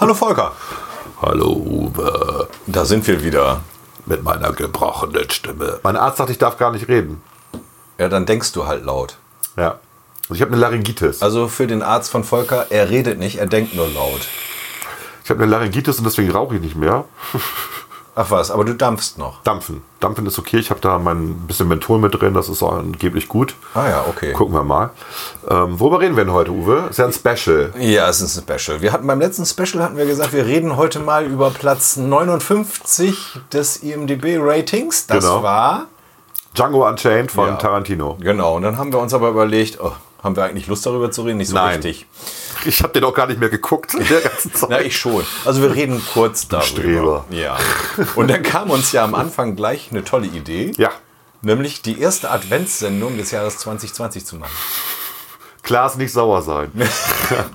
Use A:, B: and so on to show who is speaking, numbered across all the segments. A: Hallo Volker.
B: Hallo Uwe,
A: Da sind wir wieder.
B: mit meiner gebrochenen Stimme.
A: Mein Arzt sagt, ich darf gar nicht reden.
C: Ja, dann denkst du halt laut.
A: Ja. Und ich habe eine Laryngitis.
C: Also für den Arzt von Volker, er redet nicht, er denkt nur laut.
A: Ich habe eine Laryngitis und deswegen rauche ich nicht mehr.
C: Ach was, aber du dampfst noch.
A: Dampfen. Dampfen ist okay. Ich habe da mein bisschen Menthol mit drin. Das ist auch angeblich gut.
C: Ah ja, okay.
A: Gucken wir mal. Ähm, worüber reden wir denn heute, Uwe? Ist ja ein Special.
C: Ja, es ist ein Special. Wir hatten beim letzten Special hatten wir gesagt, wir reden heute mal über Platz 59 des E IMDb Ratings. Das
A: Genau.
C: war
A: Django Unchained von
C: Ja.
A: Tarantino.
C: genau. Und dann haben wir uns aber überlegt, oh, haben wir eigentlich Lust darüber zu reden? Nicht so
A: Nein.
C: richtig.
A: Ich habe den auch gar nicht mehr geguckt in der ganzen Zeit.
C: Na, ich schon. Also wir reden kurz darüber.
A: Streber.
C: Ja. Und dann kam uns ja am Anfang gleich eine tolle Idee.
A: ja.
C: Nämlich die erste Adventssendung des Jahres 2020 zu machen.
A: Klaas nicht sauer sein.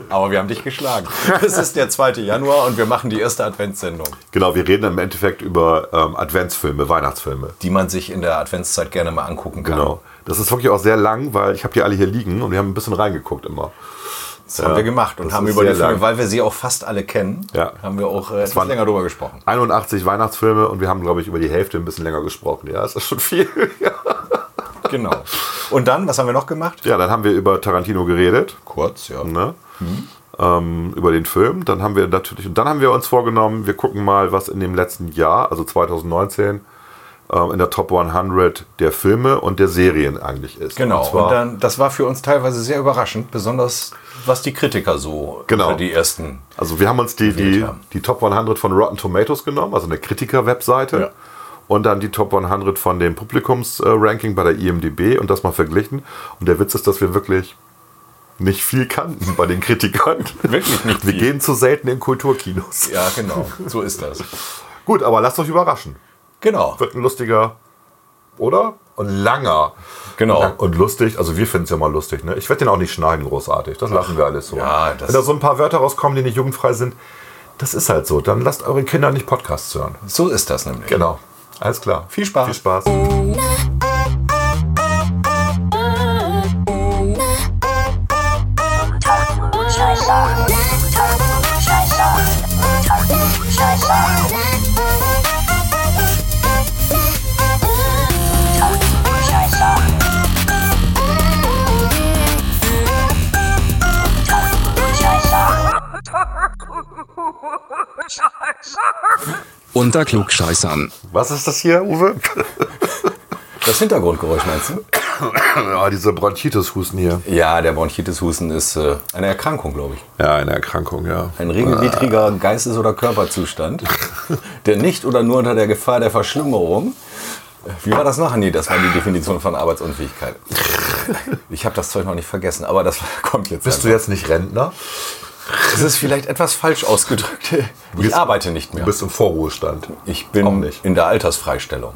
C: Aber wir haben dich geschlagen. Es ist der 2. Januar und wir machen die erste Adventssendung,
A: genau, wir reden im Endeffekt über ähm, Adventsfilme, Weihnachtsfilme.
C: die man sich in der Adventszeit gerne mal angucken kann.
A: Genau. Das ist wirklich auch sehr lang, weil ich habe die alle hier liegen und wir haben ein bisschen reingeguckt immer.
C: Das haben wir gemacht und
A: das
C: haben
A: ist
C: über die
A: sehr
C: Filme,
A: lang.
C: weil wir sie auch fast alle kennen,
A: Ja.
C: haben wir auch äh, etwas
A: waren-
C: länger drüber gesprochen.
A: 81 Weihnachtsfilme und wir haben, glaube ich, über die Hälfte ein bisschen länger gesprochen. Ja, ist das schon viel.
C: Genau. Und dann, was haben wir noch gemacht?
A: ja, dann haben wir über Tarantino geredet,
C: Kurz, ja.
A: ne?
C: Mhm.
A: ähm, über den Film. Dann haben wir natürlich, und dann haben wir uns vorgenommen, wir gucken mal, was in dem letzten Jahr, also 2019, ähm, in der Top 100 der Filme und der Serien eigentlich ist.
C: Genau.
A: Und
C: Und,
A: zwar,
C: dann, das war für uns teilweise sehr überraschend, besonders was die Kritiker so
A: Genau.
C: über die ersten.
A: also wir haben uns die, die,
C: haben.
A: die Top 100 von Rotten Tomatoes genommen, also eine Kritiker-Webseite.
C: Ja.
A: Und dann die Top 100 von dem Publikums-Ranking bei der IMDB und das mal verglichen. Und der Witz ist, dass wir wirklich nicht viel kannten bei den Kritikern.
C: Wirklich nicht
A: Wir
C: viel.
A: gehen zu selten in Kulturkinos.
C: Ja, genau. So ist das.
A: Gut, aber lasst euch überraschen.
C: Genau.
A: Wird ein lustiger, oder? Und langer.
C: Genau.
A: Lang Und lustig, also wir finden es ja mal lustig. Ne? Ich werde den auch nicht schneiden großartig. Das lassen wir alles so.
C: ja, das-
A: Wenn da so ein paar Wörter rauskommen, die nicht jugendfrei sind, das ist halt so. Dann lasst eure Kinder nicht Podcasts hören.
C: So ist das nämlich.
A: Genau. Alles klar.
C: Viel Spaß.
A: Viel Spaß.
D: Unter Klugscheißern.
A: Was ist das hier, Uwe?
C: Das Hintergrundgeräusch meinst du?
A: ah, diese Bronchitis-Husten hier.
C: Ja, der Bronchitis-Husten ist äh, eine Erkrankung, glaube ich.
A: Ja, eine Erkrankung, ja.
C: Ein regelwidriger Geistes- oder Körperzustand, der nicht oder nur unter der Gefahr der Verschlimmerung. Wie war das noch? Nee, das war die Definition von Arbeitsunfähigkeit. Ich habe das Zeug noch nicht vergessen, aber das kommt jetzt.
A: Bist du jetzt nicht Rentner?
C: Das ist vielleicht etwas falsch ausgedrückt. Ich arbeite nicht
A: Du
C: mehr.
A: bist im Vorruhestand.
C: Ich
A: Auch
C: bin
A: nicht.
C: in der Altersfreistellung.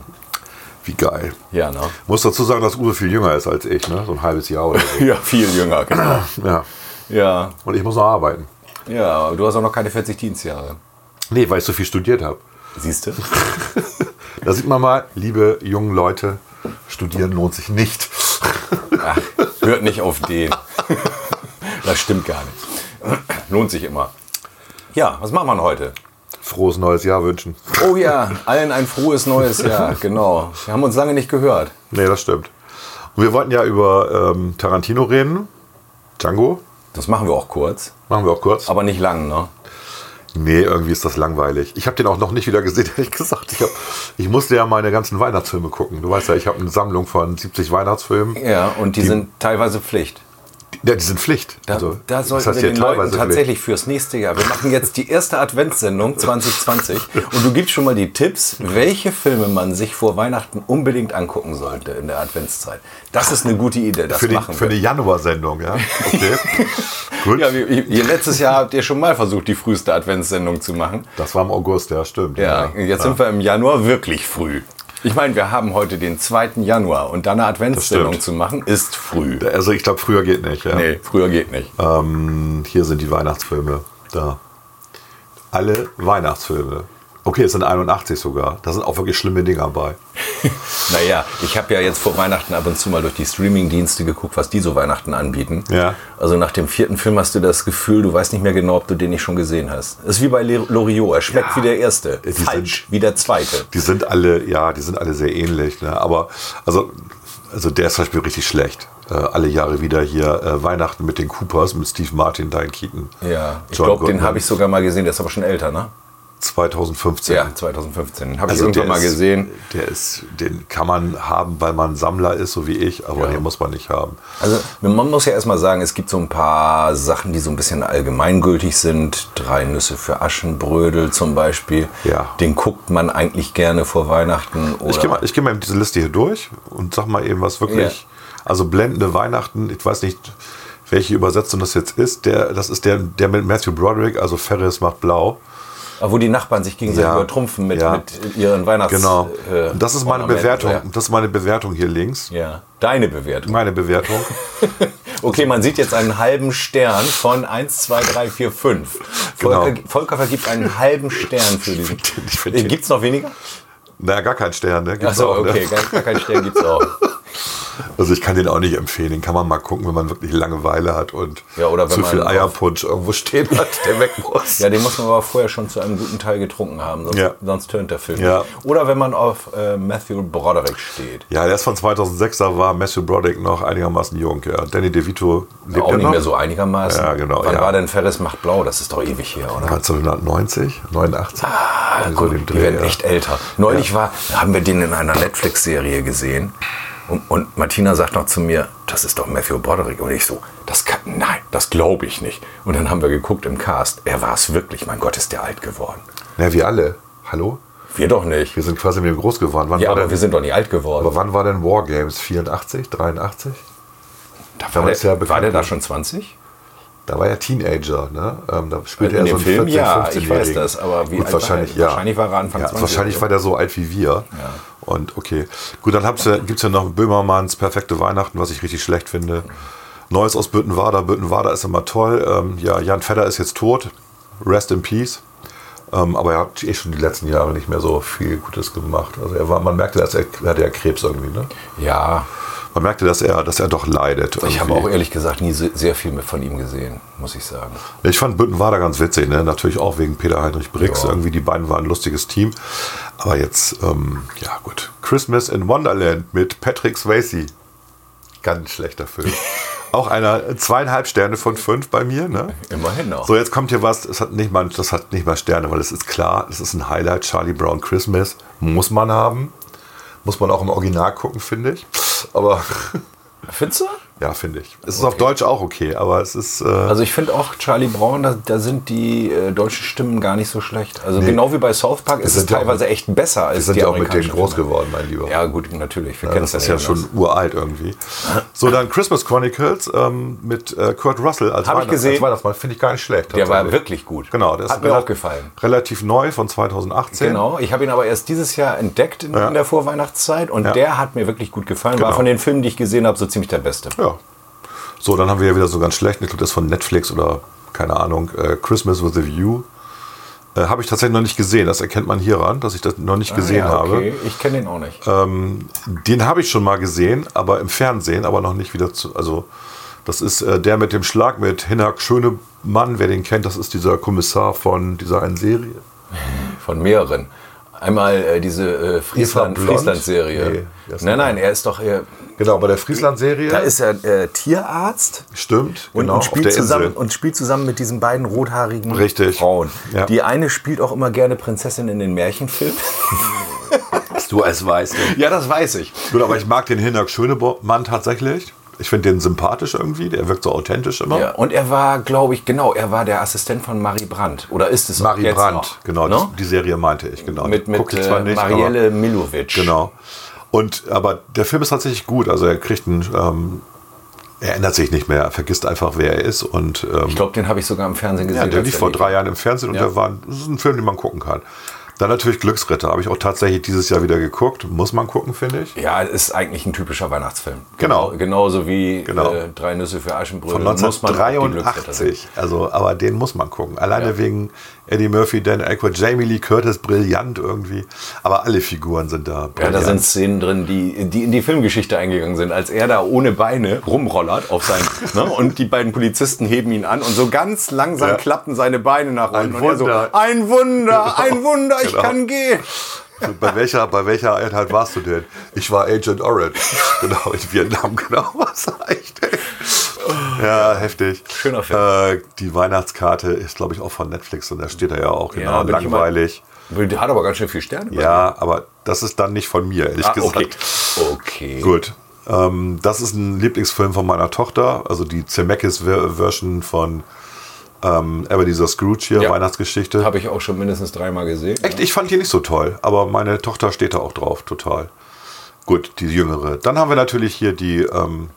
A: Wie geil.
C: Ja, ne?
A: Muss dazu sagen, dass Uwe viel jünger ist als ich, ne? So ein halbes Jahr oder so.
C: Ja, viel jünger, genau.
A: ja.
C: Ja,
A: Und ich muss noch arbeiten.
C: ja, aber du hast auch noch keine 40 Dienstjahre.
A: Nee, weil ich so viel studiert habe.
C: Siehst du?
A: Da sieht man mal, liebe jungen Leute, studieren lohnt sich nicht.
C: Ach, hört nicht auf den. Das stimmt gar nicht. Lohnt sich immer. Ja, was machen wir denn heute?
A: Frohes neues Jahr wünschen.
C: Oh ja, allen ein frohes neues Jahr, genau. Wir haben uns lange nicht gehört.
A: Nee, das stimmt. Und wir wollten ja über ähm, Tarantino reden. Django.
C: Das machen wir auch kurz,
A: Machen wir auch kurz.
C: aber nicht lang, ne?
A: Nee, irgendwie ist das langweilig. Ich habe den auch noch nicht wieder gesehen, ehrlich gesagt. Ich, hab, ich musste ja meine ganzen Weihnachtsfilme gucken. Du weißt ja, ich habe eine Sammlung von 70 Weihnachtsfilmen.
C: Ja, und die, sind teilweise Pflicht.
A: Ja, die sind Pflicht. Also,
C: Da, da
A: das
C: sollten wir
A: heißt hier
C: den Leuten
A: teilweise Pflicht.
C: tatsächlich fürs nächste Jahr. Wir machen jetzt die erste Adventssendung 2020 und du gibst schon mal die Tipps, welche Filme man sich vor Weihnachten unbedingt angucken sollte in der Adventszeit. Das ist eine gute Idee, das
A: Für die,
C: machen
A: für
C: wir.
A: die Januarsendung, ja. Okay. Gut.
C: Ja, wie, wie, letztes Jahr habt ihr schon mal versucht, die früheste Adventssendung zu machen.
A: das war im August, ja, stimmt.
C: Ja, jetzt sind wir im Januar wirklich früh. Ich meine, wir haben heute den 2. Januar und dann eine Adventssendung
A: stimmt.
C: zu machen, ist früh.
A: Also ich glaube, früher geht nicht. Ja.
C: Nee, früher geht nicht.
A: Ähm, hier sind die Weihnachtsfilme. Da. Alle Weihnachtsfilme. Okay, es sind 81 sogar. Da sind auch wirklich schlimme Dinger bei.
C: Naja, ich habe ja jetzt vor Weihnachten ab und zu mal durch die Streaming-Dienste geguckt, was die so Weihnachten anbieten.
A: Ja.
C: Also nach dem vierten Film hast du das Gefühl, du weißt nicht mehr genau, ob du den nicht schon gesehen hast. Ist wie bei Le- Loriot, er schmeckt wie der erste,
A: die
C: falsch wie der zweite.
A: Die sind alle, ja, die sind alle sehr ähnlich. Ne? Aber also, also der ist zum Beispiel richtig schlecht. Äh, alle Jahre wieder hier äh, Weihnachten mit den Coopers, mit Steve Martin, Diane Keaton.
C: Ja, ich
A: John
C: glaube, den
A: Goodman.
C: habe ich sogar mal gesehen, der ist aber schon älter, ne?
A: 2015.
C: Ja, 2015. Habe ich
A: Also
C: irgendwann
A: der
C: mal
A: ist,
C: gesehen.
A: Der ist, den kann man haben, weil man Sammler ist, so wie ich, aber
C: Ja.
A: den muss man nicht haben.
C: Also man muss ja erstmal sagen, es gibt so ein paar Sachen, die so ein bisschen allgemeingültig sind. Drei Nüsse für Aschenbrödel zum Beispiel.
A: Ja.
C: Den guckt man eigentlich gerne vor Weihnachten. Oder
A: Ich gehe mal, ich geh mal eben diese Liste hier durch und sag mal eben, was wirklich. Also blendende Weihnachten, ich weiß nicht, welche Übersetzung das jetzt ist. Der, das ist der, der mit Matthew Broderick, also Ferris macht blau.
C: Aber Ah, wo die Nachbarn sich gegenseitig
A: Ja.
C: übertrumpfen mit,
A: Ja.
C: mit ihren Weihnachts.
A: Genau.
C: äh,
A: Und das ist meine
C: Ornamenten.
A: Bewertung. Das ist meine Bewertung hier links.
C: Ja. ja. Deine Bewertung.
A: Meine Bewertung.
C: Okay, man sieht jetzt einen halben Stern von 1, 2, 3, 4, 5.
A: Genau.
C: Volker, Volker vergibt einen halben Stern für diesen.
A: Ich find den-
C: Gibt es noch weniger?
A: Na, gar kein Stern, ne? Gibt's
C: Achso,
A: auch, ne?
C: okay, gar gar keinen Stern gibt es auch.
A: Also ich kann den auch nicht empfehlen. Den kann man mal gucken, wenn man wirklich Langeweile hat und
C: Ja, oder wenn
A: zu viel
C: man-
A: Eierpunsch irgendwo stehen hat, der weg muss.
C: Ja, den muss man aber vorher schon zu einem guten Teil getrunken haben, sonst,
A: Ja.
C: sonst tönt der Film.
A: Ja.
C: Oder wenn man auf äh, Matthew Broderick steht.
A: Ja, der ist von 2006, da war Matthew Broderick noch einigermaßen jung. Ja. Danny DeVito lebt
C: Auch
A: ja
C: nicht
A: noch.
C: mehr so einigermaßen.
A: Ja, genau,
C: Wann
A: ja.
C: war denn Ferris macht blau? Das ist doch ewig her, oder?
A: 1990, 89. Ah,
C: Gut, die werden echt älter. Neulich war, haben wir den in einer Netflix-Serie gesehen. Und, und Martina sagt noch zu mir, das ist doch Matthew Broderick. Und ich so, das kann, nein, das glaube ich nicht. Und dann haben wir geguckt im Cast. Er war es wirklich. Mein Gott, ist der alt geworden.
A: Ja, wir alle. Hallo?
C: Wir doch nicht.
A: Wir sind quasi mit ihm groß geworden. Wann
C: Ja,
A: war
C: aber
A: denn,
C: wir sind doch nicht alt geworden.
A: aber wann war denn War Games? 84, 83?
C: Da
A: war das ja bekannt. ne?
C: war der da schon 20?
A: Da war er Teenager, ne? Ähm, da spielte
C: In
A: er
C: dem
A: so einen
C: Film,
A: 14,
C: ja,
A: 15
C: ich weiß das, aber wie
A: Gut,
C: alt war
A: wahrscheinlich,
C: er?
A: ja.
C: Wahrscheinlich war er Anfang
A: ja,
C: 20
A: Wahrscheinlich
C: oder
A: war der so alt wie wir. Und okay. Gut, dann gibt es ja noch Böhmermanns Perfekte Weihnachten, was ich richtig schlecht finde. Neues aus Büttenwader. Büttenwader ist immer toll. Ähm, ja, Jan Fedder ist jetzt tot. Rest in Peace. Ähm, aber er hat eh schon die letzten Jahre nicht mehr so viel Gutes gemacht. Also er war, man merkte, dass er, er hatte ja Krebs irgendwie, ne?
C: Ja,
A: Man merkte, dass er, dass er doch leidet.
C: ich habe
A: irgendwie.
C: auch ehrlich gesagt nie se- sehr viel mit von ihm gesehen, muss ich sagen.
A: Ich fand Büttenwader ganz witzig, ne? natürlich auch wegen Peter-Heinrich Briggs.
C: Ja.
A: Irgendwie die beiden waren ein lustiges Team. Aber jetzt, ähm, ja gut. Christmas in Wonderland mit Patrick Swayze. Ganz schlechter Film. auch einer zweieinhalb Sterne von fünf bei mir. Ne?
C: Immerhin noch.
A: So, jetzt kommt hier was, es hat nicht mal, das hat nicht mal Sterne, weil es ist klar, es ist ein Highlight. Charlie Brown Christmas muss man haben. Muss man auch im Original gucken, finde ich. Aber
C: Findest du?
A: ja, finde ich. Es ist auf Deutsch auch okay, aber es ist. Äh,
C: Also ich finde auch Charlie Brown, da, da sind die äh, deutschen Stimmen gar nicht so schlecht. Also genau wie bei South Park ist es
A: sind ja auch
C: teilweise
A: mit-
C: echt besser als
A: wir sind
C: die
A: ja auch mit denen
C: amerikanischen
A: groß
C: Filme.
A: geworden, mein Lieber.
C: Ja gut, natürlich. Wir
A: Ja,
C: kennen
A: das
C: es
A: ist ja schon uralt irgendwie. So, dann Christmas Chronicles ähm, mit äh, Kurt Russell als,
C: Hab ich
A: Weihnachts-
C: gesehen.
A: als Weihnachtsmann. Finde ich gar nicht schlecht.
C: Der war
A: tatsächlich.
C: wirklich gut.
A: Genau, der
C: Hat
A: ist
C: mir
A: rela-
C: auch gefallen.
A: Relativ neu von 2018.
C: Genau, ich habe ihn aber erst dieses Jahr entdeckt in, in der Vorweihnachtszeit und
A: Ja.
C: der hat mir wirklich gut gefallen. War
A: Genau.
C: von den Filmen, die ich gesehen habe, so ziemlich der beste.
A: Ja. So, dann haben wir ja wieder so ganz schlecht. Ich glaube, das ist von Netflix oder keine Ahnung. Äh, Christmas with a View. Äh, habe ich tatsächlich noch nicht gesehen. Das erkennt man hieran, dass ich das noch nicht gesehen
C: Ah, ja,
A: habe. Äh.
C: okay. Ich kenne den auch nicht.
A: Den habe ich schon mal gesehen, aber im Fernsehen, aber noch nicht wieder zu. Also, das ist äh, der mit dem Schlag mit Hinak Schönemann, wer den kennt, das ist dieser Kommissar von dieser einen Serie.
C: Von mehreren. Einmal äh, diese äh, Friesland,
A: Ist er blond?
C: Friesland-Serie.
A: Nee, der ist
C: nein,
A: nicht
C: nein, er ist doch. Äh,
A: Genau, bei der Friesland-Serie.
C: da ist er äh, Tierarzt
A: Stimmt,
C: und, und,
A: Genau, auf
C: spielt
A: der
C: zusammen,
A: Insel.
C: und spielt zusammen mit diesen beiden rothaarigen
A: Richtig.
C: Frauen.
A: Ja.
C: Die eine spielt auch immer gerne Prinzessin in den Märchenfilmen.
A: du als weißt.
C: ja, das weiß ich.
A: Gut, aber ich mag den Hinak Schönemann tatsächlich. Ich finde den sympathisch irgendwie. Der wirkt so authentisch immer.
C: Ja, und er war, glaube ich, genau, er war der Assistent von Marie Brandt. Oder ist es
A: Marie
C: jetzt
A: Brandt,
C: noch?
A: genau,
C: Ne?
A: die, die Serie meinte ich, genau.
C: Mit,
A: Die
C: mit
A: guck ich
C: äh,
A: zwar nicht, aber-
C: Marielle Milovic.
A: Genau. Und aber der Film ist tatsächlich gut. Also er kriegt einen, ähm, er ändert sich nicht mehr, er vergisst einfach, wer er ist. Und ähm,
C: Ich glaube, den habe ich sogar im Fernsehen gesehen.
A: ja, der
C: als
A: lief
C: er
A: vor drei Jahren im Fernsehen und
C: Ja.
A: der war ein, das ist ein Film, den man gucken kann. Dann natürlich Glücksritter. Habe ich auch tatsächlich dieses Jahr wieder geguckt. Muss man gucken, finde ich.
C: Ja, ist eigentlich ein typischer Weihnachtsfilm.
A: Genau.
C: Genauso wie
A: Genau.
C: Äh, Drei Nüsse für Aschenbrödel.
A: Von
C: muss man auch die Glücksritter sehen.
A: 1983. Also, aber den muss man gucken. Alleine wegen Eddie Murphy, Dan Aykroyd, Jamie Lee Curtis, brillant irgendwie. Aber alle Figuren sind da.
C: Ja, da
A: brillant.
C: sind Szenen drin, die, die in die Filmgeschichte eingegangen sind, als er da ohne Beine rumrollert auf sein, ne, und die beiden Polizisten heben ihn an und so ganz langsam
A: Ja.
C: klappen seine Beine nach
A: Ein
C: unten. und er so,
A: Wunder.
C: ein Wunder, ein
A: Genau,
C: Wunder, ich
A: genau.
C: kann gehen.
A: So, bei, welcher, bei welcher Einheit warst du denn? Ich war Agent Orange. genau, in Vietnam, genau. Was echt. Ja, heftig.
C: Oh. Schöner Film.
A: Äh, die Weihnachtskarte ist, glaube ich, auch von Netflix und da steht er ja auch, genau,
C: Ja, bin ich mal-
A: langweilig.
C: Der hat aber ganz schön viel Sterne.
A: Ja, aber das ist dann nicht von mir, ehrlich
C: Ah,
A: gesagt.
C: okay. Okay.
A: Gut. Ähm, das ist ein Lieblingsfilm von meiner Tochter, also die Zemeckis-Version von ähm, Ebenezer Scrooge hier,
C: Ja.
A: Weihnachtsgeschichte.
C: Habe ich auch schon mindestens dreimal gesehen.
A: Echt, ich fand die nicht so toll, aber meine Tochter steht da auch drauf, total. Gut, die jüngere. Dann haben wir natürlich hier die ähm,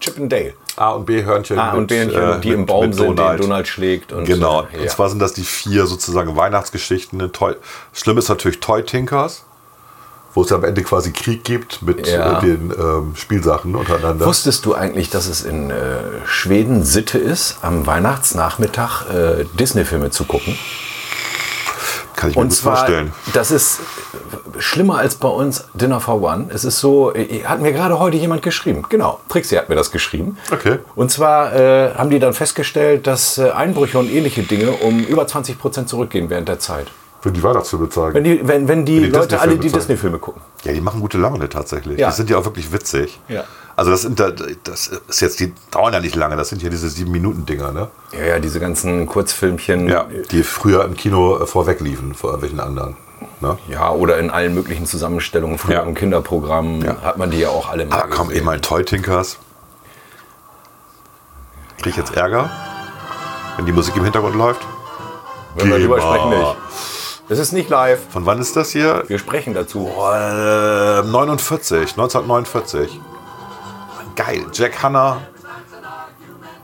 C: Chip and Dale.
A: A und B-Hörnchen.
C: Ah, und Bärchen,
A: äh,
C: die im Baum sind, Donald. den Donald schlägt. Und äh,
A: Genau,
C: Ja.
A: und zwar sind das die vier sozusagen Weihnachtsgeschichten. Toy, schlimm ist natürlich Toy Tinkers, wo es ja am Ende quasi Krieg gibt mit
C: Ja.
A: äh, den ähm, Spielsachen untereinander.
C: Wusstest du eigentlich, dass es in äh, Schweden Sitte ist, am Weihnachtsnachmittag äh, Disney-Filme zu gucken?
A: Kann ich mir
C: Und
A: gut
C: zwar,
A: vorstellen.
C: das ist äh, schlimmer als bei uns Dinner for One. Es ist so, äh, hat mir gerade heute jemand geschrieben. Genau, Trixie hat mir das geschrieben.
A: Okay.
C: Und zwar äh, haben die dann festgestellt, dass äh, Einbrüche und ähnliche Dinge um über 20 Prozent zurückgehen während der Zeit.
A: Für die Weihnachtsfilme zeigen.
C: Wenn die, wenn, wenn die,
A: Wenn die
C: Leute alle die
A: Disney-Filme zeigen.
C: Disney-Filme gucken.
A: Ja, die machen gute Laune tatsächlich.
C: Ja.
A: Die sind ja auch wirklich witzig.
C: Ja.
A: Also das sind da, das ist jetzt, die dauern ja nicht lange, das sind ja diese sieben Minuten Dinger, ne?
C: Ja, ja, diese ganzen Kurzfilmchen.
A: Die früher im Kino äh, vorweg liefen, vor irgendwelchen anderen. Ne?
C: Ja, oder in allen möglichen Zusammenstellungen, früher
A: Ja.
C: im Kinderprogramm
A: Ja.
C: hat man die ja auch alle mal
A: Ah, komm, eh
C: gesehen.
A: mal ein Toy Tinkers. Krieg ich jetzt Ärger? Wenn die Musik im Hintergrund läuft?
C: Wenn wir
A: Geh
C: darüber
A: mal.
C: sprechen nicht. Es ist nicht live.
A: Von wann ist das hier?
C: Wir sprechen dazu.
A: Äh, 49, 1949. Geil, Jack Hanna,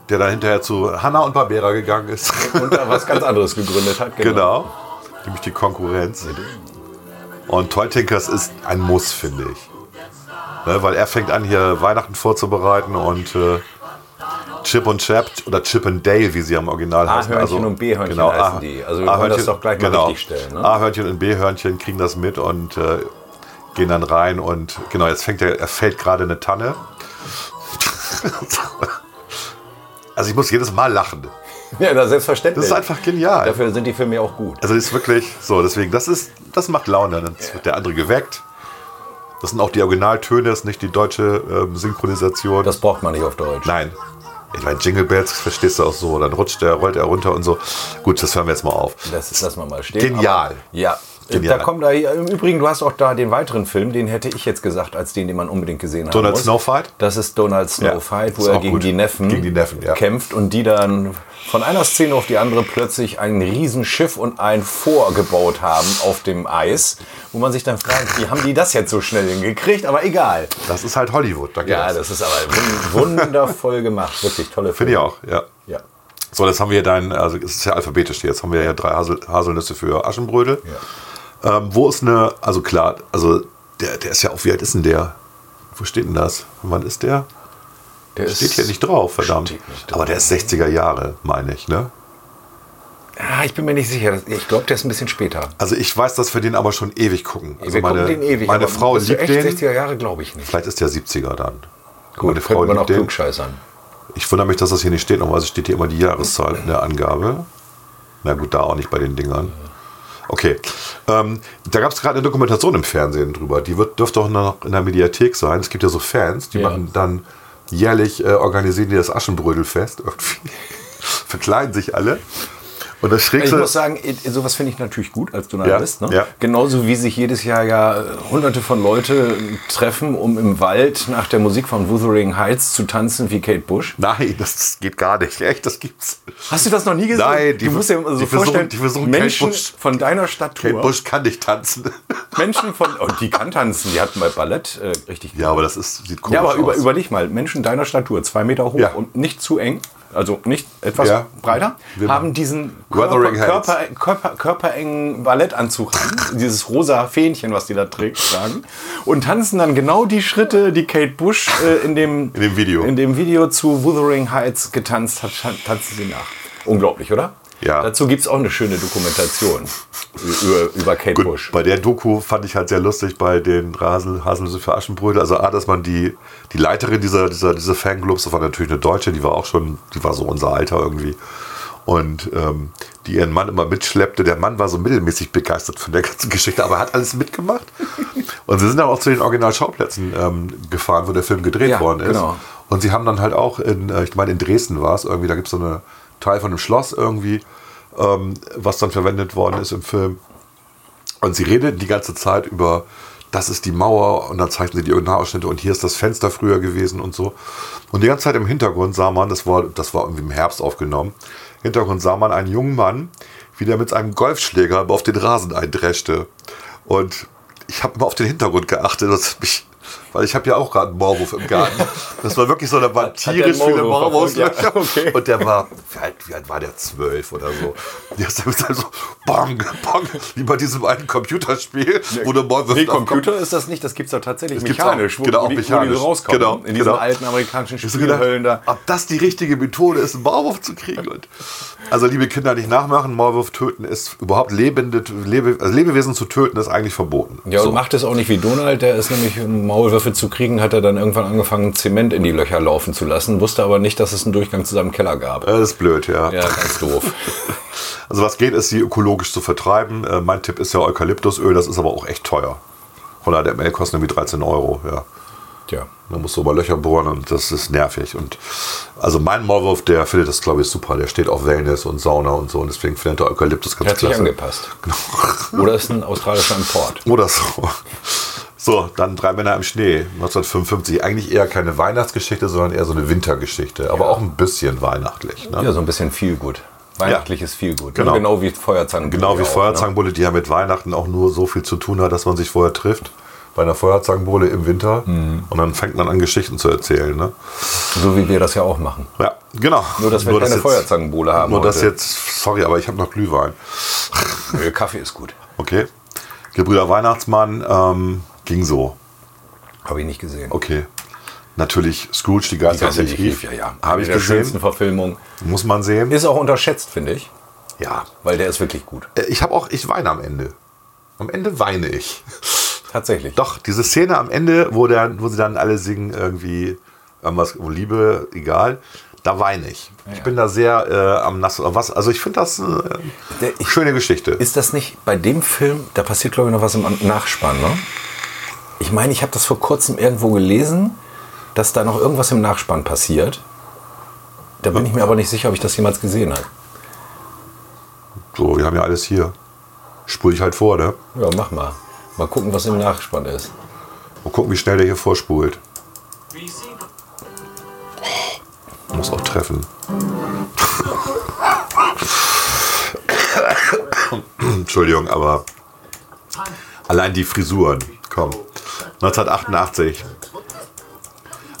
A: der dann hinterher zu Hanna und Barbera gegangen ist.
C: Und da was ganz anderes gegründet hat.
A: Genau. Nämlich die Konkurrenz. Und Toy Tinkers ist ein Muss, finde ich. Ne, weil er fängt an, hier Weihnachten vorzubereiten und äh, Chip und Chap oder Chip and Dale, wie sie am Original heißen. Also, genau,
C: A-Hörnchen und B-Hörnchen heißen
A: A-
C: die. Also wir wollen
A: A-Hörnchen-
C: das doch gleich mal
A: genau.
C: richtig stellen, ne?
A: A-Hörnchen und B-Hörnchen kriegen das mit und äh, gehen dann rein und genau, jetzt fängt er, er fällt gerade eine Tanne. also ich muss jedes Mal lachen.
C: Ja, das ist selbstverständlich.
A: Das ist einfach genial.
C: Dafür sind die Filme ja auch gut.
A: Also das ist wirklich so, deswegen, das ist, das macht Laune. Dann wird der andere geweckt. Das sind auch die Originaltöne, das ist nicht die deutsche ähm, Synchronisation.
C: Das braucht man nicht auf Deutsch.
A: Nein. Ich meine, Jingle Bells verstehst du auch so, dann rutscht der, rollt er runter und so. Gut, das hören wir jetzt mal auf.
C: Das ist das mal mal stehen.
A: Genial.
C: Aber, ja.
A: Genial.
C: Da kommt da hier- im Übrigen, du hast auch da den weiteren Film, den hätte ich jetzt gesagt, als den, den man unbedingt gesehen hat.
A: Donald
C: muss.
A: Snow Fight?
C: Das ist Donald Snow
A: Ja,
C: Fight, wo
A: ist
C: er
A: auch
C: gegen
A: gut.
C: die Neffen,
A: Gegen die Neffen, ja.
C: kämpft und die dann von einer Szene auf die andere plötzlich ein Riesenschiff und ein Fort gebaut haben auf dem Eis, wo man sich dann fragt, wie haben die das jetzt so schnell hingekriegt? Aber egal.
A: Das ist halt Hollywood, da geht
C: Ja,
A: das.
C: das ist aber wun- wundervoll gemacht. Wirklich tolle Filme.
A: Finde ich auch, ja.
C: Ja.
A: So, das haben wir dein, also es ist ja alphabetisch hier. Jetzt haben wir ja drei Hasel, Haselnüsse für Aschenbrödel. Ähm, wo ist eine, also klar, also der, der ist ja auch, wie alt ist denn der? Wo steht denn das? Und wann ist der?
C: Der
A: Steht hier nicht drauf, verdammt.
C: Steht nicht
A: Aber der ist 60er Jahre, meine ich, ne?
C: Ah, ich bin mir nicht sicher. Ich glaube, der ist ein bisschen später.
A: Also ich weiß, dass wir den aber schon ewig gucken. Also
C: Wir
A: meine,
C: gucken den ewig.
A: meine
C: aber
A: Frau
C: bist du
A: liebt
C: echt
A: den.
C: 60er Jahre glaube ich nicht.
A: Vielleicht ist der 70er dann. meine
C: Könnte
A: Frau
C: man auch
A: liebt den.
C: klugscheißern.
A: Ich wundere mich, dass das hier nicht steht. Normalerweise steht hier immer die Jahreszahl in der Angabe. Na gut, da auch nicht bei den Dingern. Okay. Ähm, da gab es gerade eine Dokumentation im Fernsehen drüber. Die wird, dürfte auch noch in der Mediathek sein. Es gibt ja so Fans, die
C: Ja.
A: machen dann jährlich, äh, organisieren die das Aschenbrödelfest. Irgendwie verkleiden sich alle. Und das
C: Ich
A: Schrägste,
C: muss sagen, eh, sowas finde ich natürlich gut als Journalist.
A: Ja,
C: ne?
A: ja.
C: Genauso wie sich jedes Jahr ja äh, hunderte von Leute treffen, um im Wald nach der Musik von Wuthering Heights zu tanzen wie Kate Bush.
A: nein, das geht gar nicht. Echt, das gibt's.
C: Hast du das noch nie gesehen?
A: Nein, die
C: du musst dir
A: vers-
C: so
A: die versuchen-
C: vorstellen,
A: die versuchen Kate
C: Menschen
A: Bush-
C: von deiner
A: Kate
C: Statur,
A: Bush kann nicht tanzen.
C: Menschen von, oh, die kann tanzen, die hat mal Ballett äh, richtig
A: ja, aber das ist, sieht komisch
C: Ja, aber über,
A: aus.
C: überleg mal, Menschen deiner Statur, zwei Meter hoch
A: Ja.
C: und nicht zu eng. also nicht etwas
A: Ja.
C: breiter, haben diesen Körper,
A: Wuthering Heights.
C: Körper, Körper, körperengen Ballettanzug an, dieses rosa Fähnchen, was die da trägt, tragen, und tanzen dann genau die Schritte, die Kate Bush äh, in, dem,
A: In dem Video.
C: in dem Video zu Wuthering Heights getanzt hat, tan- tanzen sie nach. Unglaublich, oder?
A: Ja.
C: Dazu gibt es auch eine schöne Dokumentation über, über Kate Bush.
A: Bei der Doku fand ich halt sehr lustig bei den Rasel, Haselnüsse für Aschenbrödel. Also A, dass man die, die Leiterin dieser, dieser, dieser Fanclubs, das war natürlich eine Deutsche, die war auch schon, die war so unser Alter irgendwie. Und ähm, die ihren Mann immer mitschleppte. Der Mann war so mittelmäßig begeistert von der ganzen Geschichte, aber hat alles mitgemacht. Und sie sind dann auch zu den Originalschauplätzen ähm, gefahren, wo der Film gedreht
C: Ja,
A: worden ist.
C: genau.
A: Und sie haben dann halt auch in, äh, ich meine, in Dresden war es irgendwie, da gibt es so einen Teil von einem Schloss irgendwie, ähm, was dann verwendet worden ist im Film. Und sie redet die ganze Zeit über, das ist die Mauer und dann zeichnen sie die Originalausschnitte und hier ist das Fenster früher gewesen und so. Und die ganze Zeit im Hintergrund sah man, das war, das war irgendwie im Herbst aufgenommen, im Hintergrund sah man einen jungen Mann, wie der mit seinem Golfschläger auf den Rasen eindreschte. Und ich habe immer auf den Hintergrund geachtet, das hat mich, weil ich habe ja auch gerade einen Maulwurf im Garten. Das war wirklich so, da waren
C: der
A: tierisch viele
C: Maulwurf verfolgt?
A: Maulwurfslöcher.
C: Ja, okay.
A: Und der war, wie alt, wie alt war der? Zwölf oder so. Der ist dann halt so, bang, bang, wie bei diesem alten Computerspiel, wo der Ball wirft.
C: Nee,
A: auf den Kopf.
C: Computer ist das nicht, das gibt es doch tatsächlich
A: gibt's
C: mechanisch,
A: auch, genau, auch
C: die, wo die
A: mechanisch.
C: so rauskommen.
A: Genau,
C: in diesen
A: genau.
C: alten amerikanischen
A: Ich hab so gedacht,
C: Spielhöllen da.
A: ob das die richtige Methode ist, einen Maulwurf zu kriegen. Und also, liebe Kinder, nicht nachmachen. Maulwurf töten ist überhaupt lebende, lebe, also Lebewesen zu töten, ist eigentlich verboten.
C: Ja, und macht es auch nicht wie Donald, der ist nämlich, um Maulwürfe zu kriegen, hat er dann irgendwann angefangen, Zement in die Löcher laufen zu lassen, wusste aber nicht, dass es einen Durchgang zu seinem Keller gab.
A: Das ist blöd, ja.
C: Ja, ganz doof.
A: Also, was geht, ist, sie ökologisch zu vertreiben. Äh, mein Tipp ist ja Eukalyptusöl, das ist aber auch echt teuer. 100 ml kosten irgendwie 13 Euro, ja.
C: Tja.
A: Man muss so über Löcher bohren und das ist nervig. Und also mein Maulwurf, der findet das, glaube ich, super. Der steht auf Wellness und Sauna und so und deswegen findet der Eukalyptus ganz
C: Der hat sich
A: klasse.
C: angepasst. Oder ist ein australischer Import.
A: Oder so. So, dann drei Männer im Schnee, 1955. Eigentlich eher keine Weihnachtsgeschichte, sondern eher so eine Wintergeschichte. Aber auch ein bisschen weihnachtlich. Ne?
C: Ja, so ein bisschen viel gut. Weihnachtliches viel gut.
A: Genau.
C: genau wie Feuerzangen.
A: Genau wie Feuerzangenbowle, die ja mit Weihnachten auch nur so viel zu tun hat, dass man sich vorher trifft. Bei einer Feuerzangenbowle im Winter.
C: Mhm.
A: Und dann fängt man an, Geschichten zu erzählen. Ne?
C: So wie wir das ja auch machen.
A: Ja, genau.
C: Nur, dass wir keine
A: jetzt-
C: Feuerzangenbowle haben
A: Nur das
C: heute.
A: jetzt, sorry, aber ich habe noch Glühwein.
C: Nö, Kaffee ist gut.
A: Okay. Gebrüder Weihnachtsmann ähm, ging so.
C: Habe ich nicht gesehen.
A: Okay. Natürlich Scrooge, die Geister
C: Geister,
A: die
C: die rief, ja, ja.
A: Habe
C: Eine
A: ich
C: der
A: gesehen.
C: schönsten Verfilmung.
A: Muss man sehen.
C: Ist auch unterschätzt, finde ich,
A: Ja.
C: weil der ist wirklich gut.
A: Äh, Ich habe auch, ich weine am Ende. Am Ende weine ich.
C: Tatsächlich.
A: Doch, diese Szene am Ende, wo, der, wo sie dann alle singen, irgendwie irgendwas um Liebe, egal, da weine ich. Ich bin da sehr äh, am Nass oder was. Also ich finde das äh,
C: Der-
A: eine
C: ich-
A: schöne Geschichte.
C: Ist das nicht bei dem Film, da passiert glaube ich noch was im Nachspann, ne? Ich meine, ich habe das vor kurzem irgendwo gelesen, dass da noch irgendwas im Nachspann passiert. Da bin ich mir aber nicht sicher, ob ich das jemals gesehen habe.
A: So, wir haben ja alles hier. Spul ich halt vor, ne?
C: Ja, mach mal. Mal gucken, was im Nachspann ist.
A: Mal gucken, wie schnell der hier vorspult. Oh, muss auch treffen. Entschuldigung, aber allein die Frisuren. Komm. 1988.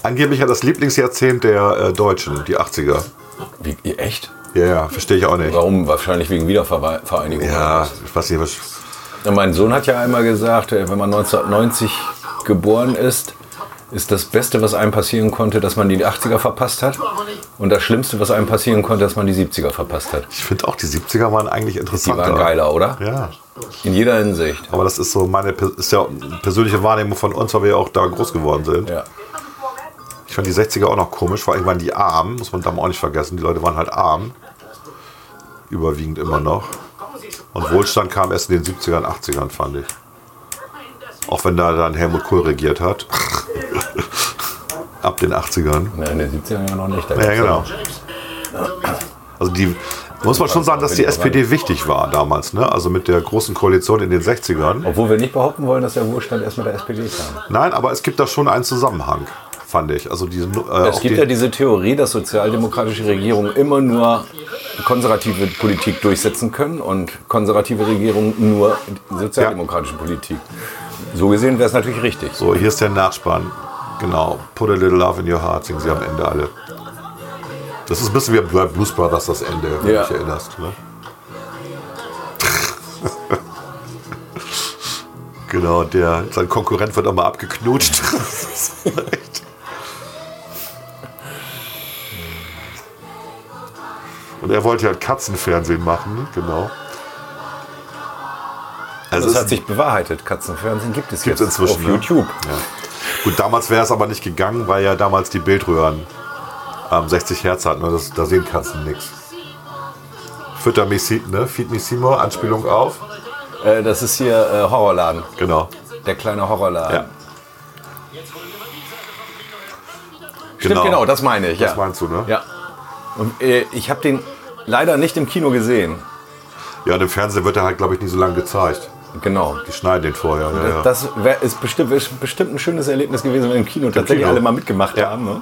A: Angeblich ja das Lieblingsjahrzehnt der äh, Deutschen, die 80er.
C: Wie, ihr echt?
A: Ja, ja, verstehe ich auch nicht.
C: Warum? Wahrscheinlich wegen Wiedervereinigung.
A: Ja, ich weiß nicht, was.
C: Ja, Mein Sohn hat ja einmal gesagt, äh, wenn man 1990 geboren ist, ist das Beste, was einem passieren konnte, dass man die 80er verpasst hat. Und das Schlimmste, was einem passieren konnte, dass man die 70er verpasst hat.
A: Ich finde auch, die 70er waren eigentlich
C: Die
A: interessanter.
C: waren geiler, oder?
A: Ja.
C: In jeder Hinsicht.
A: Aber das ist so meine per- ist ja persönliche Wahrnehmung von uns, weil wir ja auch da groß geworden sind.
C: Ja.
A: Ich fand die 60er auch noch komisch, vor allem waren die arm, muss man da mal auch nicht vergessen. Die Leute waren halt arm. Überwiegend immer noch. Und Wohlstand kam erst in den 70ern, 80ern, fand ich. Auch wenn da dann Helmut Kohl regiert hat. Ab den 80ern.
C: Na, in den 70ern ja noch nicht. Da
A: Ja,
C: gab's
A: genau. Also die muss man schon sagen, dass die SPD wichtig war damals, ne? Also mit der großen Koalition in den 60ern.
C: Obwohl wir nicht behaupten wollen, dass der Wohlstand erst mit der SPD kam.
A: Nein, aber es gibt da schon einen Zusammenhang, fand ich. Also diese, äh,
C: Es
A: auch
C: gibt
A: die-
C: ja diese Theorie, dass sozialdemokratische Regierungen immer nur konservative Politik durchsetzen können und konservative Regierungen nur sozialdemokratische Politik. So gesehen wäre es natürlich richtig.
A: so, hier ist der Nachspann. Genau. Put a little love in your heart, singen sie am Ende alle. Das ist ein bisschen wie bei Blues Brothers das Ende, wenn
C: Ja.
A: du dich erinnerst. Ne? genau, der, sein Konkurrent wird auch mal abgeknutscht. Das ist echt- Und er wollte halt Katzenfernsehen machen, genau. Also
C: Das
A: es
C: hat sich bewahrheitet. Katzenfernsehen gibt es
A: Gibt's
C: jetzt
A: inzwischen,
C: auf
A: ne?
C: YouTube.
A: Ja. Gut, damals wäre es aber nicht gegangen, weil ja damals die Bildröhren ähm, 60 Hertz hatten. ne? Das, da sehen Katzen nichts. Fütter me, Si- ne? Feed me Seymour, Anspielung auf.
C: Äh, das ist hier äh, Horrorladen.
A: Genau.
C: Der kleine Horrorladen.
A: Ja.
C: Stimmt, genau, das meine ich. Ja.
A: Das meinst du, ne?
C: Ja. Und äh, ich habe den leider nicht im Kino gesehen.
A: Ja, und im Fernsehen wird er halt, glaube ich, nicht so lange gezeigt.
C: Genau.
A: Die schneiden den vorher. Ja, ja.
C: Das wär, ist bestimmt, ist bestimmt ein schönes Erlebnis gewesen, wenn im Kino tatsächlich
A: Kino.
C: alle mal mitgemacht
A: Ja.
C: haben. Ne?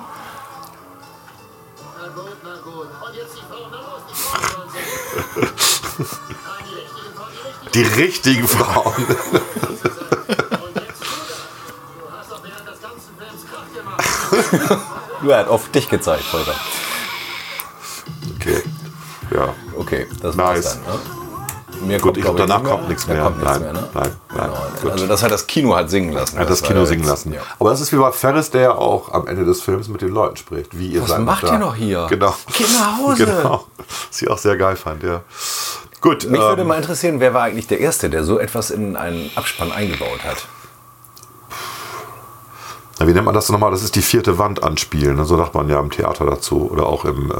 E: Na gut, na gut. Und jetzt die Frauen, na los, die Frauen sollen sehen. Nein, die richtigen Frauen, die richtigen.
A: die richtigen Frauen.
E: Und jetzt Bruder, du hast doch während des ganzen Films Krach gemacht.
C: Ja, hat auf dich gezeigt heute.
A: Okay. Ja.
C: Okay, das
A: Nice.
C: war's dann. Ne? Mir
A: Gut, ich glaube,
C: glaub
A: danach
C: nicht
A: kommt nichts
C: Da
A: mehr.
C: Kommt nichts
A: Nein,
C: mehr ne?
A: nein, nein.
C: Genau.
A: Gut.
C: Also das hat das Kino halt singen lassen.
A: Er hat das,
C: war
A: Kino
C: jetzt-
A: singen lassen.
C: Ja.
A: Aber das ist wie bei Ferris, der ja auch am Ende des Films mit den Leuten spricht, wie ihr
C: Was
A: seid. noch
C: macht
A: da.
C: ihr noch hier?
A: Genau.
C: Geht nach Hause.
A: Genau. Was ich auch sehr geil fand, ja. Gut,
C: Mich würde
A: ähm,
C: mal interessieren, wer war eigentlich der Erste, der so etwas in einen Abspann eingebaut hat?
A: na, wie nennt man das nochmal? Das ist die vierte Wand anspielen. Ne? So sagt man ja im Theater dazu oder auch im, äh,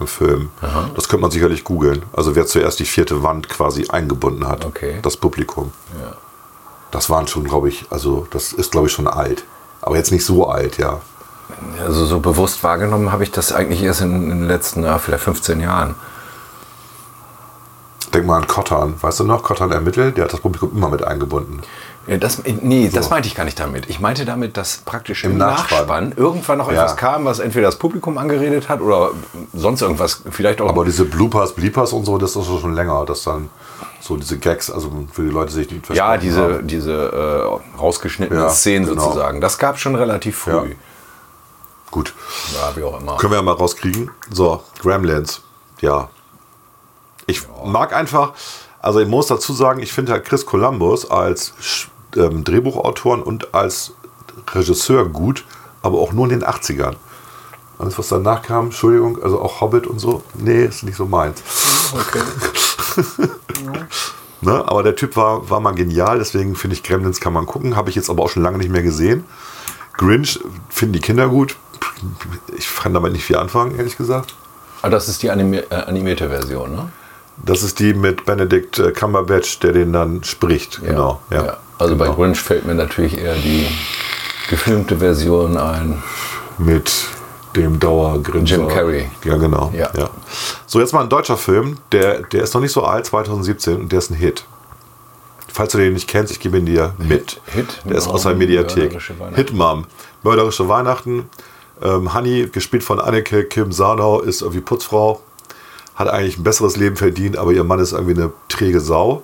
A: im Film. Das könnte man sicherlich googeln. Also wer zuerst die vierte Wand quasi eingebunden hat,
C: Okay.
A: das Publikum. Das waren schon, glaube ich, also das ist, glaube ich, schon alt. Aber jetzt nicht so alt, ja.
C: Also so bewusst wahrgenommen habe ich das eigentlich erst in, in den letzten, ja, vielleicht 15 Jahren.
A: Denk mal an Kottern. Weißt du noch, Kottern ermittelt, der hat das Publikum immer mit eingebunden.
C: Ja, Das, äh, nee, das meinte ich gar nicht damit. Ich meinte damit, dass praktisch im,
A: Im
C: Nachspann,
A: Nachspann.
C: irgendwann noch
A: Ja.
C: etwas kam, was entweder das Publikum angeredet hat oder sonst irgendwas, vielleicht auch
A: Aber diese Bloopers, Bleepers und so, das ist schon länger, dass dann so diese Gags, also für die Leute sich nicht
C: Ja,
A: versprochen
C: diese,
A: haben.
C: diese äh, rausgeschnittenen
A: Ja,
C: Szenen
A: genau.
C: sozusagen. Das gab schon relativ früh.
A: Gut,
C: Ja, wie auch immer.
A: können wir ja mal rauskriegen. So, Gremlins, ja. Ich mag einfach, also ich muss dazu sagen, ich finde halt Chris Columbus als Sch- ähm, Drehbuchautor und als Regisseur gut, aber auch nur in den 80ern. Alles, was danach kam, Entschuldigung, also auch Hobbit und so, nee, ist nicht so meins. Ne? Aber der Typ war, war mal genial, deswegen finde ich Gremlins kann man gucken. Habe ich jetzt aber auch schon lange nicht mehr gesehen. Grinch finden die Kinder gut. Ich kann damit nicht viel anfangen, ehrlich gesagt.
C: Ah, das ist die animi äh, animierte Version, ne?
A: Das ist die mit Benedict äh, Cumberbatch, der den dann spricht. Genau. Ja.
C: Also bei
A: genau.
C: Grinch fällt mir natürlich eher die gefilmte Version ein.
A: Mit dem Dauergrinch.
C: Jim Carrey.
A: Ja, genau.
C: Ja.
A: So, jetzt mal ein deutscher Film. Der, der ist noch nicht so alt, 2017, und der ist ein Hit. Falls du den nicht kennst, ich gebe ihn dir mit.
C: Hit?
A: Der ist aus der
C: Mom,
A: Mediathek.
C: Mörderische Weihnachten.
A: Hit Mom. Mörderische Weihnachten. Ähm, Honey, gespielt von Anneke Kim Sarnau, ist irgendwie Putzfrau. Hat eigentlich ein besseres Leben verdient, aber ihr Mann ist irgendwie eine träge Sau.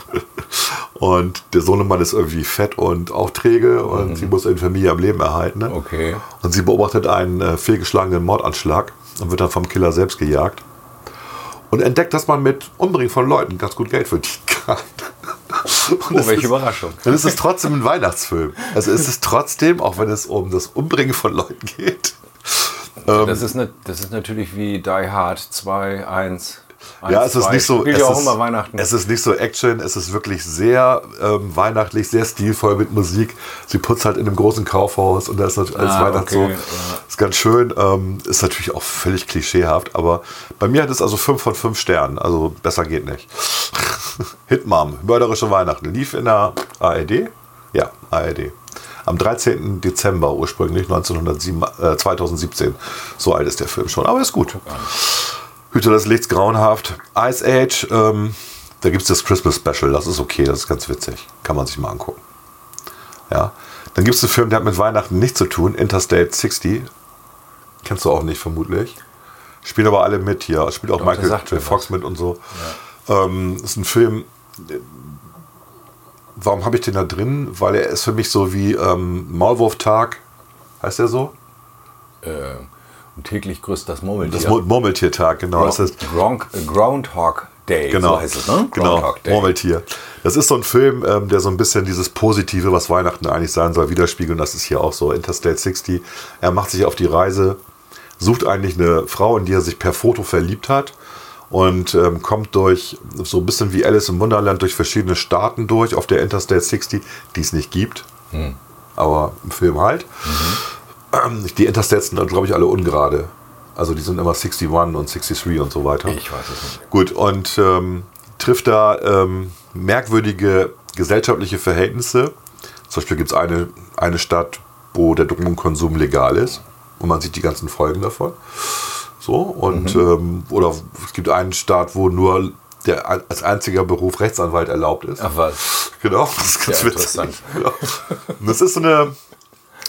A: und der Sohnemann ist irgendwie fett und auch träge und sie muss ihre Familie am Leben erhalten. Ne?
C: Mhm. Okay.
A: Und sie beobachtet einen äh, fehlgeschlagenen Mordanschlag und wird dann vom Killer selbst gejagt. Und entdeckt, dass man mit Umbringen von Leuten ganz gut Geld verdienen kann. Und
C: Oh,
A: es
C: welche
A: ist,
C: Überraschung.
A: Dann ist es trotzdem ein Weihnachtsfilm. Also ist es trotzdem, auch wenn es um das Umbringen von Leuten geht. Ähm,
C: Das ist, ne, das ist natürlich wie Die Hard 2, 1. 1
A: ja, es ist nicht so.
C: Spielt
A: Es
C: ja auch
A: ist,
C: immer Weihnachten.
A: es ist nicht so Action. Es ist wirklich sehr ähm, weihnachtlich, sehr stilvoll mit Musik. Sie putzt halt in einem großen Kaufhaus und da ist natürlich alles
C: Ah,
A: Weihnachts
C: okay,
A: so.
C: ja.
A: Ist ganz schön. Ähm, ist natürlich auch völlig klischeehaft, aber bei mir hat es also 5 von 5 Sternen. Also besser geht nicht. Hitmam, mörderische Weihnachten, lief in der ARD. Ja, ARD. Am 13. Dezember ursprünglich 1907, äh, 2017. So alt ist der Film schon, aber ist gut. Hüte des Lichts, grauenhaft. Ice Age, ähm, da gibt es das Christmas Special, das ist okay, das ist ganz witzig. Kann man sich mal angucken. Ja. Dann gibt es einen Film, der hat mit Weihnachten nichts zu tun, Interstate 60. Kennst du auch nicht, vermutlich. Spielen aber alle mit hier. Spielt auch
C: Doch, der
A: Michael
C: sagt mir
A: Fox mit und so. Ähm, ist ein Film. äh, Warum habe ich den da drin? Weil er ist für mich so wie ähm, Maulwurftag. Heißt der so?
C: äh, Und täglich grüßt das Murmeltier.
A: Das Mo- Murmeltiertag, genau. Das ist,
C: Ground, Groundhog Day,
A: genau,
C: so heißt es, ne?
A: genau
C: Groundhog Day.
A: Murmeltier. Das ist so ein Film, ähm, der so ein bisschen dieses Positive, was Weihnachten eigentlich sein soll, widerspiegeln. Das ist hier auch so Interstate 60. Er macht sich auf die Reise, sucht eigentlich eine Frau, in die er sich per Foto verliebt hat und ähm, kommt durch, so ein bisschen wie Alice im Wunderland, durch verschiedene Staaten durch auf der Interstate 60, die es nicht gibt,
C: Hm.
A: aber im Film halt.
C: Mhm.
A: Ähm, Die Interstates sind, glaube ich, alle ungerade. Also die sind immer 61 und 63 und so weiter.
C: Ich weiß es nicht.
A: Gut, und ähm, trifft da ähm, merkwürdige gesellschaftliche Verhältnisse. Zum Beispiel gibt es eine, eine Stadt, wo der Drogenkonsum legal ist. Und man sieht die ganzen Folgen davon. So, und
C: Mhm.
A: ähm, oder es gibt einen Staat, wo nur der als einziger Beruf Rechtsanwalt erlaubt ist.
C: Ach was.
A: Genau, das ist ganz
C: Ja, interessant.
A: witzig. Genau. Und das ist so eine,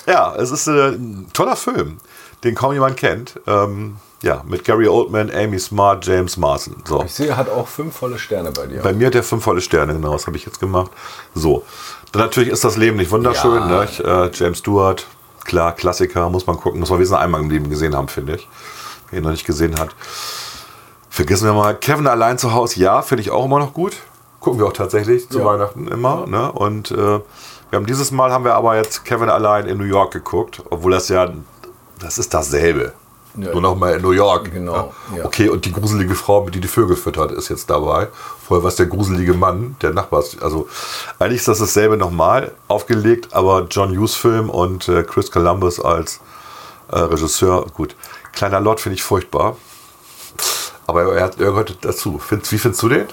A: ja, es ist äh, ein toller Film, den kaum jemand kennt. Ähm, ja, mit Gary Oldman, Amy Smart, James Marsden. So.
C: Ich sehe, hat auch fünf volle Sterne bei dir.
A: Bei mir hat er fünf volle Sterne, genau, das habe ich jetzt gemacht. So. Dann natürlich ist das Leben nicht wunderschön.
C: Ja.
A: Ne? Ich, äh, James Stewart, klar, Klassiker, muss man gucken, muss man wenigstens einmal im Leben gesehen haben, finde ich. Wer ihn noch nicht gesehen hat. Vergessen wir mal, Kevin allein zu Hause, ja, finde ich auch immer noch gut. Gucken wir auch tatsächlich zu
C: Ja.
A: Weihnachten immer. Ne? Und äh, wir haben dieses Mal haben wir aber jetzt Kevin allein in New York geguckt, obwohl das ja, das ist dasselbe.
C: Ja.
A: Nur nochmal in New York.
C: Genau, ja.
A: Okay, und die gruselige Frau, mit die die Vögel füttert, ist jetzt dabei. Vorher war es der gruselige Mann, der Nachbar. Also eigentlich ist das dasselbe nochmal aufgelegt, aber John Hughes Film und äh, Chris Columbus als äh, Regisseur. Gut, kleiner Lord finde ich furchtbar. Aber er, hat, er gehört dazu. Find's, wie findest du den?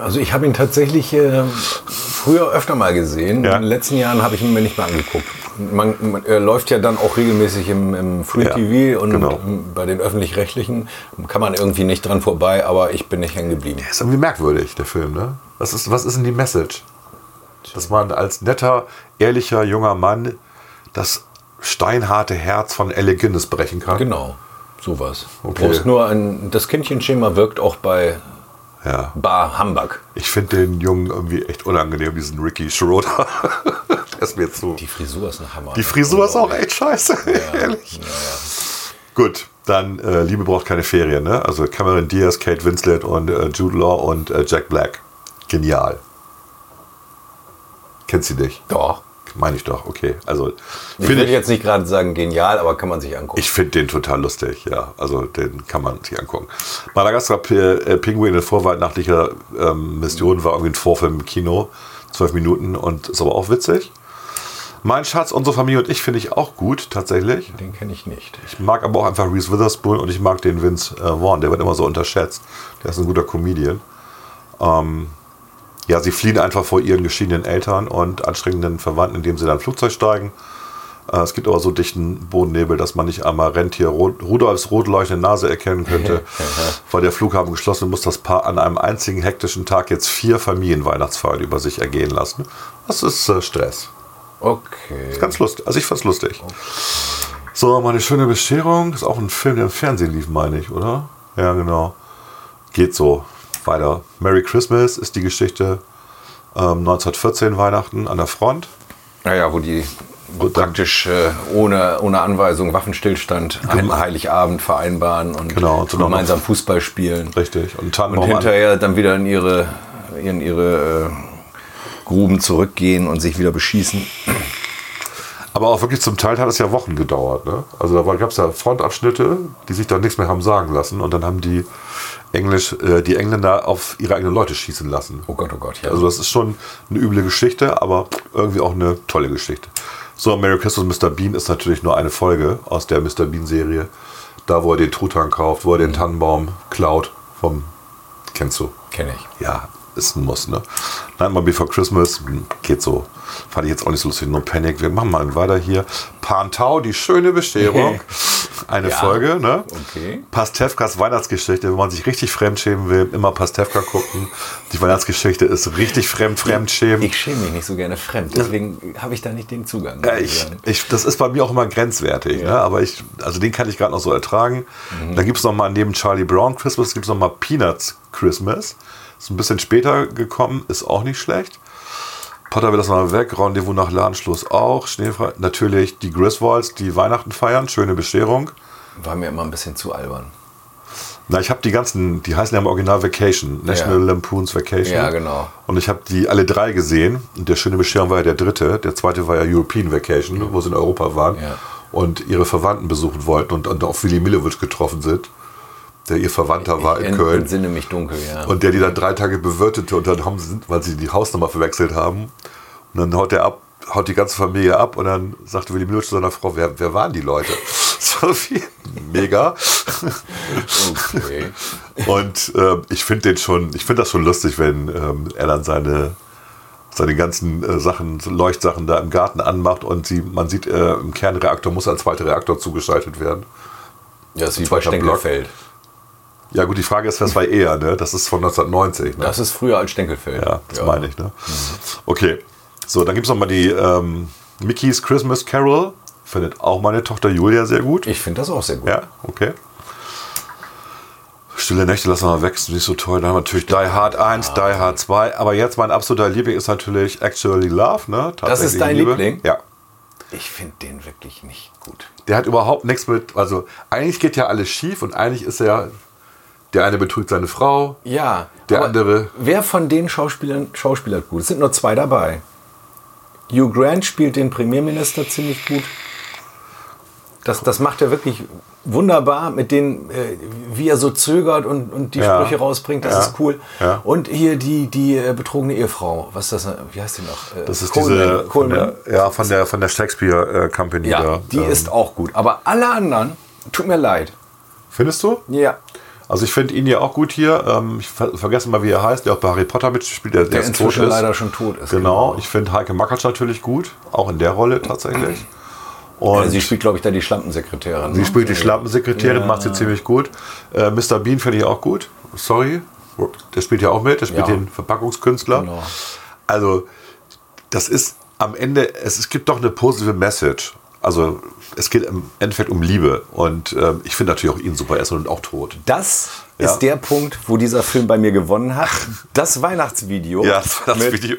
C: Also ich habe ihn tatsächlich äh, früher öfter mal gesehen.
A: Ja.
C: In den letzten Jahren habe ich ihn mir nicht mehr angeguckt. Man, man äh, läuft ja dann auch regelmäßig im, im Free
A: Ja,
C: TV und
A: genau.
C: ähm, bei den öffentlich-rechtlichen kann man irgendwie nicht dran vorbei, aber ich bin nicht hängen geblieben.
A: Ist irgendwie merkwürdig, der Film, ne? Was ist, was ist denn die Message? Dass man als netter, ehrlicher, junger Mann das steinharte Herz von Elle Guinness brechen kann.
C: Genau, sowas. Du
A: Okay.
C: brauchst nur ein, das Kindchenschema wirkt auch bei
A: Ja.
C: Bar Hamburg.
A: Ich finde den Jungen irgendwie echt unangenehm, diesen Ricky Schroeder. der ist mir zu.
C: Die Frisur ist ein Hammer.
A: Die Frisur ist auch echt scheiße, ehrlich. Gut, dann äh, Liebe braucht keine Ferien, ne? Also Cameron Diaz, Kate Winslet und äh, Jude Law und äh, Jack Black. Genial. Kennst du dich?
C: Doch.
A: Meine ich doch, okay. Also,
C: Ich
A: finde
C: würde
A: ich,
C: jetzt nicht gerade sagen genial, aber kann man sich angucken.
A: ich finde den total lustig, ja. Also, den kann man sich angucken. Madagaskar P- äh, Pinguin in vorweihnachtlicher ähm, Mission war irgendwie ein Vorfilm im Kino. Zwölf Minuten und ist aber auch witzig. Mein Schatz, unsere Familie und ich finde ich auch gut, tatsächlich.
C: Den kenne ich nicht.
A: Ich mag aber auch einfach Reese Witherspoon und ich mag den Vince äh, Vaughn. Der wird immer so unterschätzt. Der ist ein guter Comedian. Ähm, ja, sie fliehen einfach vor ihren geschiedenen Eltern und anstrengenden Verwandten, indem sie dann ein Flugzeug steigen. Äh, es gibt aber so dichten Bodennebel, dass man nicht einmal Rentier Ru- Rudolfs rot leuchtende Nase erkennen könnte. War der Flughafen geschlossen, muss das Paar an einem einzigen hektischen Tag jetzt vier Familienweihnachtsfeiern über sich ergehen lassen. Das ist äh, Stress.
C: Okay.
A: Ganz lustig. Also ich fand's lustig. So, meine schöne Bescherung ist auch ein Film, der im Fernsehen lief, meine ich, oder? Ja, genau. Geht so weiter. Merry Christmas ist die Geschichte ähm, 1914 Weihnachten an der Front.
C: Naja, wo die wo
A: Gut, dann-
C: praktisch äh, ohne, ohne Anweisung Waffenstillstand einen Heiligabend vereinbaren und
A: Genau, und so noch-
C: gemeinsam Fußball spielen.
A: Richtig. Und Tannenbaum
C: Und hinterher dann wieder in ihre, in ihre äh, Gruben zurückgehen und sich wieder beschießen.
A: an. Aber auch wirklich zum Teil hat es ja Wochen gedauert. Ne? Also da gab es ja Frontabschnitte, die sich dann nichts mehr haben sagen lassen. Und dann haben die, Englisch, äh, die Engländer auf ihre eigenen Leute schießen lassen.
C: Oh Gott, oh Gott, ja.
A: Also das ist schon eine üble Geschichte, aber irgendwie auch eine tolle Geschichte. So, Merry Christmas Mr. Bean ist natürlich nur eine Folge aus der Mr. Bean-Serie. Da, wo er den Truthahn kauft, wo er den Tannenbaum klaut vom... Kennst du?
C: kenne ich.
A: Ja, ist ein Muss, ne? Nightmare Before Christmas hm, geht so. Fand ich jetzt auch nicht so lustig. No Panic. Wir machen mal weiter hier. Pantau, die schöne Bescherung. Eine
C: Ja.
A: Folge, ne?
C: Okay.
A: Pastewkas Weihnachtsgeschichte, wenn man sich richtig fremdschämen will, immer Pastewka gucken. Die Weihnachtsgeschichte ist richtig fremd, fremdschämen.
C: Ich schäme mich nicht so gerne fremd, deswegen habe ich da nicht den Zugang. muss
A: Ja,
C: ich
A: Äh, ich,
C: sagen.
A: ich, das ist bei mir auch immer grenzwertig, ne? aber ich, also den kann ich gerade noch so ertragen. Dann gibt es mal neben Charlie Brown Christmas, gibt es mal Peanuts Christmas. Ist ein bisschen später gekommen, ist auch nicht schlecht. Potter will das mal weg, Rendezvous nach Ladenschluss auch, Schneefrei, natürlich die Griswolds, die Weihnachten feiern, schöne Bescherung.
C: War mir immer ein bisschen zu albern.
A: Na, ich habe die ganzen, die heißen ja im Original Vacation, National
C: Ja.
A: Lampoons Vacation.
C: Ja, genau.
A: Und ich habe die alle drei gesehen. Und der schöne Bescherung war ja der dritte. Der zweite war ja European Vacation, wo sie in Europa waren
C: Ja.
A: und ihre Verwandten besuchen wollten und, und auf Willy Millowitsch getroffen sind, der ihr Verwandter war in,
C: Ent-
A: Köln.
C: Entsinne mich dunkel, ja.
A: Und der die dann drei Tage bewirtete und dann haben sie, weil sie die Hausnummer verwechselt haben. Und dann haut er ab, haut die ganze Familie ab und dann sagte Willy Milch zu seiner Frau, wer, wer waren die Leute? So wie mega.
C: okay.
A: Und ähm, ich finde den schon, ich finde das schon lustig, wenn ähm, er dann seine, seine ganzen äh, Sachen, so Leuchtsachen da im Garten anmacht und sie, man sieht, äh, im Kernreaktor muss ein zweiter Reaktor zugeschaltet werden.
C: Ja, das ist wie bei
A: Zweiter Block.
C: Stenkelfeld.
A: Ja gut, die Frage ist, was war er, ne? Das ist von 1990, ne?
C: Das ist früher als Stenkelfeld.
A: Ja, das meine ich. Ne? Okay, so, dann gibt es nochmal die ähm, Mickey's Christmas Carol. Findet auch meine Tochter Julia sehr gut.
C: Ich finde das auch sehr gut.
A: Ja, okay. Stille Nächte lassen wir mal weg, ist nicht so toll. Dann haben wir natürlich Die Hard 1, Die Hard 2. Aber jetzt mein absoluter Liebling ist natürlich Actually Love. Ne?
C: Das ist
A: Tatsächlich
C: dein Liebling?
A: Ja.
C: Ich finde den wirklich nicht gut.
A: Der hat überhaupt nichts mit, also eigentlich geht ja alles schief und eigentlich ist er, der eine betrügt seine Frau,
C: Ja.
A: Der
C: aber
A: andere-
C: Wer von den Schauspielern schauspielert gut? Es sind nur zwei dabei. Hugh Grant spielt den Premierminister ziemlich gut. Das, das macht er wirklich wunderbar mit den, äh, wie er so zögert und, und die
A: Ja.
C: Sprüche rausbringt. Das
A: Ja.
C: ist cool.
A: Ja.
C: Und hier die, die äh, betrogene Ehefrau. Was ist das? Wie heißt die noch? Äh,
A: das ist
C: Coleman.
A: diese, von
C: Coleman.
A: der, ja, von der, von der Shakespeare äh, Company
C: Ja,
A: da.
C: die
A: ähm,
C: ist auch gut. Aber alle anderen, tut mir leid.
A: Findest du?
C: Ja.
A: Also ich finde ihn ja auch gut hier. Ähm, ich ver vergesse mal, wie er heißt, der auch bei Harry Potter mitspielt, der, der,
C: Der
A: jetzt tot
C: inzwischen
A: ist.
C: leider schon tot ist.
A: Genau, ich finde Heike Makatsch natürlich gut, auch in der Rolle tatsächlich. Und
C: Ja, Also sie
A: sie,
C: spielt, glaube ich, da die Schlampensekretärin. ne?
A: spielt die Schlampensekretärin, macht sie ziemlich gut. Äh, Mr. Bean finde ich auch gut. Sorry, der spielt ja auch mit, der spielt
C: Ja.
A: den Verpackungskünstler.
C: Genau.
A: Also das ist am Ende, es, es gibt doch eine positive Message. Also es geht im Endeffekt um Liebe und ähm, ich finde natürlich auch ihn super, er ist nun auch tot.
C: Das
A: Ja.
C: ist der Punkt, wo dieser Film bei mir gewonnen hat. Das Weihnachtsvideo.
A: Ja, das war das
C: mit
A: Video.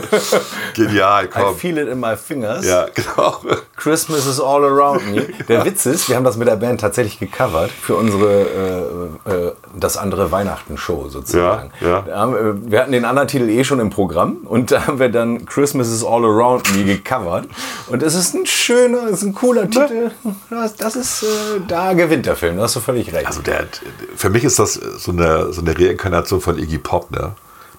A: Genial,
C: I
A: komm.
C: feel it in my fingers.
A: Ja, genau.
C: Christmas is all around me. Der Witz ist, wir haben das mit der Band tatsächlich gecovert für unsere äh, äh, Das andere Weihnachten-Show sozusagen.
A: Ja, ja.
C: Da haben, wir- wir hatten den anderen Titel eh schon im Programm und da haben wir dann Christmas is all around me gecovert. Und es ist ein schöner, es ist ein
A: Ne?
C: cooler Titel. Das, das ist, äh, da gewinnt der Film, da hast du völlig recht.
A: Also der, für mich ist das so eine, so eine Reinkarnation von Iggy Pop, ne?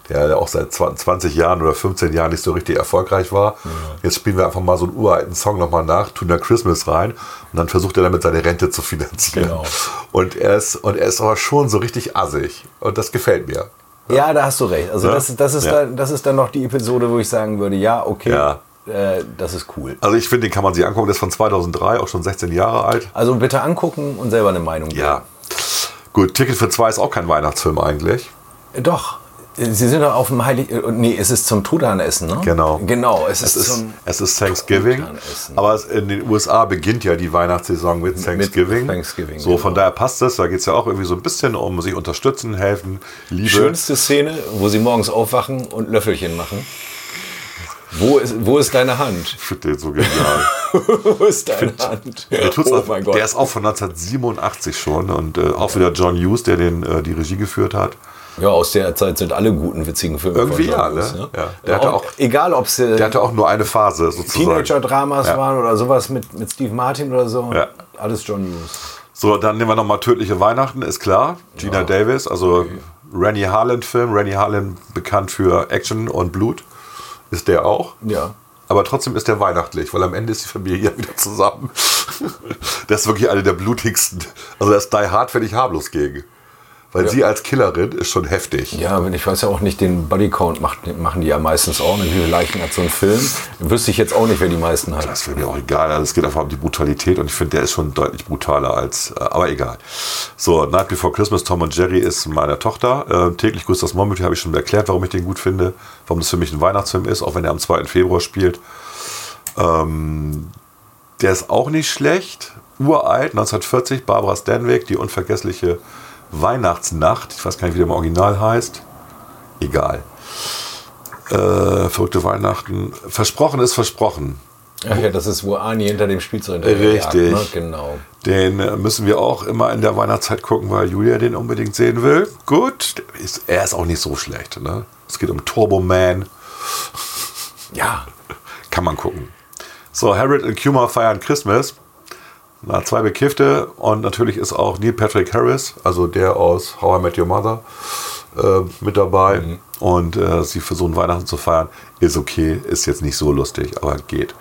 A: Der ja auch seit 20 Jahren oder 15 Jahren nicht so richtig erfolgreich war. Jetzt spielen wir einfach mal so einen uralten Song nochmal nach, tun da Christmas rein und dann versucht er damit seine Rente zu finanzieren.
C: Genau.
A: Und, er ist, und er ist aber schon so richtig assig. Und das gefällt mir.
C: Ja, da hast du recht. Also
A: Ja?
C: das, das, ist
A: Ne? Ja.
C: dann, das ist dann noch die Episode, wo ich sagen würde, ja, okay,
A: Ja.
C: Äh, das ist cool.
A: Also ich finde, den kann man sich angucken. Der ist von 2003, auch schon 16 Jahre alt.
C: Also bitte angucken und selber eine Meinung
A: Ja. Gut, Ticket für zwei ist auch kein Weihnachtsfilm eigentlich.
C: geben. Äh, Doch. Äh, Sie sind doch auf dem Heilig... äh, Nee, es ist zum Truthahnessen, ne?
A: Genau.
C: Genau, es ist,
A: Es ist,
C: zum...
A: es ist Thanksgiving,
C: Truthahnenessen.
A: aber es, in den USA beginnt ja die Weihnachtssaison mit Thanksgiving.
C: Thanksgiving, genau.
A: so, von daher passt das. Da geht es ja auch irgendwie so ein bisschen um sich unterstützen, helfen, Liebe.
C: Schönste Szene, wo sie morgens aufwachen und Löffelchen machen. Wo ist, wo ist deine Hand?
A: Ich finde den so genial.
C: Wo ist deine Hand?
A: Der, tut's
C: oh
A: auch,
C: mein Gott.
A: der ist auch von 1987 schon und äh, auch wieder John Hughes, der den, äh, die Regie geführt hat.
C: ja, aus der Zeit sind alle guten, witzigen Filme
A: Irgendwie
C: von
A: ja,
C: John Hughes,
A: ne?
C: ne?
A: Ja. Der hatte auch-
C: egal, äh, ob sie
A: Der hatte auch nur eine Phase sozusagen.
C: Teenager-Dramas
A: Ja.
C: waren oder sowas mit, mit Steve Martin oder so.
A: Ja.
C: Alles John Hughes.
A: So, dann nehmen wir nochmal Tödliche Weihnachten, ist klar. Gina Davis, also Rennie Harland-Film. Rennie Harland bekannt für Action und Blut. Ist der auch.
C: Ja.
A: Aber trotzdem ist der weihnachtlich, weil am Ende ist die Familie ja wieder zusammen. das ist wirklich eine der blutigsten. Also das Die Hard finde ich harmlos gegen. Weil sie als Killerin ist schon heftig.
C: Ja, aber ich weiß ja auch nicht, den Bodycount macht, machen die ja meistens auch. nicht. Wie viele Leichen hat so ein Film? Wüsste ich jetzt auch nicht, wer die meisten hat.
A: Das wäre mir auch egal. Also es geht einfach um die Brutalität und ich finde, der ist schon deutlich brutaler als. Äh, aber egal. So, Night Before Christmas, Tom und Jerry ist meiner Tochter. Äh, täglich grüßt das Murmeltier, habe ich schon erklärt, warum ich den gut finde, warum das für mich ein Weihnachtsfilm ist, auch wenn er am 2. Februar spielt. Ähm, der ist auch nicht schlecht. Uralt, 1940, Barbara Stanwyck, die unvergessliche Weihnachtsnacht. Ich weiß gar nicht, wie der im Original heißt. Egal. Äh, verrückte Weihnachten. Versprochen ist versprochen.
C: Ach ja, das ist, wo Ani hinter dem Spielzeug hinterherjagt,
A: Richtig.
C: Ne? Genau.
A: Den äh, müssen wir auch immer in der Weihnachtszeit gucken, weil Julia den unbedingt sehen will. Gut, ist, er ist auch nicht so schlecht. Ne? Es geht um Turbo Man.
C: Ja.
A: Kann man gucken. So, Harriet und Kuma feiern Christmas. Na, zwei Bekiffte und natürlich ist auch Neil Patrick Harris, also der aus How I Met Your Mother, äh, mit dabei.
C: Mhm.
A: Und äh, sie versuchen Weihnachten zu feiern. Ist okay, ist jetzt nicht so lustig, aber geht.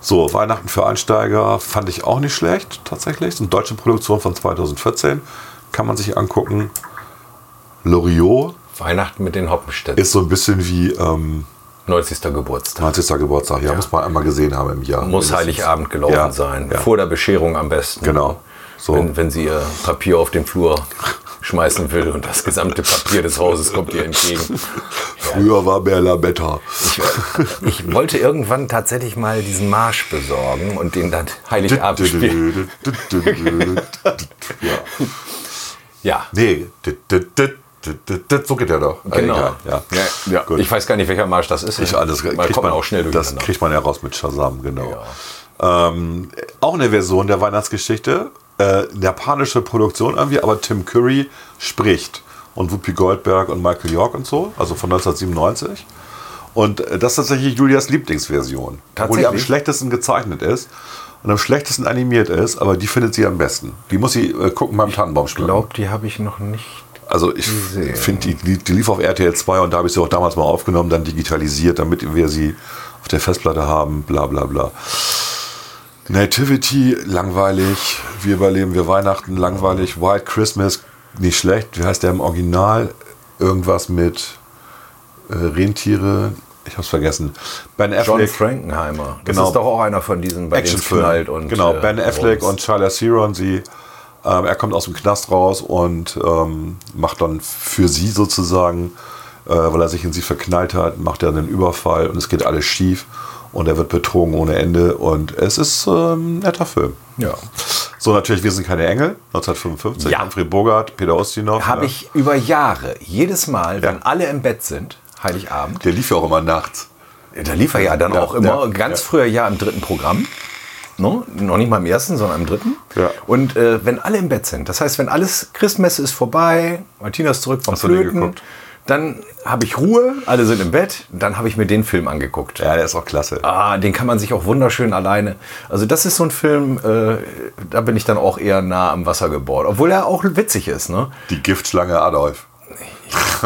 A: So, Weihnachten für Einsteiger fand ich auch nicht schlecht, tatsächlich. Ist eine deutsche Produktion von 2014. Kann man sich angucken. Loriot
C: Weihnachten mit den Hoppenstädten.
A: ist so ein bisschen wie ähm,
C: 90. Geburtstag.
A: 90. Geburtstag. Ja, muss man einmal gesehen haben im Jahr.
C: Muss
A: mindestens.
C: Heiligabend gelaufen
A: Ja,
C: sein.
A: ja.
C: Vor der Bescherung am besten.
A: Genau. So.
C: Wenn, wenn sie ihr Papier auf den Flur schmeißen will und das gesamte Papier des Hauses kommt ihr entgegen.
A: Früher war Berla Better.
C: Ich, äh, ich wollte irgendwann tatsächlich mal diesen Marsch besorgen und den dann Heiligabend spielen.
A: ja.
C: Ja,
A: Nee, so geht er doch. Äh,
C: genau.
A: egal, Ja.
C: Ja, ja.
A: Gut.
C: Ich weiß gar nicht, welcher Marsch das ist.
A: Ich alles
C: man
A: kriegt
C: kommt man auch schnell
A: Das
C: durcheinander.
A: kriegt man ja raus mit Shazam, genau. Ähm, auch eine Version der Weihnachtsgeschichte. Äh, japanische Produktion irgendwie, aber Tim Curry spricht. Und Whoopi Goldberg und Michael York und so, also von 1997. Und äh, das ist tatsächlich Julias Lieblingsversion. Wo die am
C: Tatsächlich?
A: schlechtesten gezeichnet ist und am schlechtesten animiert ist, aber die findet sie am besten. Die muss sie äh, gucken beim Tannenbaum
C: ich glaube, die habe ich noch nicht.
A: also ich finde, die, die lief auf RTL 2 und da habe ich sie auch damals mal aufgenommen, dann digitalisiert, damit wir sie auf der Festplatte haben, bla bla bla. Nativity, langweilig. Wir überleben wir Weihnachten, langweilig. White Christmas, nicht schlecht. Wie heißt der im Original? Irgendwas mit äh, Rentiere. Ich habe es vergessen. Ben
C: John
A: Affleck.
C: Frankenheimer. Das
A: Genau.
C: ist doch auch einer von diesen bei denen's knallt
A: Actionfilm.
C: und
A: genau,
C: äh,
A: Ben Affleck
C: Rums.
A: und Charles Theron, sie, ähm, er kommt aus dem Knast raus und ähm, macht dann für sie sozusagen, äh, weil er sich in sie verknallt hat, macht er einen Überfall und es geht alles schief und er wird betrogen ohne Ende und es ist ähm, ein netter Film.
C: Ja.
A: So, natürlich, wir sind keine Engel, 1955,
C: Ja.
A: Humphrey Bogart, Peter Ustinov.
C: Habe
A: ne?
C: ich über Jahre, jedes Mal,
A: Ja.
C: wenn alle im Bett sind, Heiligabend,
A: Der lief ja auch immer nachts.
C: da lief er ja dann
A: Ja,
C: auch immer,
A: ja,
C: ganz
A: ja.
C: früher ja im dritten Programm. Ne? Noch nicht mal im ersten, sondern im dritten.
A: Ja.
C: Und äh, wenn alle im Bett sind, das heißt, wenn alles, Christmesse ist vorbei, Martina ist zurück vom
A: du den
C: Flöten,
A: geguckt?
C: dann habe ich Ruhe, alle sind im Bett, dann habe ich mir den Film angeguckt.
A: Ja, der ist auch klasse.
C: Ah, den kann man sich auch wunderschön alleine. Also das ist so ein Film, äh, da bin ich dann auch eher nah am Wasser gebohrt, obwohl er auch witzig ist. Ne?
A: Die Giftschlange Adolf.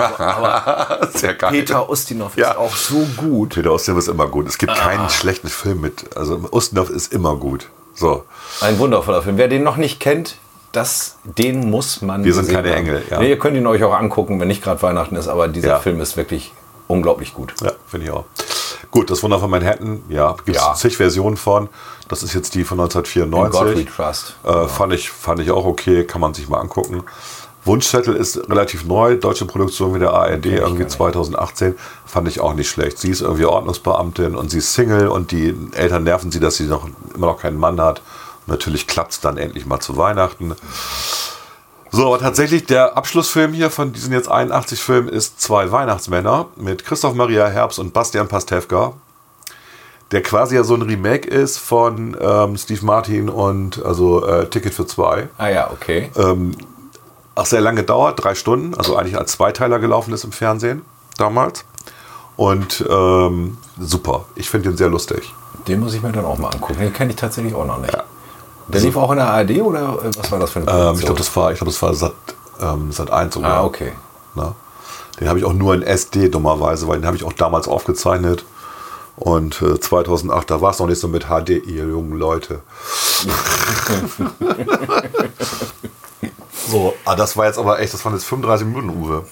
A: Sehr geil.
C: Peter Ustinov
A: Ja.
C: ist auch so gut. Ah.
A: Peter Ustinov ist immer gut. Es gibt keinen schlechten Film mit. Also Ustinov ist immer gut. So,
C: Ein wundervoller Film. Wer den noch nicht kennt, das, den muss man.
A: Wir sind
C: gesehen
A: keine
C: haben.
A: Engel, ja.
C: Nee, ihr könnt ihn euch auch angucken, wenn nicht gerade Weihnachten ist, aber dieser
A: Ja.
C: Film ist wirklich unglaublich gut.
A: ja, finde ich auch. Gut, das Wunder von Manhattan, ja, gibt es
C: Ja.
A: zig Versionen von. Das ist jetzt die von
C: In God We
A: 1994.
C: Trust. Genau.
A: Äh, fand, ich, fand ich auch okay, kann man sich mal angucken. Wunschzettel ist relativ neu, deutsche Produktion mit der ARD, irgendwie 2018, fand ich auch nicht schlecht. Sie ist irgendwie Ordnungsbeamtin und sie ist Single und die Eltern nerven sie, dass sie noch, immer noch keinen Mann hat. Und natürlich klappt es dann endlich mal zu Weihnachten. So, aber tatsächlich der Abschlussfilm hier von diesen jetzt 81 Filmen ist Zwei Weihnachtsmänner mit Christoph Maria Herbst und Bastian Pastewka, der quasi ja so ein Remake ist von ähm, Steve Martin und also äh, Ticket für zwei.
C: Ah ja, okay.
A: Äh. Auch sehr lange gedauert, drei Stunden, also eigentlich als Zweiteiler gelaufen ist im Fernsehen damals. Und ähm, super, ich finde den sehr lustig.
C: Den muss ich mir dann auch mal angucken. Den kenne ich tatsächlich auch noch nicht. Der lief auch in der ARD oder äh, was war das für ein
A: Ähm, ich glaube, das war, ich glaub, das war Sat, ähm, Sat 1 sogar.
C: Ah, okay.
A: Ne? Den habe ich auch nur in SD, dummerweise, weil den habe ich auch damals aufgezeichnet. Und äh, 2008, da war es noch nicht so mit HD, ihr jungen Leute. so, ah, das war jetzt aber echt, das waren jetzt 35 Minuten, Uwe.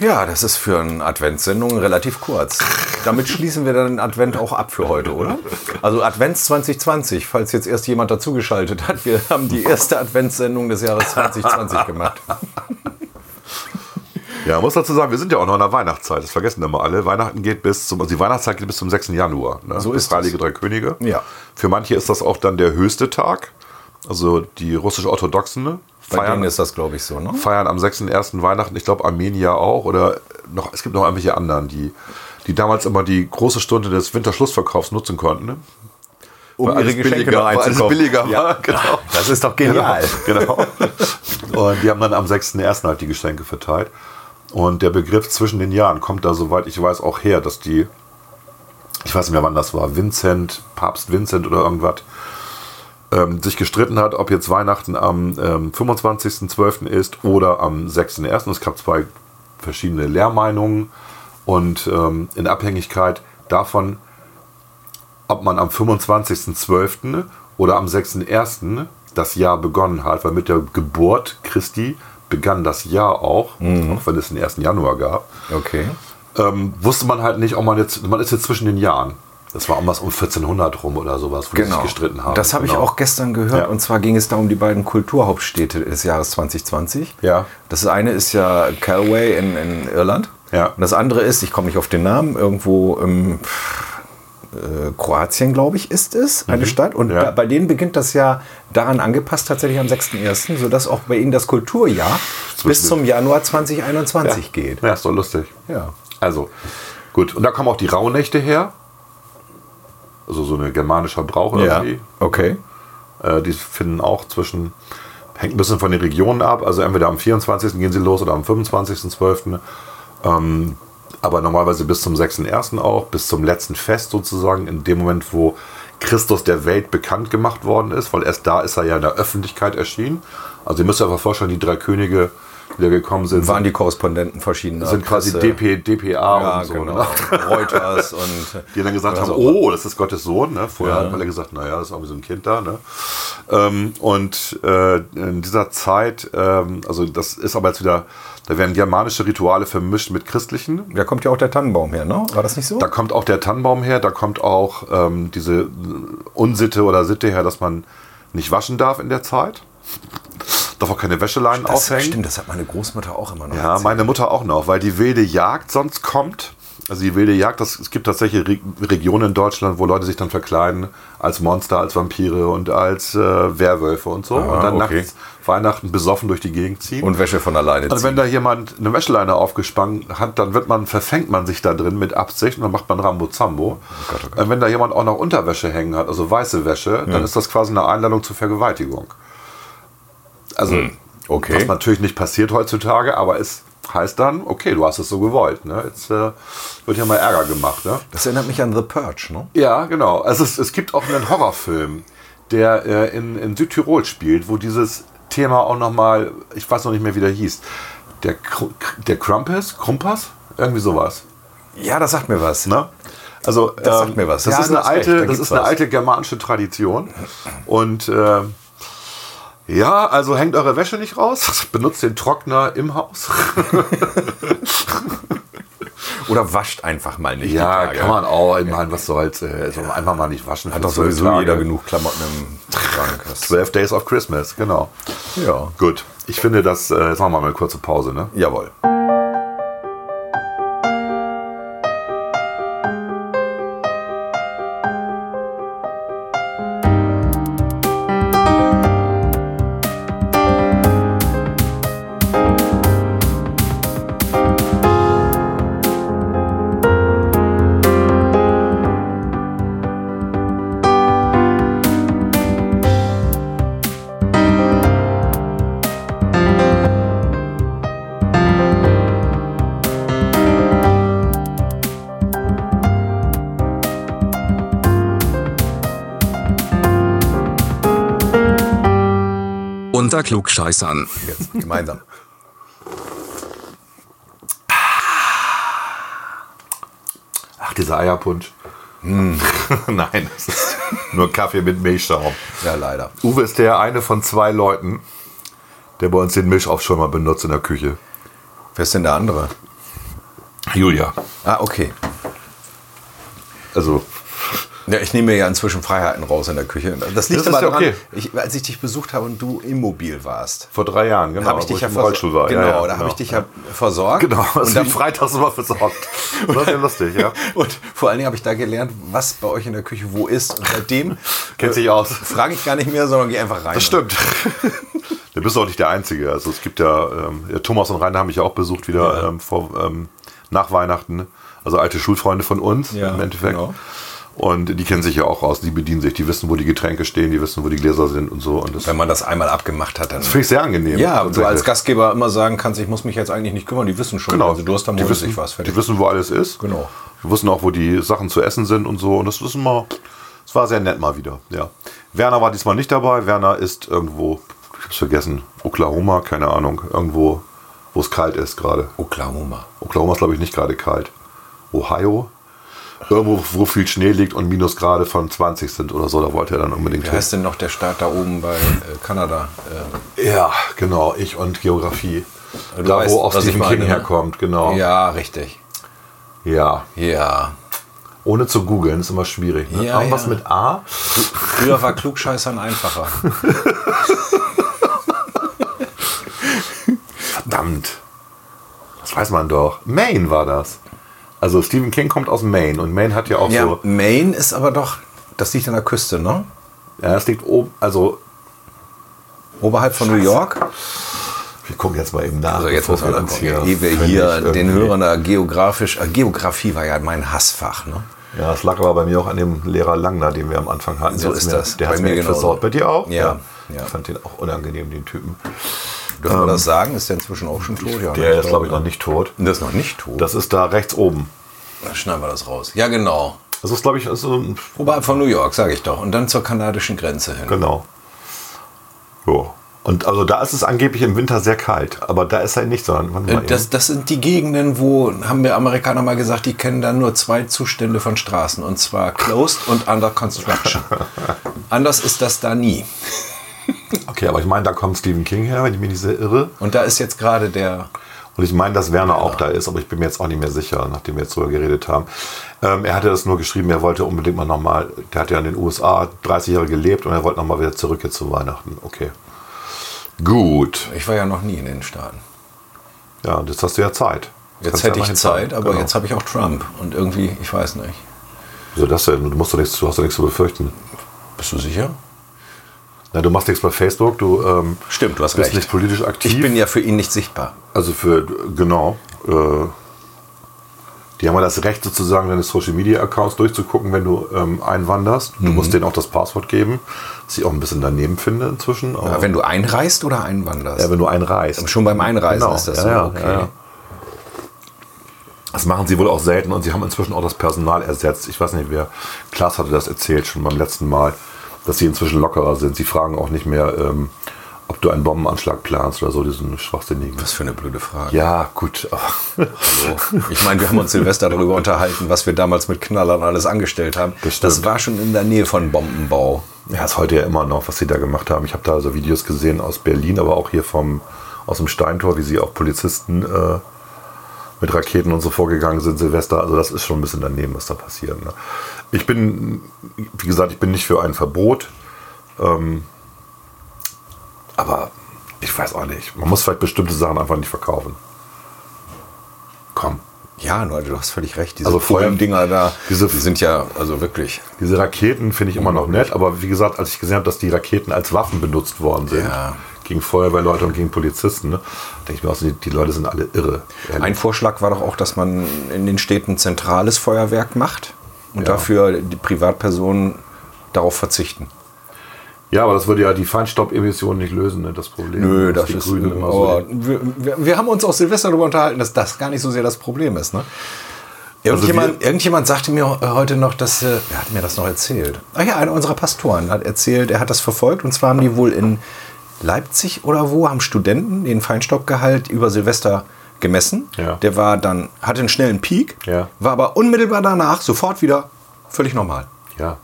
C: Ja, das ist für eine Adventssendung relativ kurz. Damit schließen wir dann den Advent auch ab für heute, oder? Also Advents 2020, falls jetzt erst jemand dazugeschaltet hat. Wir haben die erste Adventssendung des Jahres 2020 gemacht.
A: Ja, muss dazu sagen, wir sind ja auch noch in der Weihnachtszeit, das vergessen immer alle. Weihnachten geht bis zum, also die Weihnachtszeit geht bis zum 6. Januar. Ne?
C: So
A: Bis
C: ist es.
A: Heilige Drei Könige.
C: Ja.
A: Für manche ist das auch dann der höchste Tag. Also die russisch-orthodoxen ne?
C: Bei denen
A: feiern,
C: ist das, glaube ich, so, ne?
A: feiern am 6.1. Weihnachten, ich glaube Armenier auch oder noch, es gibt noch irgendwelche anderen, die, die damals immer die große Stunde des Winterschlussverkaufs nutzen konnten. Ne?
C: um
A: Weil
C: ihre
A: alles
C: Geschenke
A: billiger,
C: noch
A: weil alles
C: einzukaufen.
A: billiger
C: ja.
A: war, genau.
C: Das ist doch genial.
A: Genau. genau. Und die haben dann am 6.1. halt die Geschenke verteilt. Und der Begriff zwischen den Jahren kommt da, soweit ich weiß, auch her, dass die, ich weiß nicht mehr wann das war, Vincent, Papst Vincent oder irgendwas, ähm, sich gestritten hat, ob jetzt Weihnachten am ähm, 25.12. ist oder am 6.1. Es gab zwei verschiedene Lehrmeinungen und ähm, in Abhängigkeit davon, ob man am 25.12. oder am 6.1. das Jahr begonnen hat, weil mit der Geburt Christi begann das Jahr auch,
C: Mhm.
A: auch wenn es den 1. Januar gab,
C: Okay.
A: ähm, wusste man halt nicht, ob man jetzt, man ist jetzt zwischen den Jahren. Das war irgendwas um 1400 rum oder sowas, wo die sich gestritten haben.
C: Genau. Das habe ich
A: Genau.
C: auch gestern gehört.
A: Ja.
C: Und zwar ging es da um die beiden Kulturhauptstädte des Jahres 2020.
A: Ja.
C: Das eine ist ja Calway in, in Irland.
A: Ja.
C: Und das andere ist, ich komme nicht auf den Namen, irgendwo im äh, Kroatien, glaube ich, ist es, eine Stadt. Und
A: Mhm. Ja.
C: da, bei denen beginnt das Jahr daran angepasst, tatsächlich am 6.1., sodass auch bei ihnen das Kulturjahr bis
A: den-
C: zum Januar 2021 geht.
A: Ja, ist doch lustig.
C: Ja.
A: Also, gut. Und da kommen auch die Rauhnächte her. Also so eine germanischer Brauch irgendwie.
C: okay.
A: Äh, die finden auch zwischen, hängt ein bisschen von den Regionen ab. Also entweder am 24. gehen sie los oder am 25.12. Ähm, aber normalerweise bis zum 6.1. auch, bis zum letzten Fest sozusagen, in dem Moment, wo Christus der Welt bekannt gemacht worden ist, weil erst da ist er ja in der Öffentlichkeit erschienen. Also ihr müsst euch einfach vorstellen, die drei Könige, die da gekommen sind,
C: Waren die Korrespondenten verschiedener
A: sind quasi
C: Presse-
A: DP, DPA
C: äh, Ja,
A: und so.
C: genau.
A: Ne?
C: Reuters und.
A: Die dann gesagt haben,
C: Also-
A: oh, das ist Gottes Sohn. Ne? Vorher
C: Ja.
A: haben alle gesagt, naja, das ist irgendwie so ein Kind da. Ne? Ähm, und äh, in dieser Zeit, ähm, also das ist aber jetzt wieder, da werden germanische Rituale vermischt mit christlichen.
C: Da kommt ja auch der Tannenbaum her, ne? War das nicht so?
A: Da kommt auch der Tannenbaum her, da kommt auch ähm, diese Unsitte oder Sitte her, dass man nicht waschen darf in der Zeit. Darf auch keine Wäscheleinen
C: das
A: aufhängen.
C: stimmt, das hat meine Großmutter auch immer noch.
A: Ja,
C: erzählt.
A: meine Mutter auch noch, weil die wilde Jagd sonst kommt. Also die wilde Jagd, das, es gibt tatsächlich Re Regionen in Deutschland, wo Leute sich dann verkleiden als Monster, als Vampire und als äh, Werwölfe und so. und dann
C: okay.
A: nachts Weihnachten besoffen durch die Gegend ziehen.
C: Und Wäsche von alleine
A: und Also wenn da jemand eine Wäscheleine aufgespannt hat, dann wird man, verfängt man sich da drin mit Absicht und dann macht man Rambo Zambo. Und wenn da jemand auch noch Unterwäsche hängen hat, also weiße Wäsche, dann ist das quasi eine Einladung zur Vergewaltigung. Also was
C: Okay.
A: natürlich nicht passiert heutzutage, aber es heißt dann, okay, du hast es so gewollt. Ne? Jetzt äh, wird ja mal Ärger gemacht. Ne?
C: Das erinnert mich an The Purge, ne?
A: Ja, genau. Also es, es gibt auch einen Horrorfilm, der äh, in, in Südtirol spielt, wo dieses Thema auch nochmal, ich weiß noch nicht mehr, wie der hieß, der, Kr der Krampus, Krumpas, irgendwie sowas.
C: Ja, das sagt mir was.
A: Ne? Also,
C: Das sagt mir was.
A: Das
C: Ja,
A: ist
C: du
A: eine
C: hast recht,
A: alte,
C: da
A: das
C: gibt's
A: ist eine
C: was.
A: alte germanische Tradition. Und äh, ja, also hängt eure Wäsche nicht raus, benutzt den Trockner im Haus.
C: Oder wascht einfach mal nicht. die
A: Ja,
C: Tage.
A: kann man auch. Ich meine, was soll's? Äh, also einfach mal nicht waschen.
C: Hat doch sowieso jeder genug Klamotten im Schrank. Das-
A: 12 Days of Christmas, genau.
C: ja.
A: Gut, ich finde das, äh, jetzt machen wir mal eine kurze Pause, ne?
C: Jawohl.
D: Unter Klugscheißern.
C: Jetzt gemeinsam.
A: Ach, dieser Eierpunsch.
C: Hm.
A: Nein, das ist nur Kaffee mit Milchschaum.
C: Ja, leider.
A: Uwe ist der eine von zwei Leuten, der bei uns den Milchaufschäumer benutzt in der Küche.
C: Wer ist denn der andere?
A: Julia.
C: Ah, okay.
A: Also,
C: Ja, ich nehme mir ja inzwischen Freiheiten raus in der Küche. Das liegt
A: ist
C: aber
A: ja
C: daran,
A: okay.
C: ich, als ich dich besucht habe und du immobil warst.
A: vor drei Jahren, genau.
C: habe ich
A: wo
C: dich ja
A: im
C: versor-
A: Rollstuhl war.
C: Genau,
A: ja, ja,
C: da habe ich dich ja versorgt.
A: Genau,
C: und,
A: also
C: dann,
A: ich freitags immer versorgt. Das war sehr lustig, ja.
C: und vor allen Dingen habe ich da gelernt, was bei euch in der Küche wo ist. Und seitdem
A: Kennt sich aus.
C: frage ich gar nicht mehr, sondern gehe einfach rein.
A: Das stimmt. da bist du auch nicht der Einzige. Also es gibt ja, ähm, ja, Thomas und Rainer haben mich ja auch besucht wieder ähm, vor, ähm, nach Weihnachten. Also alte Schulfreunde von uns
C: Ja,
A: im Endeffekt.
C: genau.
A: Und die kennen sich ja auch aus, die bedienen sich, die wissen, wo die Getränke stehen, die wissen, wo die Gläser sind und so. Und das
C: Wenn man das einmal abgemacht hat, dann.
A: finde ich sehr angenehm.
C: Ja, du als
A: tatsächlich.
C: Gastgeber immer sagen kannst, ich muss mich jetzt eigentlich nicht kümmern, die wissen schon, also
A: Genau.
C: wenn sie Durst haben,
A: die
C: holen sie
A: wissen,
C: sich was. Fertig.
A: die wissen, wo alles ist.
C: Genau.
A: Die wissen auch, wo die Sachen zu essen sind und so. Und das wissen wir. Es war sehr nett mal wieder. Ja. Werner war diesmal nicht dabei. Werner ist irgendwo, ich hab's vergessen, Oklahoma, keine Ahnung, irgendwo, wo es kalt ist gerade.
C: Oklahoma.
A: Oklahoma ist, glaube ich, nicht gerade kalt. Ohio? Irgendwo, wo viel Schnee liegt und Minusgrade von 20 sind oder so, da wollte er dann unbedingt
C: Wie heißt denn noch der Staat da oben bei äh, Kanada? Äh,
A: Ja, genau, ich und Geografie.
C: Du
A: da,
C: weißt,
A: wo auch
C: was ich
A: Stephen
C: meine,
A: King
C: ne?
A: herkommt, genau.
C: Ja, richtig.
A: ja.
C: Ja.
A: Ohne zu googeln ist immer schwierig. Ne?
C: Ja,
A: Irgendwas
C: ja.
A: mit A?
C: Früher war Klugscheißern einfacher.
A: Verdammt. Das weiß man doch. Maine war das. Also Stephen King kommt aus Maine und Maine hat ja auch
C: Ja,
A: so.
C: Maine ist aber doch, das liegt an der Küste, ne?
A: Ja, es liegt oben, also
C: Oberhalb von New York.
A: wir gucken jetzt mal eben nach.
C: Also jetzt
A: bevor
C: müssen wir dann
A: uns
C: gucken, ehe wir
A: völlig
C: hier den
A: irgendwie-
C: Hörern da geografisch, äh, Geografie war ja mein Hassfach, ne?
A: Ja, das lag aber bei mir auch an dem Lehrer Langner, den wir am Anfang hatten.
C: So
A: Der hat's
C: ist
A: mir,
C: das.
A: Der
C: Bei
A: hat mir
C: mir
A: echt
C: genauso.
A: versaut. Bei dir auch?
C: Ja, ja.
A: Ich fand den auch unangenehm, den Typen.
C: Dürfen wir das sagen? Ist der inzwischen auch schon tot? Ja, ne,
A: Der ist, glaube ich, noch nicht tot.
C: Das ist noch nicht tot.
A: Das ist da rechts oben.
C: Dann schneiden wir das raus. Ja, genau.
A: Das ist, glaube ich, ist so ein.
C: Oberhalb von New York, sage ich doch. Und dann zur kanadischen Grenze hin.
A: Genau. Ja. Und also da ist es angeblich im Winter sehr kalt, aber da ist er nicht, sondern. warte mal
C: Äh, Das,
A: eben.
C: das sind die Gegenden, wo, haben mir Amerikaner mal gesagt, die kennen dann nur zwei Zustände von Straßen. Und zwar closed und under construction. Anders ist das da nie.
A: okay, aber ich meine, da kommt Stephen King her, wenn ich mich nicht sehr irre.
C: Und da ist jetzt gerade der
A: Und ich meine, dass Werner auch da ist, aber ich bin mir jetzt auch nicht mehr sicher, nachdem wir jetzt drüber geredet haben. Ähm, er hatte das nur geschrieben, er wollte unbedingt mal nochmal, der hat ja in den USA 30 Jahre gelebt und er wollte nochmal wieder zurück jetzt zu Weihnachten. Okay. Gut.
C: Ich war ja noch nie in den Staaten.
A: Ja, und jetzt hast du ja Zeit.
C: Jetzt
A: Kannst ja
C: hätte
A: mal
C: ich
A: hinfahren.
C: Zeit, aber
A: Genau.
C: jetzt habe ich auch Trump. Und irgendwie, ich weiß nicht.
A: Wieso das denn? Du, musst doch nichts, du hast doch nichts zu befürchten.
C: Bist du sicher?
A: Na, du machst nichts bei Facebook, du ähm,
C: Stimmt, du hast
A: bist
C: recht.
A: nicht politisch aktiv.
C: Ich bin ja für ihn nicht sichtbar.
A: Also für, genau. Äh, die haben ja das Recht, sozusagen deine Social Media Accounts durchzugucken, wenn du ähm, einwanderst.
C: Mhm.
A: Du musst denen auch das Passwort geben, was ich auch ein bisschen daneben finde inzwischen. Aber
C: Aber wenn du einreist oder einwanderst?
A: ja, Äh, wenn du einreist. Genau.
C: Schon beim Einreisen ist das
A: ja,
C: so.
A: Ja,
C: Okay.
A: ja, ja. Das machen sie wohl auch selten und sie haben inzwischen auch das Personal ersetzt. Ich weiß nicht, wer. Klaas hatte das erzählt schon beim letzten Mal, dass sie inzwischen lockerer sind. Sie fragen auch nicht mehr, ähm, ob du einen Bombenanschlag planst oder so, diesen schwachsinnigen.
C: Was für eine blöde Frage.
A: Ja, gut. aber-
C: Ich meine, wir haben uns Silvester darüber unterhalten, was wir damals mit Knallern alles angestellt haben.
A: Das stimmt.
C: das war schon in der Nähe von Bombenbau.
A: Ja, ist heute ja immer noch, was sie da gemacht haben. Ich habe da so Videos gesehen aus Berlin, aber auch hier vom, aus dem Steintor, wie sie auch Polizisten äh, mit Raketen und so vorgegangen sind, Silvester. Also das ist schon ein bisschen daneben, was da passiert. Ne? Ich bin, wie gesagt, ich bin nicht für ein Verbot. Ähm, aber ich weiß auch nicht. Man muss vielleicht bestimmte Sachen einfach nicht verkaufen. Komm.
C: Ja, Leute, du hast völlig recht. Diese
A: Also
C: also
A: vorher-
C: Dinger da,
A: diese-
C: die sind ja, also wirklich.
A: Diese Raketen finde ich immer noch nett, aber wie gesagt, als ich gesehen habe, dass die Raketen als Waffen benutzt worden sind,
C: Ja.
A: gegen Feuerwehrleute und gegen Polizisten, ne, denke ich mir auch, so, die, die Leute sind alle irre. Ehrlich.
C: Ein Vorschlag war doch auch, dass man in den Städten zentrales Feuerwerk macht und dafür die Privatpersonen darauf verzichten.
A: ja, aber das würde ja die Feinstaubemissionen nicht lösen, ne, das Problem. Dass die Grünen immer so.
C: äh, aber wir, wir, wir haben uns auch Silvester darüber unterhalten, dass das gar nicht so sehr das Problem ist. Ne?
A: Also
C: Irgendjemand, irgendjemand sagte mir he- heute noch, dass. äh, Wer hat mir das noch erzählt? Ach ja, einer unserer Pastoren hat erzählt, er hat das verfolgt. Und zwar haben die wohl in Leipzig oder wo, haben Studenten den Feinstaubgehalt über Silvester gemessen.
A: Ja.
C: Der war dann, hatte einen schnellen Peak,
A: Ja.
C: war aber unmittelbar danach sofort wieder völlig normal.
A: Ja.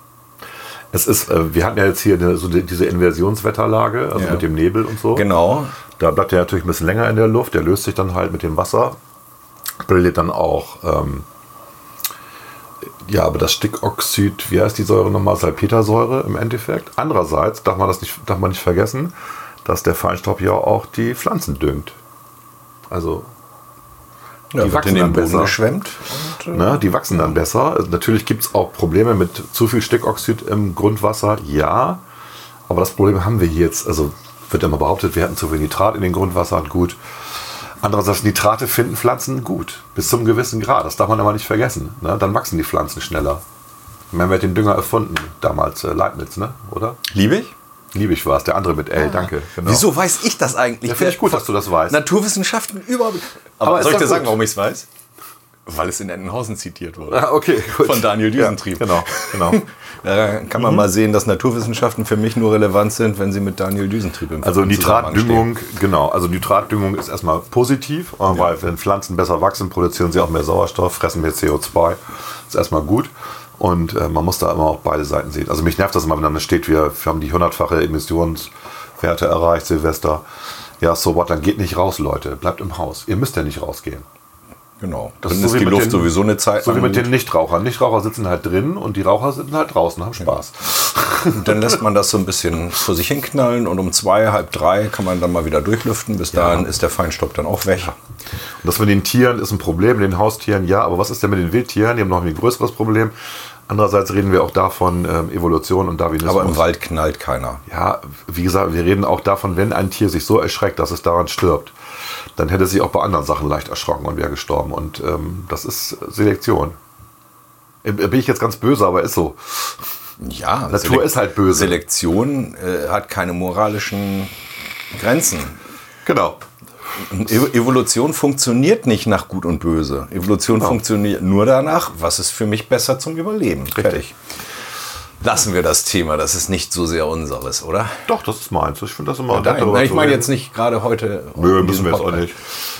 A: Es ist, äh, wir hatten ja jetzt hier eine, so die, diese Inversionswetterlage, also
C: Ja.
A: mit dem Nebel und so.
C: Genau.
A: Da bleibt er natürlich ein bisschen länger in der Luft, der löst sich dann halt mit dem Wasser, bildet dann auch, ähm, ja, aber das Stickoxid, wie heißt die Säure nochmal, Salpetersäure im Endeffekt. Andererseits darf man das nicht, darf man nicht vergessen, dass der Feinstaub ja auch die Pflanzen düngt. Also
C: Ja,
A: Die
C: wird
A: wachsen
C: in
A: dann
C: den Boden
A: besser.
C: geschwemmt. äh,
A: Ne, die wachsen dann besser. Also natürlich gibt es auch Probleme mit zu viel Stickoxid im Grundwasser, ja. Aber das Problem haben wir hier jetzt. Also wird immer behauptet, wir hatten zu viel Nitrat in den Grundwassern, gut. Andererseits, Nitrate finden Pflanzen gut, bis zum gewissen Grad. Das darf man aber nicht vergessen. Ne? Dann wachsen die Pflanzen schneller. Man hat den Dünger erfunden damals, äh, Leibniz, ne? oder?
C: Liebig?
A: Liebig war es, der andere mit L, danke. Genau.
C: Wieso weiß ich das eigentlich?
A: Ja, finde ich gut, dass du das weißt.
C: Naturwissenschaften überhaupt. Aber,
A: ist
C: soll ich
A: doch
C: dir sagen,
A: gut.
C: warum ich es weiß? Weil es in Entenhausen zitiert wurde.
A: Ah, okay, gut.
C: Von Daniel Düsentrieb.
A: Ja, genau, genau. Mhm.
C: Da kann man mal sehen, dass Naturwissenschaften für mich nur relevant sind, wenn sie mit Daniel Düsentrieb im
A: Also
C: Zusammenhang stehen.
A: Nitratdüngung, genau. Also Nitratdüngung ist erstmal positiv, äh, weil wenn Pflanzen besser wachsen, produzieren sie auch mehr Sauerstoff, fressen mehr CO2. Ist erstmal gut. Und äh, man muss da immer auch beide Seiten sehen. Also mich nervt das immer, wenn dann steht, wir, wir haben die hundertfache Emissionswerte erreicht, Silvester. Ja, so what, dann geht nicht raus, Leute. Bleibt im Haus. Ihr müsst ja nicht rausgehen.
C: Genau.
A: Das
C: Dann
A: ist
C: ist,
A: so wie
C: die
A: mit
C: Luft
A: den-
C: sowieso eine Zeit
A: So wie
C: lang
A: mit
C: gut.
A: den Nichtrauchern. Nichtraucher sitzen halt drin und die Raucher sitzen halt draußen und haben Spaß.
C: Und dann lässt man das so ein bisschen vor sich hinknallen und um zwei, halb drei kann man dann mal wieder durchlüften. Bis dahin ist der Feinstaub dann auch weg.
A: Und das mit den Tieren ist ein Problem, mit den Haustieren ja, aber was ist denn mit den Wildtieren? Die haben noch ein viel größeres Problem. Andererseits reden wir auch davon, ähm, Evolution und Darwinismus.
C: Aber im Wald knallt keiner.
A: Ja, wie gesagt, wir reden auch davon, wenn ein Tier sich so erschreckt, dass es daran stirbt, dann hätte es sich auch bei anderen Sachen leicht erschrocken und wäre gestorben. Und ähm, das ist Selektion. Äh, Bin ich jetzt ganz böse, aber ist so.
C: Ja,
A: Natur ist halt böse.
C: Selektion äh, hat keine moralischen Grenzen.
A: Genau.
C: E- Evolution funktioniert nicht nach Gut und Böse. Evolution
A: Genau.
C: funktioniert nur danach, was ist für mich besser zum Überleben. Fertig. Lassen wir das Thema, das ist nicht so sehr unseres, oder?
A: Doch, das ist meins. Ich finde das immer. nett,
C: Nein,
A: darüber
C: ich
A: zu
C: meine
A: reden.
C: jetzt nicht gerade heute.
A: Nö,
C: in
A: müssen
C: diesem
A: wir jetzt auch
C: Podcast.
A: nicht.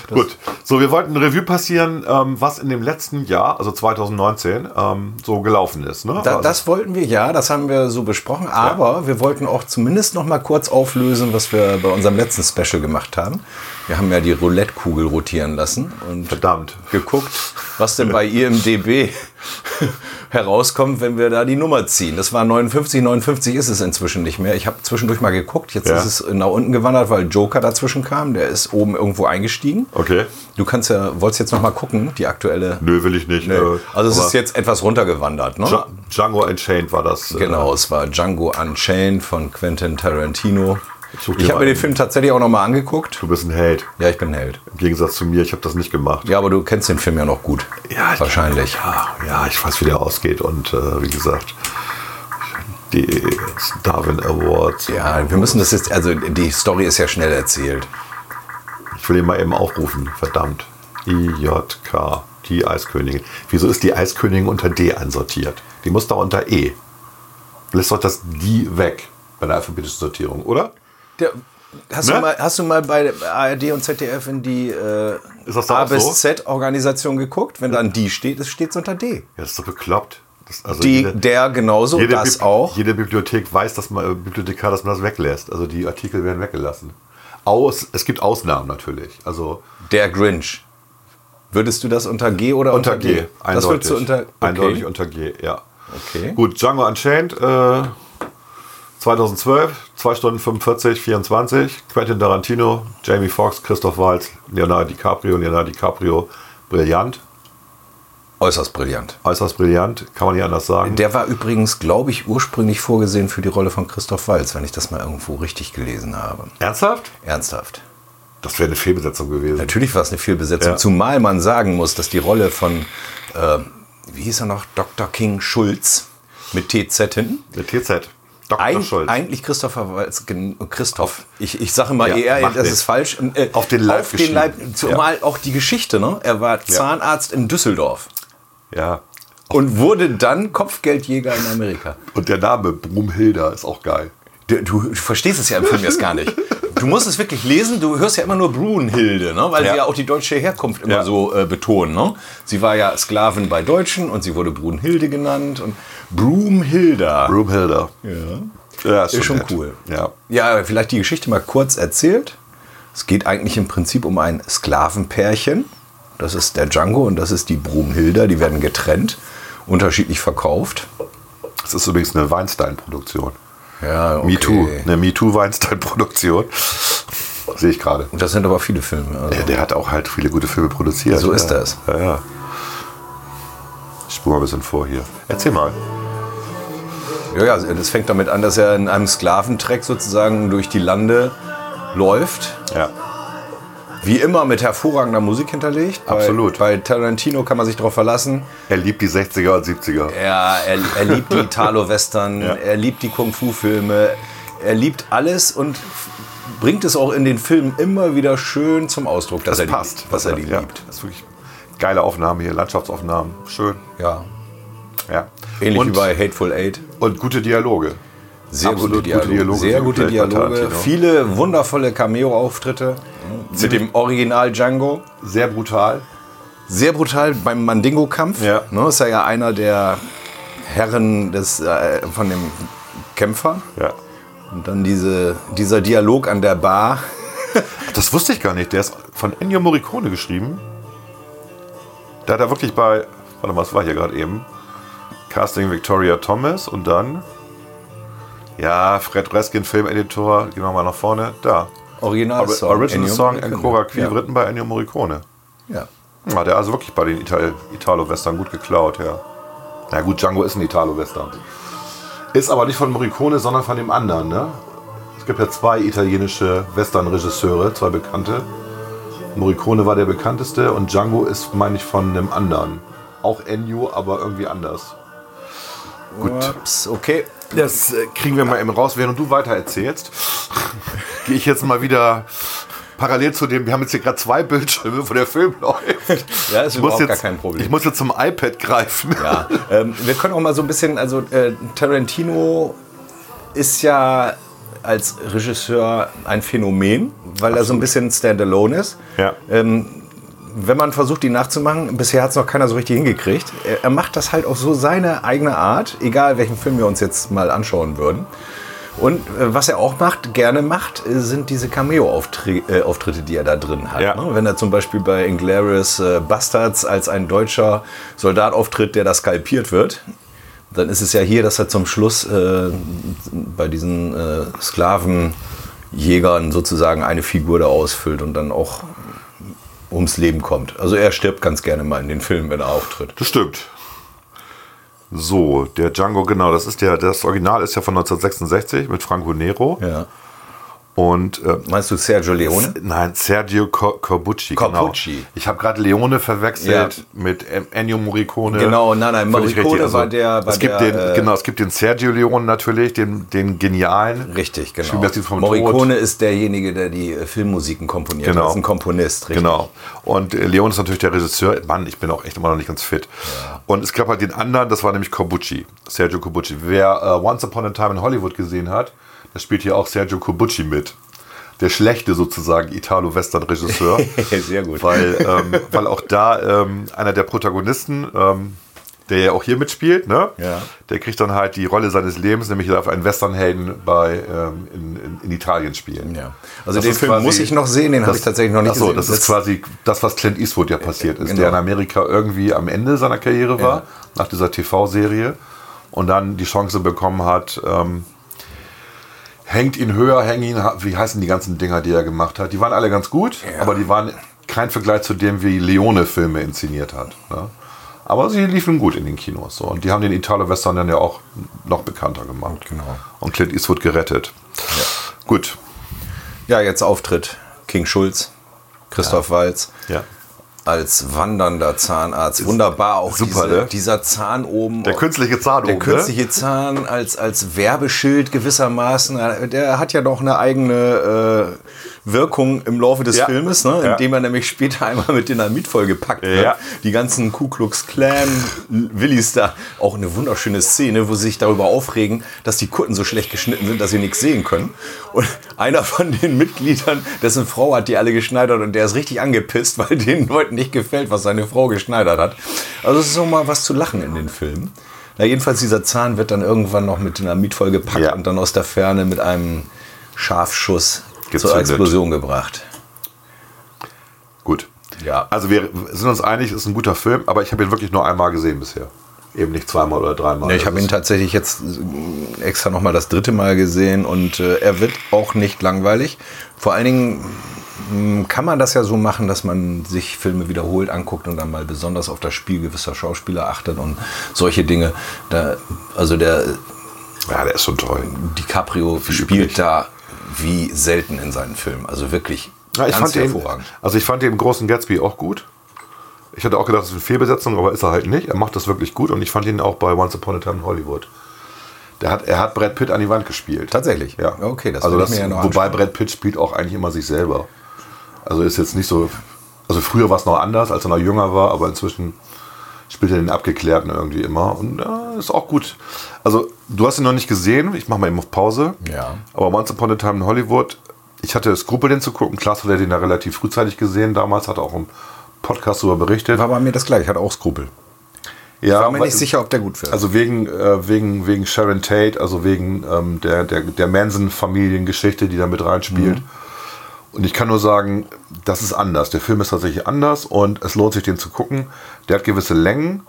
A: Gut, so wir wollten ein Revue passieren, ähm, was in dem letzten Jahr, also 2019, ähm, so gelaufen ist. Ne?
C: Da,
A: also,
C: das wollten wir, ja, das haben wir so besprochen, aber wir wollten auch zumindest noch mal kurz auflösen, was wir bei unserem letzten Special gemacht haben. Wir haben ja die Roulette-Kugel rotieren lassen und
A: verdammt.
C: geguckt, was denn bei IMDB herauskommt, wenn wir da die Nummer ziehen. Das war 59, 59 ist es inzwischen nicht mehr. Ich habe zwischendurch mal geguckt, jetzt
A: Ja.
C: ist es nach unten gewandert, weil Joker dazwischen kam, der ist oben irgendwo eingestiegen.
A: Okay.
C: Du kannst ja, wolltest jetzt noch mal gucken, die aktuelle.
A: Nö, will ich nicht.
C: Nee.
A: äh,
C: Also es
A: aber
C: ist jetzt etwas runtergewandert, ne?
A: Dja- Django Unchained war das. äh,
C: Genau, es war Django Unchained von Quentin Tarantino.
A: such dir
C: Ich habe
A: mal
C: mir den
A: einen.
C: Film tatsächlich auch nochmal angeguckt.
A: Du bist ein Held.
C: Ja, ich bin ein Held.
A: Im Gegensatz zu mir, ich habe das nicht gemacht.
C: Ja, aber du kennst den Film ja noch gut.
A: Ja, ich-
C: Wahrscheinlich.
A: Ja, ja, ich weiß, wie der ausgeht. Und äh, wie gesagt, die Darwin Awards.
C: Ja, wir müssen das jetzt, also die Story ist ja schnell erzählt.
A: Ich will ihn mal eben aufrufen. Verdammt. IJK, die Eiskönigin. Wieso ist die Eiskönigin unter D einsortiert? Die muss da unter E. Lässt doch das die weg bei der alphabetischen Sortierung, oder?
C: hast,
A: Ne?
C: du mal, hast du mal bei ARD und ZDF in die äh,
A: Ist das da
C: A
A: auch so?
C: bis Z-Organisation geguckt? Wenn dann die steht, steht es unter D.
A: Ja, das ist doch bekloppt. Das, also
C: Die,
A: jede-
C: der genauso,
A: jede
C: das
A: Bibli-
C: auch.
A: Jede Bibliothek weiß, dass man, äh, Bibliothekar, dass man das weglässt. Also die Artikel werden weggelassen. Aus, es gibt Ausnahmen natürlich. Also
C: Der Grinch. Würdest du das unter G oder unter,
A: unter G, eindeutig.
C: Das würdest du unter okay.
A: Eindeutig unter G, ja.
C: Okay.
A: Gut, Django Unchained, äh, 2012, 2 Stunden 45, 24, Quentin Tarantino, Jamie Foxx, Christoph Waltz, Leonardo DiCaprio, Leonardo DiCaprio, brillant,
C: Äußerst brillant.
A: äußerst brillant, kann man nicht anders sagen.
C: Der war übrigens, glaube ich, ursprünglich vorgesehen für die Rolle von Christoph Walz, wenn ich das mal irgendwo richtig gelesen habe.
A: Ernsthaft?
C: Ernsthaft.
A: Das wäre eine Fehlbesetzung gewesen.
C: Natürlich war es eine Fehlbesetzung,
A: Ja.
C: zumal man sagen muss, dass die Rolle von, äh, wie hieß er noch, Dr. King Schulz mit TZ hinten.
A: Der TZ, Dr.
C: Eig
A: Schulz.
C: Eigentlich Christopher Walz, gen- Christoph. Ich, ich sage mal
A: Ja,
C: eher,
A: macht
C: das
A: nichts.
C: ist falsch. Äh,
A: Auf den Leib
C: auf den Leib
A: geschrieben.
C: Zumal auch die Geschichte, ne? Er war Zahnarzt in Düsseldorf
A: ja.
C: und wurde dann Kopfgeldjäger in Amerika.
A: Und der Name Brumhilda ist auch geil.
C: Du, du verstehst es ja im Film jetzt gar nicht. Du musst es wirklich lesen, du hörst ja immer nur Brunhilde, ne? weil
A: Ja.
C: sie ja auch die deutsche Herkunft immer
A: Ja.
C: so äh, betonen. Ne? Sie war ja Sklavin bei Deutschen und sie wurde Brunhilde genannt und Brumhilda.
A: Brumhilda.
C: Ja.
A: Ja,
C: Ist schon
A: nett.
C: cool.
A: Ja.
C: ja, vielleicht die Geschichte mal kurz erzählt. Es geht eigentlich im Prinzip um ein Sklavenpärchen. Das ist der Django und das ist die Brumhilda. Die werden getrennt, unterschiedlich verkauft.
A: Das ist übrigens eine Weinstein-Produktion.
C: Ja, okay.
A: MeToo. Eine MeToo-Weinstein-Produktion. Sehe ich gerade.
C: Und das sind aber viele Filme. Also.
A: Ja, der hat auch halt viele gute Filme produziert.
C: So ist
A: ja.
C: das.
A: Ja, ja. Ich spule mal ein bisschen vor hier. Erzähl mal.
C: Ja, ja, das fängt damit an, dass er in einem Sklaventreck sozusagen durch die Lande läuft
A: Ja.
C: Wie immer mit hervorragender Musik hinterlegt. Bei,
A: Absolut.
C: Bei Tarantino kann man sich darauf verlassen.
A: Er liebt die 60er und 70er.
C: Ja, er, er liebt die Italo-Western, er liebt die Kung-Fu-Filme, er liebt alles und f- bringt es auch in den Filmen immer wieder schön zum Ausdruck, dass er
A: Passt.
C: die, was er die
A: ja,
C: liebt.
A: Das ist wirklich geile Aufnahmen hier, Landschaftsaufnahmen. Schön.
C: Ja,
A: Ja.
C: ähnlich
A: und,
C: wie bei Hateful Eight.
A: und gute Dialoge.
C: Sehr
A: Absolut
C: gute
A: gute
C: Dialoge,
A: Dialoge
C: sehr
A: sind
C: gute
A: geprägt bei
C: Dialoge,
A: Tarantino.
C: viele wundervolle Cameo-Auftritte mit dem Original Django.
A: Sehr brutal.
C: Sehr brutal beim Mandingo-Kampf.
A: Ja.
C: Ne, ist er ja einer der Herren des, äh, von dem Kämpfer.
A: Ja.
C: Und dann diese, dieser Dialog an der Bar.
A: Das wusste ich gar nicht. Der ist von Ennio Morricone geschrieben. Da hat er wirklich bei, warte mal, was war hier gerade eben? Casting Victoria Thomas und dann, ja, Fred Reskin, Filmeditor, gehen wir mal nach vorne. Da.
C: Original
A: Ori- Original
C: Ah, Ennio
A: Song
C: Morricone.
A: Ancora Qui,
C: ja.
A: written bei Ennio Morricone.
C: ja.
A: Hm, Hat er also wirklich bei den Ital Italo-Western gut geklaut, ja. Na gut, Django ist ein Italo-Western. Ist aber nicht von Morricone, sondern von dem anderen, ne? Es gibt ja zwei italienische Western-Regisseure, zwei bekannte. Morricone war der bekannteste und Django ist, meine ich, von einem anderen. Auch Ennio, aber irgendwie anders. Gut.
C: Ups, okay.
A: Das äh, kriegen wir mal eben raus, während du weiter erzählst. Gehe ich jetzt mal wieder parallel zu dem, wir haben jetzt hier gerade zwei Bildschirme, wo der Film läuft.
C: Ja, ist
A: Ich muss
C: überhaupt
A: jetzt,
C: gar kein Problem.
A: Ich muss jetzt zum iPad greifen.
C: Ja, ähm, wir können auch mal so ein bisschen, also äh, Tarantino ist ja als Regisseur ein Phänomen, weil er so ein bisschen standalone ist. Ähm,
A: Ja.
C: Wenn man versucht, ihn nachzumachen, bisher hat es noch keiner so richtig hingekriegt. Er, er macht das halt auf so seine eigene Art, egal welchen Film wir uns jetzt mal anschauen würden. Und äh, was er auch macht, gerne macht, äh, sind diese Cameo-Auftritte, äh, Auftritte, die er da drin hat.
A: Ja.
C: Ne? Wenn er zum Beispiel bei Inglourious äh, Bastards als ein deutscher Soldat auftritt, der da skalpiert wird, dann ist es ja hier, dass er zum Schluss äh, bei diesen äh, Sklavenjägern sozusagen eine Figur da ausfüllt und dann auch ums Leben kommt. Also er stirbt ganz gerne mal in den Filmen, wenn er auftritt.
A: Das stimmt. So, der Django, genau, das ist der, das Original ist ja von 1966 mit Franco Nero
C: Ja.
A: und äh,
C: Meinst du Sergio Leone?
A: Nein, Sergio Co- Corbucci.
C: Corbucci.
A: Genau. Ich habe gerade Leone verwechselt
C: Ja.
A: mit En- Ennio Morricone.
C: Genau, nein, nein,
A: Völlig Also,
C: Morricone war der- war
A: es gibt
C: der,
A: den,
C: äh,
A: genau, es gibt den Sergio Leone natürlich, den, den genialen.
C: Richtig, genau.
A: Spiel, das Lied vom
C: Morricone ist derjenige, der die äh, Filmmusiken komponiert.
A: Genau.
C: Das ist ein Komponist, richtig.
A: Genau. Und äh, Leone ist natürlich der Regisseur. Mann, ich bin auch echt immer noch nicht ganz fit. Und es gab halt den anderen, das war nämlich Corbucci, Sergio Corbucci. Wer äh, Once Upon a Time in Hollywood gesehen hat, da spielt hier auch Sergio Corbucci mit. Der schlechte sozusagen Italo-Western-Regisseur.
C: Sehr gut.
A: Genau. weil, ähm, weil auch da ähm, einer der Protagonisten, ähm, der ja auch hier mitspielt, ne?
C: Ja.
A: der kriegt dann halt die Rolle seines Lebens, nämlich er darf einen Westernhelden bei, ähm, in, in, in Italien spielen.
C: Ja. Also
A: Das
C: den
A: ist
C: Film
A: quasi-
C: muss ich noch sehen, den habe
A: das-
C: ich tatsächlich noch nicht
A: Ach so,
C: gesehen.
A: Das, ist quasi das, was Clint Eastwood ja passiert ist, der in
C: genau.
A: Amerika irgendwie am Ende seiner Karriere war,
C: Ja.
A: nach dieser TV-Serie und dann die Chance bekommen hat, ähm, hängt ihn höher, hängt ihn, ha- wie heißen die ganzen Dinger, die er gemacht hat? Die waren alle ganz gut, aber die waren kein Vergleich zu dem, wie Leone Filme inszeniert hat. Ne? Aber sie liefen gut in den Kinos. So. Und die haben den Italo-Western dann ja auch noch bekannter gemacht.
C: Genau.
A: Und Clint Eastwood gerettet. Gut.
C: ja, jetzt Auftritt. King Schulz, Christoph Walz.
A: Ja.
C: Als wandernder Zahnarzt. Wunderbar auch
A: super,
C: diese,
A: ne?
C: dieser Zahn oben.
A: Der künstliche Zahn
C: Der
A: oben, ne?
C: künstliche Zahn als, als Werbeschild gewissermaßen, der hat ja noch eine eigene äh, Wirkung im Laufe des
A: Ja.
C: Filmes, ne?
A: Ja.
C: indem er nämlich später einmal mit Dynamit vollgepackt wird.
A: Ja.
C: Die ganzen Ku Klux Klan Willis da. Auch eine wunderschöne Szene, wo sie sich darüber aufregen, dass die Kutten so schlecht geschnitten sind, dass sie nichts sehen können. Und einer von den Mitgliedern, dessen Frau hat die alle geschneidert und der ist richtig angepisst, weil den Leuten nicht gefällt, was seine Frau geschneidert hat. Also es ist auch mal was zu lachen in den Filmen. Na, jedenfalls dieser Zahn wird dann irgendwann noch mit Dynamit vollgepackt
A: Ja.
C: und dann aus der Ferne mit einem Scharfschuss zur
A: Gezündet.
C: Explosion gebracht.
A: Gut.
C: Ja.
A: Also wir sind uns einig, ist ein guter Film, aber ich habe ihn wirklich nur einmal gesehen bisher. Eben nicht zweimal oder dreimal.
C: Ja, ich habe
A: Das
C: ihn
A: ist-
C: tatsächlich jetzt äh, extra nochmal das dritte Mal gesehen und äh, er wird auch nicht langweilig. Vor allen Dingen mh, kann man das ja so machen, dass man sich Filme wiederholt anguckt und dann mal besonders auf das Spiel gewisser Schauspieler achtet und solche Dinge. Da, also der
A: ja, der ist schon toll.
C: DiCaprio spielt da wie selten in seinen Filmen. Also wirklich
A: Ja, ich
C: Ganz
A: fand den,
C: hervorragend.
A: also ich fand den im großen Gatsby auch gut. Ich hatte auch gedacht, es ist eine Fehlbesetzung, aber ist er halt nicht. Er macht das wirklich gut und ich fand ihn auch bei Once Upon a Time in Hollywood. Der hat, er hat Brad Pitt an die Wand gespielt.
C: Tatsächlich?
A: Ja.
C: Okay, das
A: also
C: will ich
A: das,
C: mir ja noch
A: Wobei Brad Pitt spielt auch eigentlich immer sich selber. Also ist jetzt nicht so. Also früher war es noch anders, als er noch jünger war, aber inzwischen spielt er den Abgeklärten irgendwie immer. Und äh, ist auch gut. Also du hast ihn noch nicht gesehen. Ich mache mal eben auf Pause.
C: Ja.
A: Aber Once Upon a Time in Hollywood, ich hatte Skrupel, den zu gucken. Klaas hat den da relativ frühzeitig gesehen damals, hat auch im Podcast darüber berichtet.
C: War bei mir das gleich, hat auch Skrupel.
A: ja,
C: War mir nicht
A: weil-
C: sicher, ob der gut wird.
A: also wegen, äh, wegen, wegen Sharon Tate, also wegen ähm, der, der, der Manson-Familiengeschichte, die da mit reinspielt.
C: Mhm.
A: Und ich kann nur sagen, das ist anders. Der Film ist tatsächlich anders und es lohnt sich, den zu gucken. Der hat gewisse Längen,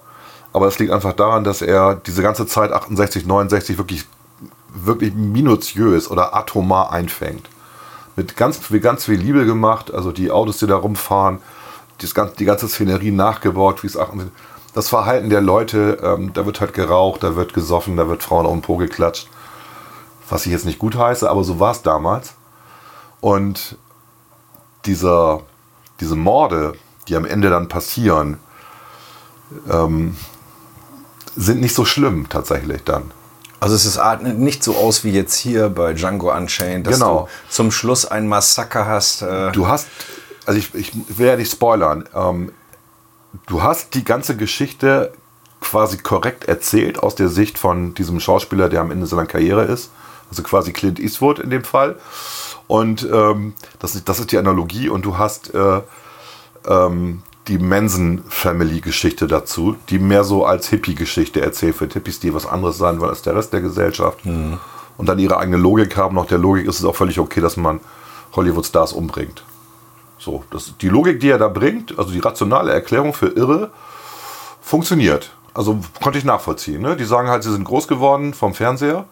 A: aber es liegt einfach daran, dass er diese ganze Zeit 68, 69 wirklich, wirklich minutiös oder atomar einfängt. Mit ganz, viel- ganz viel Liebe gemacht, also die Autos, die da rumfahren, das ganze, die ganze Szenerie nachgebaut, wie es 68 das Verhalten der Leute, ähm, da wird halt geraucht, da wird gesoffen, da wird Frauen auf den Po geklatscht. Was ich jetzt nicht gut heiße, aber so war es damals. Und dieser, diese Morde, die am Ende dann passieren, ähm, sind nicht so schlimm tatsächlich dann.
C: Also es ist atmet nicht so aus wie jetzt hier bei Django Unchained, dass
A: Genau.
C: du zum Schluss ein Massaker hast. Äh,
A: Du hast, also ich, ich will ja nicht spoilern, ähm, du hast die ganze Geschichte quasi korrekt erzählt aus der Sicht von diesem Schauspieler, der am Ende seiner Karriere ist. Also quasi Clint Eastwood in dem Fall. Und ähm, das, ist- das ist die Analogie und du hast äh, ähm, die Manson-Family-Geschichte dazu, die mehr so als Hippie-Geschichte erzählt wird. Hippies, die was anderes sein wollen als der Rest der Gesellschaft. Und dann ihre eigene Logik haben. Nach der Logik ist es auch völlig okay, dass man Hollywood-Stars umbringt. So, das, die Logik, die er da bringt, also die rationale Erklärung für Irre, funktioniert. Also konnte ich nachvollziehen. Ne? Die sagen halt, sie sind groß geworden vom Fernseher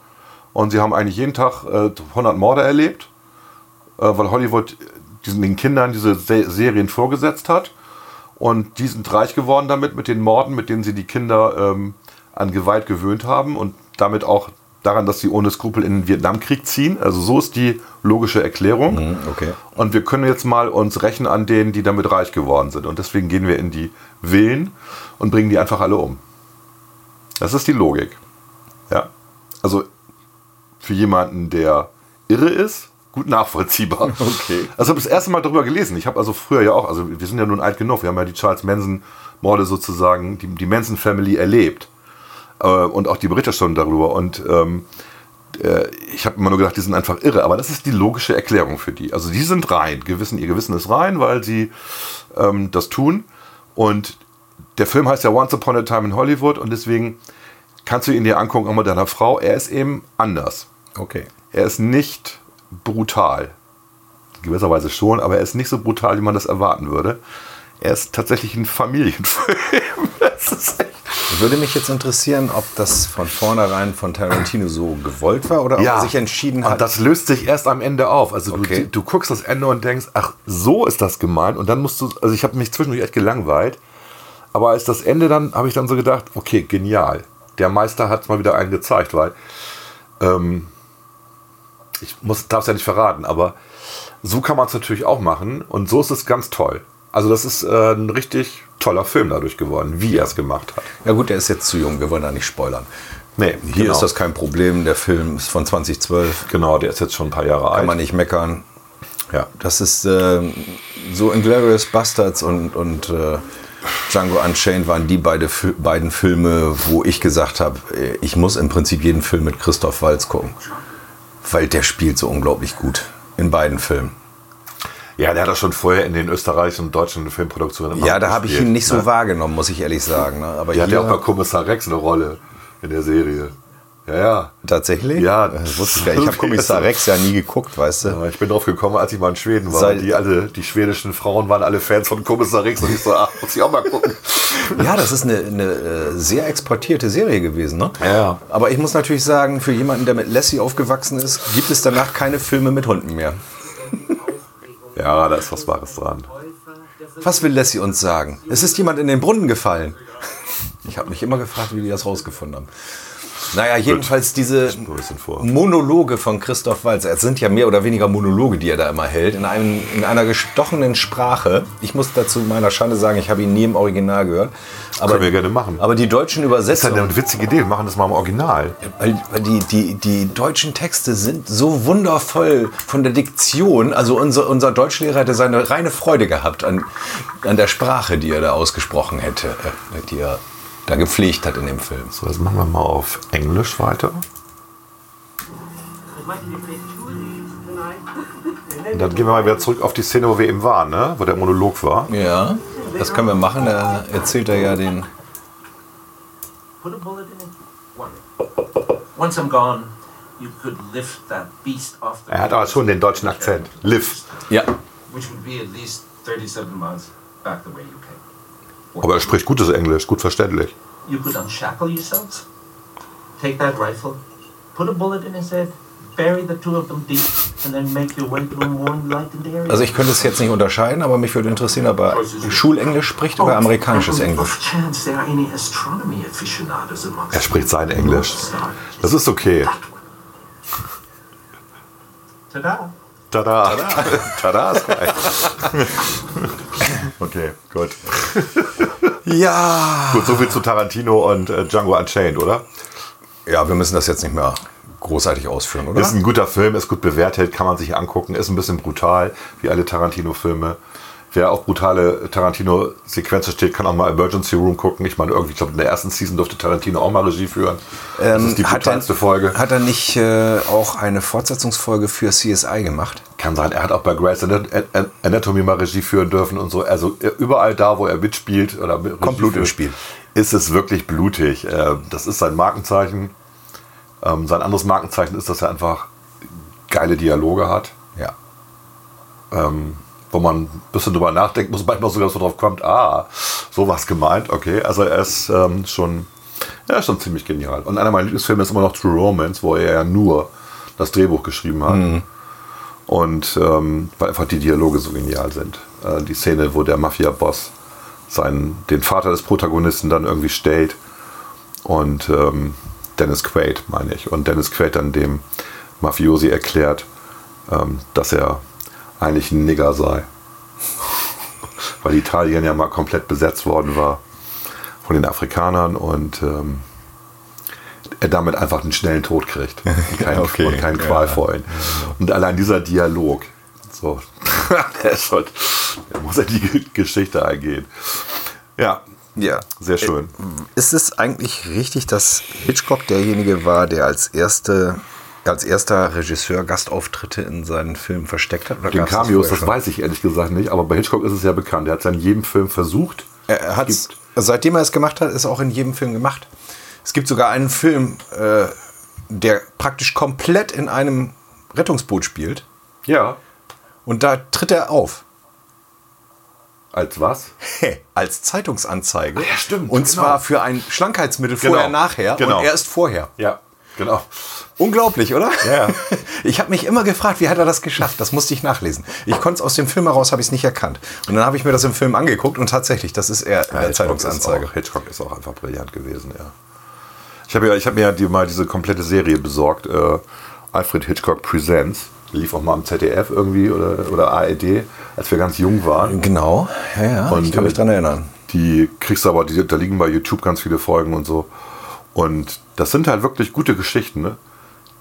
A: und sie haben eigentlich jeden Tag äh, 100 Morde erlebt, äh, weil Hollywood diesen, den Kindern diese Se Serien vorgesetzt hat. Und die sind reich geworden damit, mit den Morden, mit denen sie die Kinder ähm, an Gewalt gewöhnt haben und damit auch daran, dass sie ohne Skrupel in den Vietnamkrieg ziehen. Also so ist die logische Erklärung.
C: okay.
A: Und wir können jetzt mal uns rächen an denen, die damit reich geworden sind. Und deswegen gehen wir in die Villen und bringen die einfach alle um. Das ist die Logik. Ja. Also für jemanden, der irre ist, gut nachvollziehbar. Okay. Also habe das erste Mal darüber gelesen. Ich habe also früher ja auch, also wir sind ja nun alt genug, wir haben ja die Charles Manson Morde sozusagen, die, die Manson Family erlebt. Äh, und auch die Berichterstattung darüber. Und ähm, ich habe immer nur gedacht, die sind einfach irre, aber das ist die logische Erklärung für die. Also die sind rein, Gewissen, ihr Gewissen ist rein, weil sie ähm, das tun. Und der Film heißt ja Once Upon a Time in Hollywood und deswegen kannst du ihn dir angucken, auch mit deiner Frau. Er ist eben anders.
C: Okay.
A: Er ist nicht brutal. Gewisserweise schon, aber er ist nicht so brutal, wie man das erwarten würde. Er ist tatsächlich ein Familienfilm. Das ist echt
C: Würde mich jetzt interessieren, ob das von vornherein von Tarantino so gewollt war oder ob er sich entschieden hat.
A: Und das löst sich erst am Ende auf. Also
C: Okay.
A: du, du guckst das Ende und denkst, ach, so ist das gemeint. Und dann musst du, also ich habe mich zwischendurch echt gelangweilt. Aber als das Ende dann, habe ich dann so gedacht, okay, genial. Der Meister hat mal wieder einen gezeigt, weil ähm, ich darf es ja nicht verraten, aber so kann man es natürlich auch machen und so ist es ganz toll. Also das ist äh, ein richtig toller Film dadurch geworden, wie er es gemacht hat.
C: ja gut, der ist jetzt zu jung, wir wollen da nicht spoilern.
A: Nee,
C: Hier
A: genau.
C: ist das kein Problem, der Film ist von 2012,
A: Genau, der ist jetzt schon ein paar Jahre
C: kann
A: alt.
C: man nicht meckern.
A: ja.
C: Das ist ähm, so Inglourious Bastards und, und äh, Django Unchained waren die beide, Fi- beiden Filme, wo ich gesagt habe, äh, ich muss im Prinzip jeden Film mit Christoph Walz gucken. Weil der spielt so unglaublich gut in beiden Filmen.
A: Ja, der hat das schon vorher in den österreichischen und deutschen Filmproduktionen immer
C: ja, da habe ich
A: gespielt,
C: ihn nicht so
A: ne?
C: wahrgenommen, muss ich ehrlich sagen. Ne? Aber
A: Der hat ja
C: hier
A: auch bei Kommissar Rex eine Rolle in der Serie. Ja, ja.
C: tatsächlich?
A: Ja.
C: das Äh, wusste ich gar nicht. Ich habe Kommissar Rex ja nie geguckt, weißt du?
A: Aber Ich bin drauf gekommen, als ich mal in Schweden war.
C: Sei-
A: Die, alle, die schwedischen Frauen waren alle Fans von Kommissar Rex und ich so, ach, muss ich auch mal gucken.
C: Ja, das ist eine, eine äh, sehr exportierte Serie gewesen. Ne?
A: Ja.
C: Aber ich muss natürlich sagen, für jemanden, der mit Lassie aufgewachsen ist, gibt es danach keine Filme mit Hunden mehr.
A: Ja, da ist was Wahres dran.
C: Was will Lassie uns sagen? Es ist jemand in den Brunnen gefallen. Ich habe mich immer gefragt, wie die das rausgefunden haben. Naja, jedenfalls diese
A: mal ein bisschen vor.
C: Monologe von Christoph Walz. Es sind ja mehr oder weniger Monologe, die er da immer hält, in, einem, in einer gestochenen Sprache. Ich muss dazu meiner Schande sagen, ich habe ihn nie im Original gehört. Aber,
A: Können wir gerne machen.
C: Aber die deutschen
A: Das ist ja
C: Übersetzungen,
A: eine witzige Idee, wir machen das mal im Original.
C: weil, weil die, die, die deutschen Texte sind so wundervoll von der Diktion. Also unser, unser Deutschlehrer hätte seine reine Freude gehabt an, an der Sprache, die er da ausgesprochen hätte, äh, die er da gepflegt hat in dem Film.
A: So, das machen wir mal auf Englisch weiter. Und dann gehen wir mal wieder zurück auf die Szene, wo wir eben waren, ne? wo der Monolog war.
C: Ja, das können wir machen. Da erzählt er ja den.
F: Put a bullet in it. One. Once I'm gone, you could lift that beast off the.
A: Er hat aber schon den deutschen Akzent. Liv.
C: Ja.
F: Which would be at least 37 miles back the way you came.
A: Aber er spricht gutes Englisch, gut verständlich.
F: You could unshackle yourselves, take that rifle, put a bullet in his head, bury the two of them deep, and then make your way to a more enlightened area.
C: Also ich könnte es jetzt nicht unterscheiden, aber mich würde interessieren, ob er Schulenglisch spricht
F: Oh,
C: oder amerikanisches Englisch.
F: Off chance there are any astronomy aficionados amongst
A: Er spricht sein Englisch.
F: Stars.
A: Das ist okay.
F: Tada!
A: Tada. Tada ist geil. okay, gut.
C: Ja.
A: Gut, so viel zu Tarantino und äh, Django Unchained, oder?
C: Ja, wir müssen das jetzt nicht mehr großartig ausführen, oder?
A: Ist ein guter Film, ist gut bewertet, kann man sich angucken, ist ein bisschen brutal, wie alle Tarantino-Filme. Wer auf brutale Tarantino-Sequenzen steht, kann auch mal Emergency Room gucken. Ich meine, irgendwie, ich glaube, in der ersten Season durfte Tarantino auch mal Regie führen. das ist die brutalste Folge.
C: Ähm, Hat er nicht äh, auch eine Fortsetzungsfolge für CSI gemacht?
A: Kann sein, er hat auch bei Grey's Anat- An- Anatomy mal Regie führen dürfen und so. Also überall da, wo er mitspielt oder mit
C: Kommt
A: Blut
C: Blut ins
A: ist,
C: Spiel.
A: ist es wirklich blutig. Äh, Das ist sein Markenzeichen. Ähm, Sein anderes Markenzeichen ist, dass er einfach geile Dialoge hat,
C: Ja.
A: wo man ein bisschen drüber nachdenken muss, manchmal sogar so drauf kommt, ah, sowas gemeint, okay. Also er ist ähm, schon, ja, schon ziemlich genial. Und einer meiner Lieblingsfilme ist immer noch True Romance, wo er ja nur das Drehbuch geschrieben hat. Und ähm, weil einfach die Dialoge so genial sind. Äh, die Szene, wo der Mafia-Boss seinen, den Vater des Protagonisten dann irgendwie stellt und ähm, Dennis Quaid, meine ich. Und Dennis Quaid dann dem Mafiosi erklärt, ähm, dass er eigentlich ein Nigger sei. weil Italien ja mal komplett besetzt worden war von den Afrikanern und ähm, er damit einfach einen schnellen Tod kriegt. Und keinen,
C: Okay.
A: und keinen
C: Ja.
A: qualvollen. Und allein dieser Dialog, so, der, ist schon, der muss in die Geschichte eingehen. Ja,
C: Ja. Äh,
A: sehr schön.
C: Ist es eigentlich richtig, dass Hitchcock derjenige war, der als, erste, als erster Regisseur Gastauftritte in seinen Filmen versteckt hat? Oder
A: Den
C: gab's das
A: Cameos,
C: vorher
A: das
C: schon?
A: weiß ich ehrlich gesagt nicht, aber bei Hitchcock ist es ja bekannt. Er hat es ja in jedem Film versucht.
C: Er hat's, seitdem er es gemacht hat, ist er auch in jedem Film gemacht. Es gibt sogar einen Film, äh, der praktisch komplett in einem Rettungsboot spielt.
A: Ja.
C: Und da tritt er auf.
A: Als was?
C: Als Zeitungsanzeige.
A: ja, stimmt,
C: Und
A: genau.
C: zwar für ein Schlankheitsmittel
A: Genau,
C: vorher, nachher.
A: genau.
C: Und er ist vorher.
A: Ja, genau.
C: Unglaublich, oder?
A: Ja.
C: Ich habe mich immer gefragt, wie hat er das geschafft? Das musste ich nachlesen. Ich konnte es aus dem Film heraus, habe ich es nicht erkannt. Und dann habe ich mir das im Film angeguckt und tatsächlich, das ist er, äh, Zeitungsanzeige.
A: Ist auch, Hitchcock ist auch einfach brillant gewesen, ja. Ich habe ja, ich hab mir ja die, mal diese komplette Serie besorgt. Äh, Alfred Hitchcock Presents. Lief auch mal am ZDF irgendwie oder, oder ARD, als wir ganz jung waren.
C: Genau, ja, ja.
A: Und,
C: ich kann mich
A: äh,
C: dran erinnern.
A: Die kriegst du aber, die, da liegen bei YouTube ganz viele Folgen und so. Und das sind halt wirklich gute Geschichten, ne?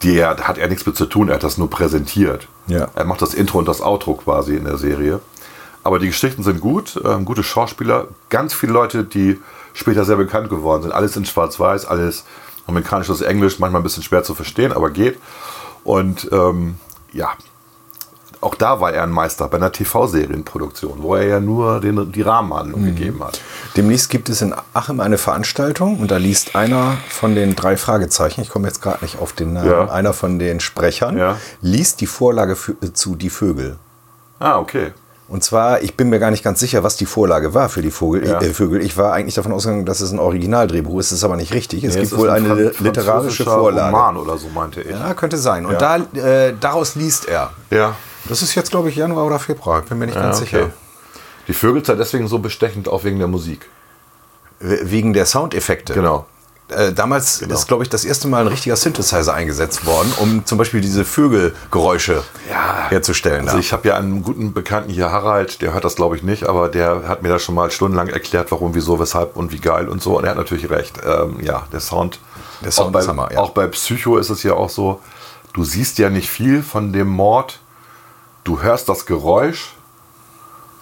A: Die er, da hat er nichts mit zu tun, er hat das nur präsentiert.
C: Ja.
A: Er macht das Intro und das Outro quasi in der Serie. Aber die Geschichten sind gut, ähm, gute Schauspieler, ganz viele Leute, die später sehr bekannt geworden sind. Alles in Schwarz-Weiß, alles amerikanisches Englisch, manchmal ein bisschen schwer zu verstehen, aber geht. Und ähm, ja, auch da war er ein Meister bei einer TV-Serienproduktion, wo er ja nur den, die
C: Mhm.
A: Rahmenhandlung gegeben hat.
C: Demnächst gibt es in Aachen eine Veranstaltung und da liest einer von den drei Fragezeichen, ich komme jetzt gerade nicht auf den Namen,
A: Ja.
C: einer von den Sprechern,
A: Ja.
C: liest die Vorlage für, äh, zu Die Vögel.
A: Ah, okay.
C: Und zwar, ich bin mir gar nicht ganz sicher, was die Vorlage war für die Vogel,
A: Ja.
C: äh, Vögel. Ich war eigentlich davon ausgegangen, dass es ein Originaldrehbuch ist, das ist aber nicht richtig. Es
A: Nee,
C: gibt
A: ist
C: wohl
A: ein
C: eine
A: Fran-
C: li- literarische
A: französischer
C: Vorlage.
A: Roman oder so, meinte ich.
C: Ja, könnte sein. Und
A: Ja.
C: da, äh, daraus liest er.
A: Ja.
C: Das ist jetzt, glaube ich, Januar oder Februar, ich bin mir nicht ganz
A: okay.
C: sicher.
A: Die Vögel sind deswegen so bestechend, auch wegen der Musik.
C: We- Wegen der Soundeffekte.
A: Genau.
C: Äh, damals ist, glaube ich, das erste Mal ein richtiger Synthesizer eingesetzt worden, um zum Beispiel diese Vögelgeräusche herzustellen.
A: Also
C: da.
A: ich habe ja einen guten Bekannten hier, Harald, der hört das glaube ich nicht, aber der hat mir das schon mal stundenlang erklärt, warum, wieso, weshalb und wie geil und so. Und er hat natürlich recht. Ähm, ja, der Sound.
C: Der Sound
A: auch bei,
C: ist Hammer, ja.
A: Auch bei Psycho ist es ja auch so, du siehst ja nicht viel von dem Mord. Du hörst das Geräusch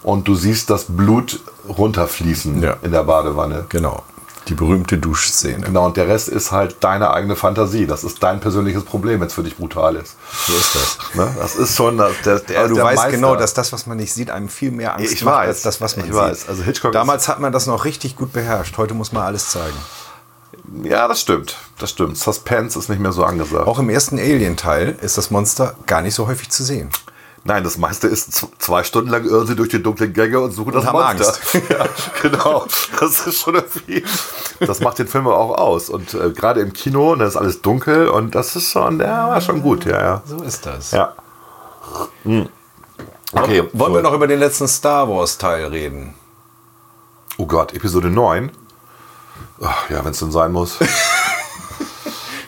A: und du siehst das Blut runterfließen
C: Ja.
A: in der Badewanne.
C: genau. Die berühmte Duschszene.
A: Genau, und der Rest ist halt deine eigene Fantasie. Das ist dein persönliches Problem, wenn es für dich brutal ist.
C: So ist das.
A: Ne? Das ist schon das, der, der,
C: Aber du
A: der
C: weißt
A: Meister.
C: genau, dass das, was man nicht sieht, einem viel mehr Angst
A: Ich
C: macht,
A: weiß.
C: als das, was man
A: Ich
C: sieht.
A: weiß. Also Hitchcock
C: Damals hat man das noch richtig gut beherrscht. Heute muss man alles zeigen.
A: Ja, das stimmt. Das stimmt. Suspense ist nicht mehr so angesagt.
C: Auch im ersten Alien-Teil ist das Monster gar nicht so häufig zu sehen.
A: Nein, das meiste ist z- zwei Stunden lang irren sie durch die dunklen Gänge und suchen das
C: haben
A: Monster.
C: Angst.
A: ja, genau. Das ist schon irgendwie. Das macht den Film auch aus. Und äh, gerade im Kino, da ist alles dunkel und das ist schon, ja, war schon gut, ja, ja.
C: So ist das.
A: ja. Hm. Okay,
C: Wollen wir
A: so.
C: noch über den letzten Star Wars-Teil reden?
A: Oh Gott, Episode 9. Ach, ja, wenn es denn sein muss.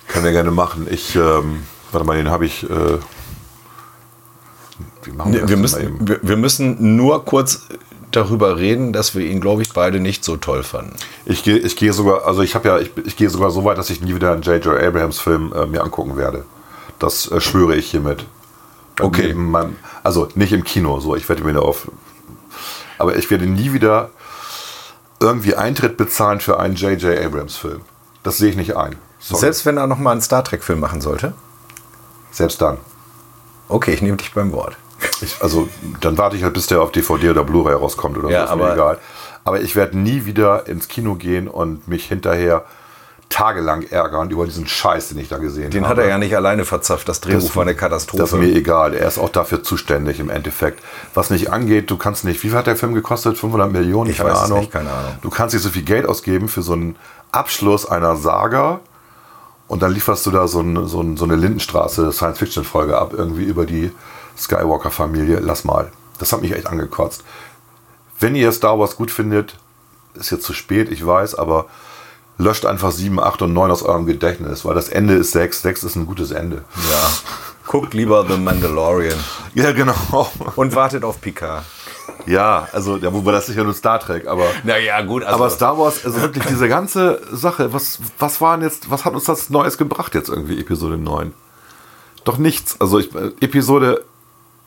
A: Können wir gerne machen. Ich, ähm, warte mal, den habe ich. Äh, wie machen
C: Nee,
A: das
C: wir,
A: denn mal eben?
C: müssen, wir, wir müssen nur kurz darüber reden, dass wir ihn, glaube ich, beide nicht so toll fanden.
A: Ich gehe ich gehe sogar, also ich habe ja, ich, ich gehe sogar so weit, dass ich nie wieder einen J.J. Abrahams Film äh, mir angucken werde. Das äh, schwöre ich hiermit.
C: Okay.
A: Ähm, mein, also nicht im Kino, so ich werde mir da auf. Aber ich werde nie wieder irgendwie Eintritt bezahlen für einen J.J. Abrams Film. Das sehe ich nicht ein. Sorry.
C: Selbst wenn er nochmal einen Star Trek-Film machen sollte?
A: Selbst dann.
C: Okay, ich nehme dich beim Wort.
A: Ich, also dann warte ich halt, bis der auf DVD oder Blu-ray rauskommt oder
C: Ja,
A: so, ist mir
C: aber-
A: egal. Aber ich werde nie wieder ins Kino gehen und mich hinterher tagelang ärgern über diesen Scheiß, den ich da gesehen
C: Den
A: habe.
C: hat er ja nicht alleine verzapft. Das Drehbuch war eine Katastrophe.
A: Das ist mir egal. Er ist auch dafür zuständig im Endeffekt. Was nicht angeht, du kannst nicht. Wie viel hat der Film gekostet? 500 Millionen?
C: Ich weiß es nicht, keine Ahnung.
A: Du kannst nicht so viel Geld ausgeben für so einen Abschluss einer Saga und dann lieferst du da so, ein, so, ein, so eine Lindenstraße Science-Fiction-Folge ab, irgendwie über die Skywalker-Familie. Lass mal. Das hat mich echt angekotzt. Wenn ihr Star Wars gut findet, ist jetzt zu spät, ich weiß, aber löscht einfach 7, 8 und 9 aus eurem Gedächtnis, weil das Ende ist 6. 6 ist ein gutes Ende.
C: ja. Guckt lieber The Mandalorian
A: Ja, genau.
C: und wartet auf Picard.
A: Ja, also, ja, wobei das ist ja nur Star Trek, aber.
C: Naja, gut, also
A: Aber Star Wars, also wirklich diese ganze Sache, was, was war denn jetzt, was hat uns das Neues gebracht jetzt irgendwie, Episode 9? Doch nichts. Also ich, äh, Episode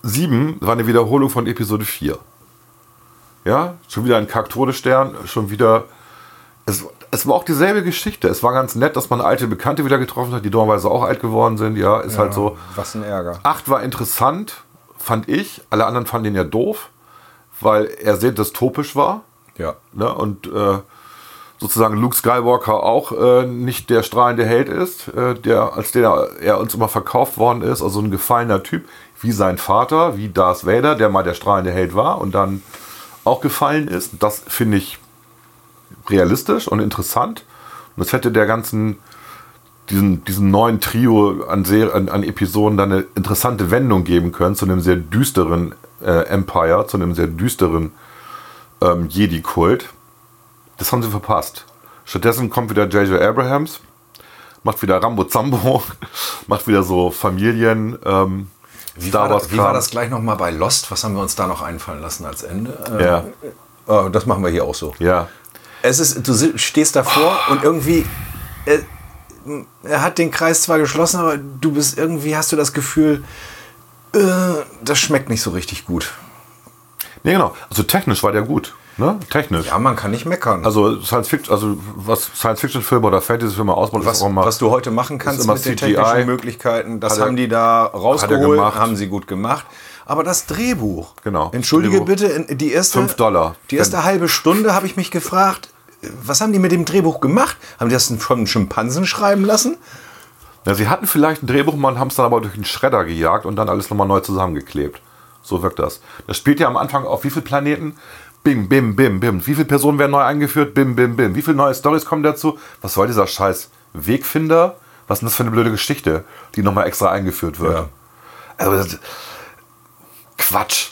A: 7 war eine Wiederholung von Episode 4. Ja, schon wieder ein Kack-Todesstern, schon wieder. Es, es war auch dieselbe Geschichte. Es war ganz nett, dass man alte Bekannte wieder getroffen hat, die dummerweise auch alt geworden sind. Ja, ist halt so.
C: was ein Ärger.
A: 8 war interessant, fand ich. Alle anderen fanden ihn ja doof, weil er sehr dystopisch war.
C: Ja.
A: Ne? Und äh, sozusagen Luke Skywalker auch äh, nicht der strahlende Held ist, äh, der, als der er uns immer verkauft worden ist. Also ein gefallener Typ, wie sein Vater, wie Darth Vader, der mal der strahlende Held war und dann auch gefallen ist. Das finde ich realistisch und interessant. Und das hätte der ganzen diesen, diesen neuen Trio an, Ser an, an Episoden dann eine interessante Wendung geben können zu einem sehr düsteren äh, Empire, zu einem sehr düsteren ähm, Jedi-Kult. Das haben sie verpasst. Stattdessen kommt wieder J.J. Abrahams, macht wieder Rambo Zambo, macht wieder so Familien. Ähm,
C: Wie war, das, wie war
A: Kram.
C: das gleich nochmal bei Lost? Was haben wir uns da noch einfallen lassen als Ende? Äh,
A: Ja,
C: äh, das machen wir hier auch so.
A: ja.
C: Es ist, du si- stehst davor und irgendwie. äh, m- Er hat den Kreis zwar geschlossen, aber du bist irgendwie, hast du das Gefühl, äh, das schmeckt nicht so richtig gut.
A: Nee, genau. Also technisch war der gut. Ne? Technisch.
C: Ja, man kann nicht meckern.
A: Also Science Fiction, also was Science Fiction Filme oder Fantasy Filme ausbauen,
C: was,
A: ist auch immer
C: was du heute machen kannst
A: immer
C: mit den
A: CGI.
C: technischen Möglichkeiten, das
A: Hat er-
C: haben die da rausgeholt,
A: gemacht.
C: haben sie gut gemacht. Aber das Drehbuch.
A: Genau,
C: Entschuldige
A: Drehbuch.
C: bitte, in- die erste.
A: Fünf Dollar.
C: Die erste
A: Wenn-
C: halbe Stunde habe ich mich gefragt, was haben die mit dem Drehbuch gemacht? Haben die das von einem Schimpansen schreiben lassen?
A: Ja, sie hatten vielleicht ein Drehbuch, man haben es dann aber durch den Schredder gejagt und dann alles nochmal neu zusammengeklebt. So wirkt das. Das spielt ja am Anfang auf wie viele Planeten? Bim, bim, bim, bim. Wie viele Personen werden neu eingeführt? Bim, bim, bim. Wie viele neue Stories kommen dazu? Was soll dieser scheiß Wegfinder? Was ist denn das für eine blöde Geschichte, die nochmal extra eingeführt wird? Also das, Quatsch.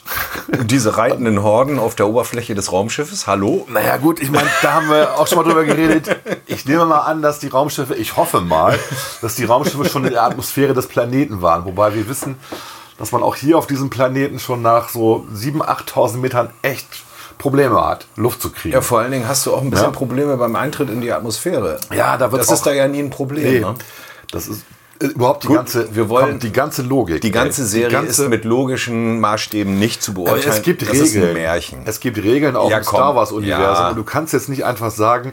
C: Diese reitenden Horden auf der Oberfläche des Raumschiffes, hallo?
A: Naja gut, ich meine, da haben wir auch schon mal drüber geredet. Ich nehme mal an, dass die Raumschiffe, ich hoffe mal, dass die Raumschiffe schon in der Atmosphäre des Planeten waren. Wobei wir wissen, dass man auch hier auf diesem Planeten schon nach so 7.000, 8.000 Metern echt Probleme hat, Luft zu kriegen.
C: Ja, vor allen Dingen hast du auch ein bisschen
A: Ja.
C: Probleme beim Eintritt in die Atmosphäre.
A: Ja, da wird's
C: Das ist
A: auch-
C: da ja nie ein Problem.
A: Nee,
C: Ne?
A: das ist äh, überhaupt die
C: Gut,
A: ganze,
C: wir wollen-
A: komm, die ganze Logik.
C: Die ganze
A: ey. Die
C: Serie
A: ganze-
C: ist mit logischen Maßstäben nicht zu
A: Aber
C: beurteilen.
A: Also es gibt
C: das
A: Regeln.
C: ist ein Märchen.
A: Es gibt Regeln auch
C: Ja,
A: im
C: komm.
A: Star Wars Universum.
C: Ja.
A: Und du kannst jetzt nicht einfach sagen,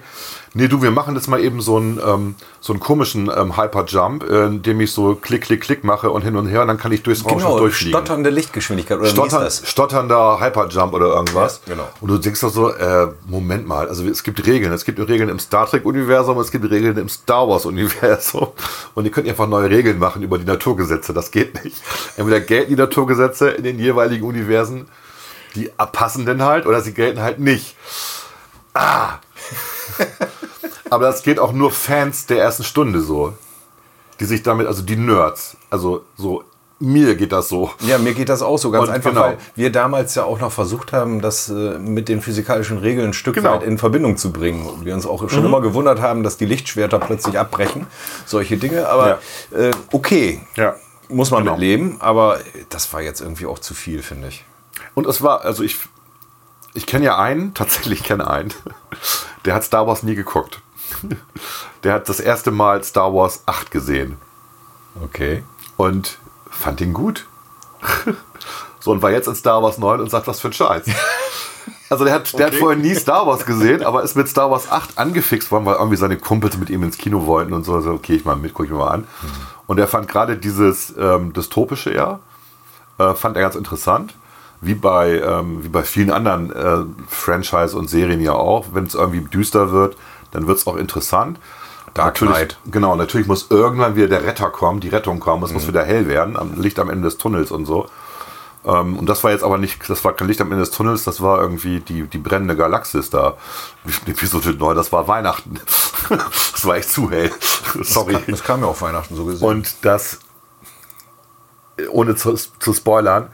A: nee, du, wir machen jetzt mal eben so einen, ähm, so einen komischen ähm, Hyperjump, äh, indem ich so klick, klick, klick mache und hin und her und dann kann ich durchs Raumschiff
C: genau,
A: durchfliegen.
C: stotternde Lichtgeschwindigkeit oder wie
A: Stottern,
C: ist das?
A: stotternder Hyperjump oder irgendwas.
C: Ja, genau.
A: Und du denkst doch so, äh, Moment mal, also es gibt Regeln. Es gibt Regeln im Star Trek-Universum, es gibt Regeln im Star Wars-Universum. Und ihr könnt einfach neue Regeln machen über die Naturgesetze. Das geht nicht. Entweder gelten die Naturgesetze in den jeweiligen Universen, die passenden halt, oder sie gelten halt nicht. Ah! Aber das geht auch nur Fans der ersten Stunde so. Die sich damit, also die Nerds, also so, mir geht das so.
C: Ja, mir geht das auch so ganz
A: Und
C: einfach,
A: genau.
C: weil wir damals ja auch noch versucht haben, das äh, mit den physikalischen Regeln ein Stück
A: Genau.
C: weit in Verbindung zu bringen. Und wir uns auch schon immer gewundert haben, dass die Lichtschwerter plötzlich abbrechen, solche Dinge. Aber äh, okay,
A: Ja.
C: muss man
A: Genau.
C: mit leben, aber das war jetzt irgendwie auch zu viel, finde ich.
A: Und es war, also ich, ich kenne ja einen, tatsächlich kenne einen, der hat Star Wars nie geguckt. Der hat das erste Mal Star Wars 8 gesehen
C: Okay.
A: und fand ihn gut. So, und war jetzt in Star Wars 9 und sagt, was für ein Scheiß. Also der hat, der hat vorher nie Star Wars gesehen, aber ist mit Star Wars 8 angefixt worden, weil irgendwie seine Kumpels mit ihm ins Kino wollten und so. Also, okay, ich mal mit, guck ich mir mal an.
C: Mhm.
A: Und er fand gerade dieses ähm, dystopische ja, äh, fand er ganz interessant. Wie bei, ähm, wie bei vielen anderen äh, Franchise und Serien ja auch. Wenn es irgendwie düster wird, dann wird es auch interessant.
C: Dark
A: natürlich,
C: Knight.
A: Genau, natürlich muss irgendwann wieder der Retter kommen, die Rettung kommen, es
C: Mhm.
A: muss wieder hell werden, am Licht am Ende des Tunnels und so. Ähm, und das war jetzt aber nicht, das war kein Licht am Ende des Tunnels, das war irgendwie die, die brennende Galaxis da. Episode 9, das war Weihnachten. das war echt zu hell. Sorry.
C: Das kam ja auf Weihnachten so gesehen.
A: Und das, ohne zu, zu spoilern,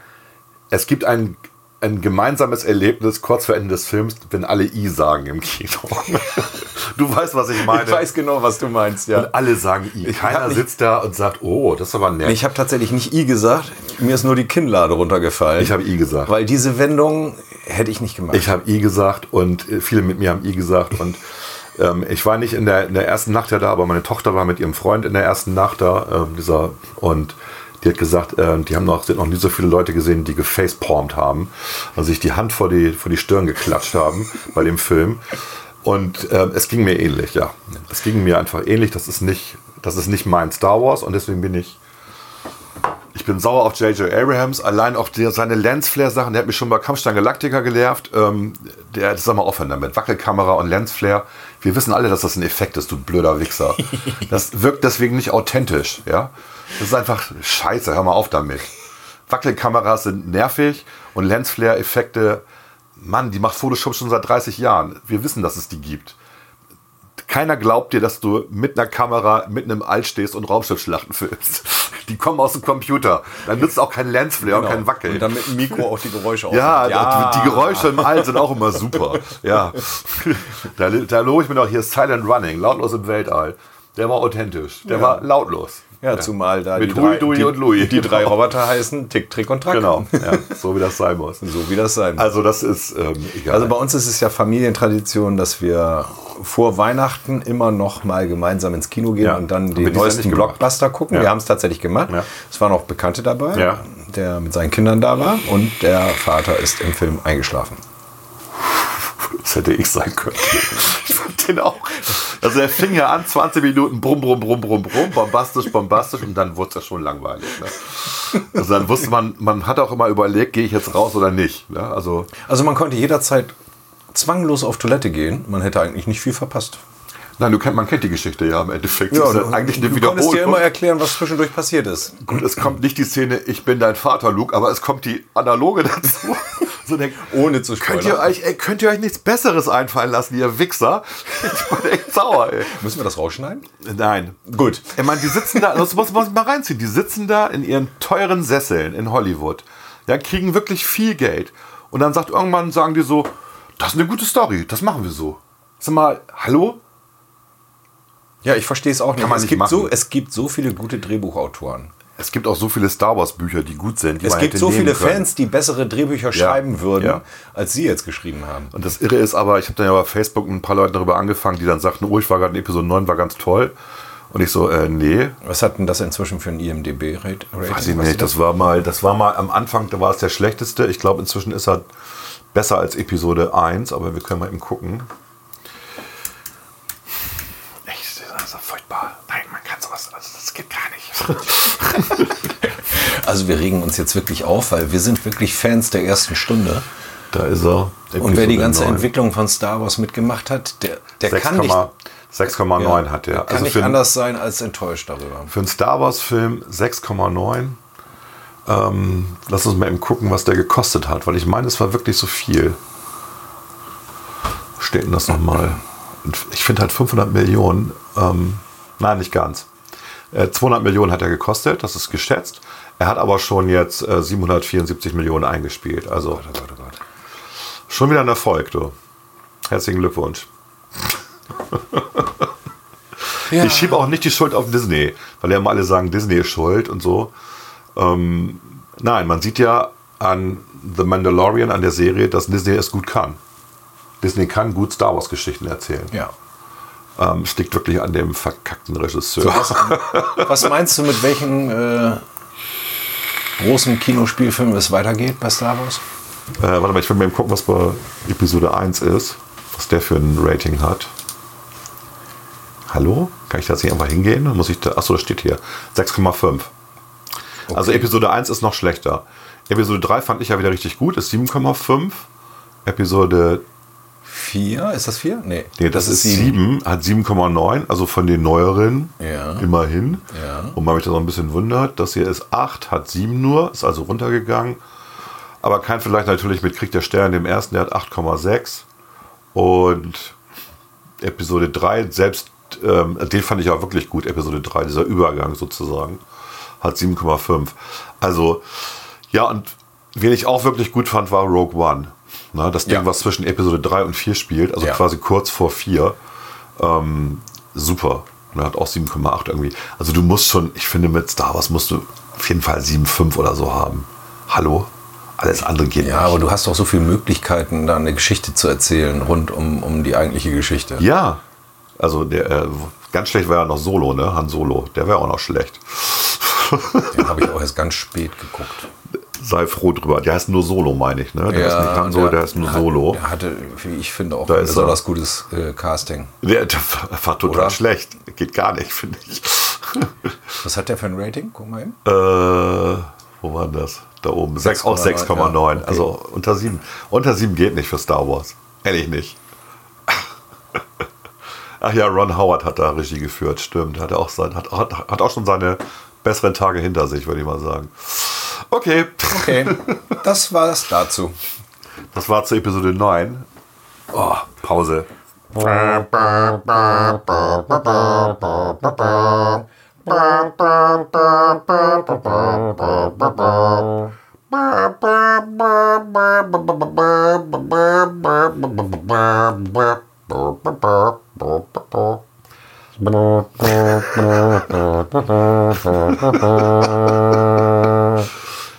A: es gibt ein, ein gemeinsames Erlebnis kurz vor Ende des Films, wenn alle I sagen im Kino. du weißt, was ich meine.
C: ich weiß genau, was du meinst, ja.
A: Und alle sagen I. Keiner
C: nicht-
A: sitzt da und sagt, oh, das ist aber nett.
C: Ich habe tatsächlich nicht I gesagt, mir ist nur die Kinnlade runtergefallen.
A: Ich hab I gesagt.
C: Weil diese Wendung hätte ich nicht gemacht.
A: Ich habe I gesagt und äh, viele mit mir haben I gesagt. Und ähm, ich war nicht in der, in der ersten Nacht ja da, aber meine Tochter war mit ihrem Freund in der ersten Nacht da. Ähm, dieser, und die hat gesagt, äh, die haben noch, sind noch nie so viele Leute gesehen, die gefacepormt haben. Also sich die Hand vor die, vor die Stirn geklatscht haben bei dem Film. Und ähm, es ging mir ähnlich, ja. Es ging mir einfach ähnlich. Das ist nicht, das ist nicht mein Star Wars und deswegen bin ich ich bin sauer auf J.J. Abrahams, allein auf die, seine Lensflare-Sachen. Der hat mich schon bei Kampfstein Galactica genervt. Ähm, der sag mal aufhören damit. Wackelkamera und Lensflare. Wir wissen alle, dass das ein Effekt ist, du blöder Wichser. Das wirkt deswegen nicht authentisch. Ja? Das ist einfach scheiße. Hör mal auf damit. Wackelkameras sind nervig und Lensflare-Effekte, Mann, die macht Photoshop schon seit 30 Jahren. Wir wissen, dass es die gibt. Keiner glaubt dir, dass du mit einer Kamera mitten im All stehst und Raumschiffschlachten filmst. Die kommen aus dem Computer. Dann nützt auch kein Lensflare und kein Wackeln.
C: Genau. Und dann mit dem Mikro auch die Geräusche
A: ja,
C: aufnimmt.
A: Die, die Geräusche im All sind auch immer super. Ja. Da, da lobe ich mir doch hier Silent Running, lautlos im Weltall. Der war authentisch. Der war lautlos.
C: Ja, zumal da
A: Mit
C: die,
A: Hui,
C: drei,
A: Dui
C: die,
A: und Lui.
C: die drei
A: Genau.
C: Roboter heißen Tick, Trick und Track.
A: Genau. Ja, so wie das sein muss.
C: So wie das sein muss.
A: Also, das ist ähm, egal.
C: Also bei uns ist es ja Familientradition, dass wir vor Weihnachten immer noch mal gemeinsam ins Kino gehen
A: Ja.
C: und dann
A: Haben
C: den
A: wir dieses Jahr
C: neuesten
A: nicht gemacht.
C: Blockbuster gucken.
A: Ja.
C: Wir haben es tatsächlich gemacht.
A: Ja.
C: Es waren auch Bekannte dabei,
A: Ja.
C: der mit seinen Kindern da war und der Vater ist im Film eingeschlafen.
A: Das hätte ich sein können. Ich fand den auch. Also er fing ja an, 20 Minuten brumm, brumm, brumm, brumm, brumm, bombastisch, bombastisch und dann wurde es ja schon langweilig. Ne? Also dann wusste man, man hat auch immer überlegt, gehe ich jetzt raus oder nicht. Ne? Also
C: Also man konnte jederzeit zwanglos auf Toilette gehen. Man hätte eigentlich nicht viel verpasst.
A: nein, du kennt, man kennt die Geschichte ja im Endeffekt. Das ist ja eigentlich eine
C: du konntest dir
A: Wiederholung.
C: immer erklären, was zwischendurch passiert ist.
A: Gut, es kommt nicht die Szene, ich bin dein Vater, Luke, aber es kommt die analoge dazu. So denkt,
C: Ohne zu
A: könnt ihr,
C: spoilern.
A: euch, ey, könnt ihr euch nichts Besseres einfallen lassen, ihr Wichser? Ich bin echt sauer, ey.
C: Müssen wir das rausschneiden?
A: Nein.
C: Gut.
A: Ich meine, die sitzen da, das muss man sich mal reinziehen, die sitzen da in ihren teuren Sesseln in Hollywood. ja, kriegen wirklich viel Geld. Und dann sagt irgendwann, sagen die so, das ist eine gute Story, das machen wir so. Sag mal, hallo?
C: Ja, ich verstehe es auch nicht.
A: man
C: es,
A: nicht
C: gibt
A: machen.
C: So, es gibt so viele gute Drehbuchautoren.
A: Es gibt auch so viele Star Wars Bücher, die gut sind. Die
C: Es
A: man
C: gibt
A: hätte
C: so
A: nehmen
C: viele
A: können.
C: Fans, die bessere Drehbücher schreiben würden,
A: ja.
C: als sie jetzt geschrieben haben.
A: Und das Irre ist aber, ich habe dann ja bei Facebook mit ein paar Leuten darüber angefangen, die dann sagten, oh, ich war gerade in Episode 9, war ganz toll. Und ich so, äh, nee,
C: Was hat denn das inzwischen für ein IMDB-Rating?
A: weiß ich nicht. Das war mal, das war mal am Anfang, da war es der schlechteste. Ich glaube, inzwischen ist er besser als Episode 1, aber wir können mal eben gucken. Echt, das ist doch furchtbar. Nein, man kann sowas, also das geht gar nicht.
C: Also wir regen uns jetzt wirklich auf, weil wir sind wirklich Fans der ersten Stunde.
A: da ist er.
C: Und wer die
A: Episode
C: ganze
A: 9.
C: Entwicklung von Star Wars mitgemacht hat, der, der kann nicht,
A: 6,9 6,9
C: ja,
A: hat er. Also
C: Kann nicht
A: für-
C: anders sein als enttäuscht darüber.
A: Für einen Star Wars-Film 6,9. Ähm, lass uns mal eben gucken, was der gekostet hat, weil ich meine, es war wirklich so viel. Wo Steht denn das nochmal? Ich finde halt 500 Millionen. Ähm, nein, nicht ganz. Äh, 200 Millionen hat er gekostet, das ist geschätzt. Er hat aber schon jetzt äh, 774 Millionen eingespielt. Also
C: oh
A: schon wieder ein Erfolg, du. Herzlichen Glückwunsch.
C: Ja.
A: Ich schiebe auch nicht die Schuld auf Disney, weil ja immer alle sagen, Disney ist schuld und so. Ähm, nein, man sieht ja an The Mandalorian, an der Serie, dass Disney es gut kann. Disney kann gut Star Wars-Geschichten erzählen.
C: Ja.
A: Ähm, es liegt wirklich an dem verkackten Regisseur.
C: Was meinst du, mit welchem äh, großen Kinospielfilm es weitergeht bei Star Wars?
A: Äh, warte mal, ich will mal eben gucken, was bei Episode 1 ist, was der für ein Rating hat. Hallo? Kann ich da jetzt nicht einfach hingehen? Muss ich da, achso, das steht hier. 6,5. Also Episode 1 ist noch schlechter. Episode 3 fand ich ja wieder richtig gut, ist 7,5. Episode,
C: Vier? Ist das vier? Nee.
A: nee, das, ist 7, hat 7,9, also von den neueren
C: Ja.
A: immerhin.
C: Ja.
A: Und man mich da so ein bisschen wundert, das hier ist 8, hat 7 nur, ist also runtergegangen. Aber kein Vergleich natürlich mit Krieg der Sterne, dem ersten, der hat 8,6. Und Episode 3, selbst, ähm, den fand ich auch wirklich gut, Episode 3, dieser Übergang sozusagen, hat 7,5. Also, ja, und wen ich auch wirklich gut fand, war Rogue One. Na, das Ding,
C: Ja.
A: was zwischen Episode 3 und 4 spielt, also
C: Ja.
A: quasi kurz vor 4. Ähm, super. Und er hat auch 7,8 irgendwie. Also du musst schon, ich finde mit Star Wars musst du auf jeden Fall 7,5 oder so haben. Hallo? Alles andere geht
C: Ja, aber du hast doch so viele Möglichkeiten, da eine Geschichte zu erzählen, rund um, um die eigentliche Geschichte.
A: Ja. Also der, äh, ganz schlecht war ja noch Solo, ne? Han Solo. Der wäre auch noch schlecht.
C: Den habe ich auch erst ganz spät geguckt.
A: Sei froh drüber. Der heißt nur Solo, meine ich, ne? Der ist nicht Han Solo, der, heißt nur
C: hat-
A: Solo.
C: Der hatte, wie ich finde, auch
A: Da
C: ein
A: ist er.
C: besonders gutes äh, Casting.
A: Der, der war total
C: Oder?
A: schlecht. Geht gar nicht, finde ich.
C: Was hat der für ein Rating? Guck mal hin.
A: äh, wo war das? Da oben. Sechs- Auch 6,9.
C: 6,9, ja, okay.
A: Also unter 7. Unter 7 geht nicht für Star Wars. Ehrlich nicht. Ach ja, Ron Howard hat da Regie geführt, stimmt. Hat, er auch sein, hat, hat, hat auch schon seine besseren Tage hinter sich, würde ich mal sagen. Okay.
C: Okay, das war es dazu.
A: Das war zu Episode 9. Oh, Pause.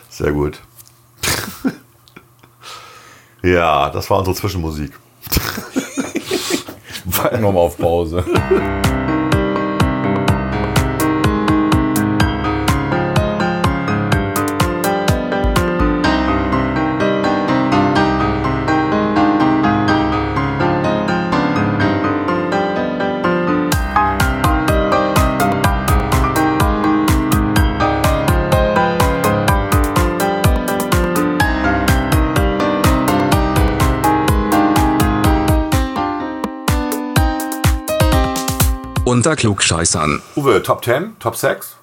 A: Sehr gut. Ja, das war unsere Zwischenmusik.
C: Fallen wir mal auf Pause.
D: Unter Klugscheißern.
A: Uwe, Top 10, Top 6?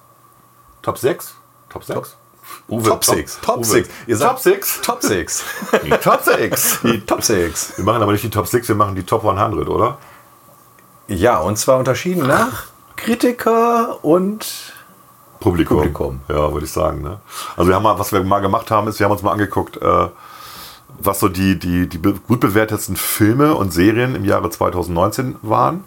A: Top 6? Top 6? Uwe,
C: Top 6.
A: Top 6.
C: Ihr
A: Top
C: sagt
A: 6?
C: Top 6.
A: Top 6.
C: Die Top 6.
A: Wir machen aber nicht die Top 6, wir machen die Top 100, oder?
C: Ja, und zwar unterschieden nach Kritiker und
A: Publikum.
C: Publikum.
A: Ja, würde ich sagen. Ne? Also wir haben mal, was wir mal gemacht haben, ist, wir haben uns mal angeguckt, äh, was so die, die, die be- gut bewertetsten Filme und Serien im Jahre 2019 waren.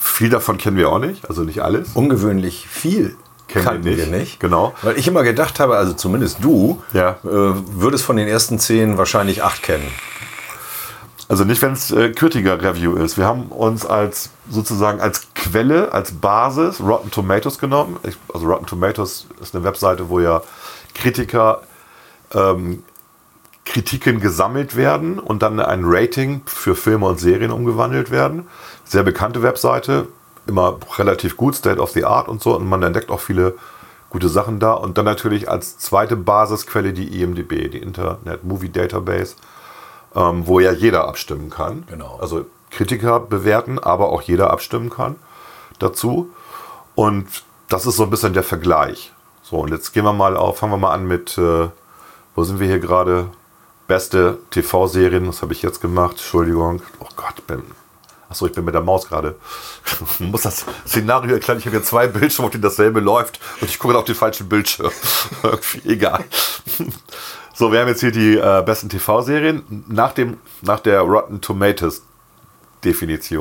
A: Viel davon kennen wir auch nicht, also nicht alles.
C: Ungewöhnlich viel
A: Kennen wir
C: kannten
A: nicht. Genau.
C: Weil ich immer gedacht habe, also zumindest du,
A: Ja.
C: äh, würdest von den ersten zehn wahrscheinlich acht kennen.
A: Also nicht, wenn es äh, kürtiger Review ist. Wir haben uns als sozusagen als Quelle, als Basis Rotten Tomatoes genommen. Ich, also Rotten Tomatoes ist eine Webseite, wo ja Kritiker ähm, Kritiken gesammelt werden und dann ein Rating für Filme und Serien umgewandelt werden. Sehr bekannte Webseite, immer relativ gut, State of the Art und so. Und man entdeckt auch viele gute Sachen da. Und dann natürlich als zweite Basisquelle die IMDB, die Internet Movie Database ähm, wo ja jeder abstimmen kann.
C: Genau.
A: Also Kritiker bewerten, aber auch jeder abstimmen kann dazu. Und das ist so ein bisschen der Vergleich. So, und jetzt gehen wir mal auf, fangen wir mal an mit, äh, wo sind wir hier gerade? Beste TV-Serien, was habe ich jetzt gemacht? Entschuldigung. Oh Gott, Ben. Achso, ich bin mit der Maus gerade. Man muss das Szenario erklären. Ich habe hier zwei Bildschirme, auf denen dasselbe läuft und ich gucke dann auf den falschen Bildschirm. Irgendwie Egal. So, wir haben jetzt hier die äh, besten TV-Serien nach, dem, nach der Rotten Tomatoes-Definition.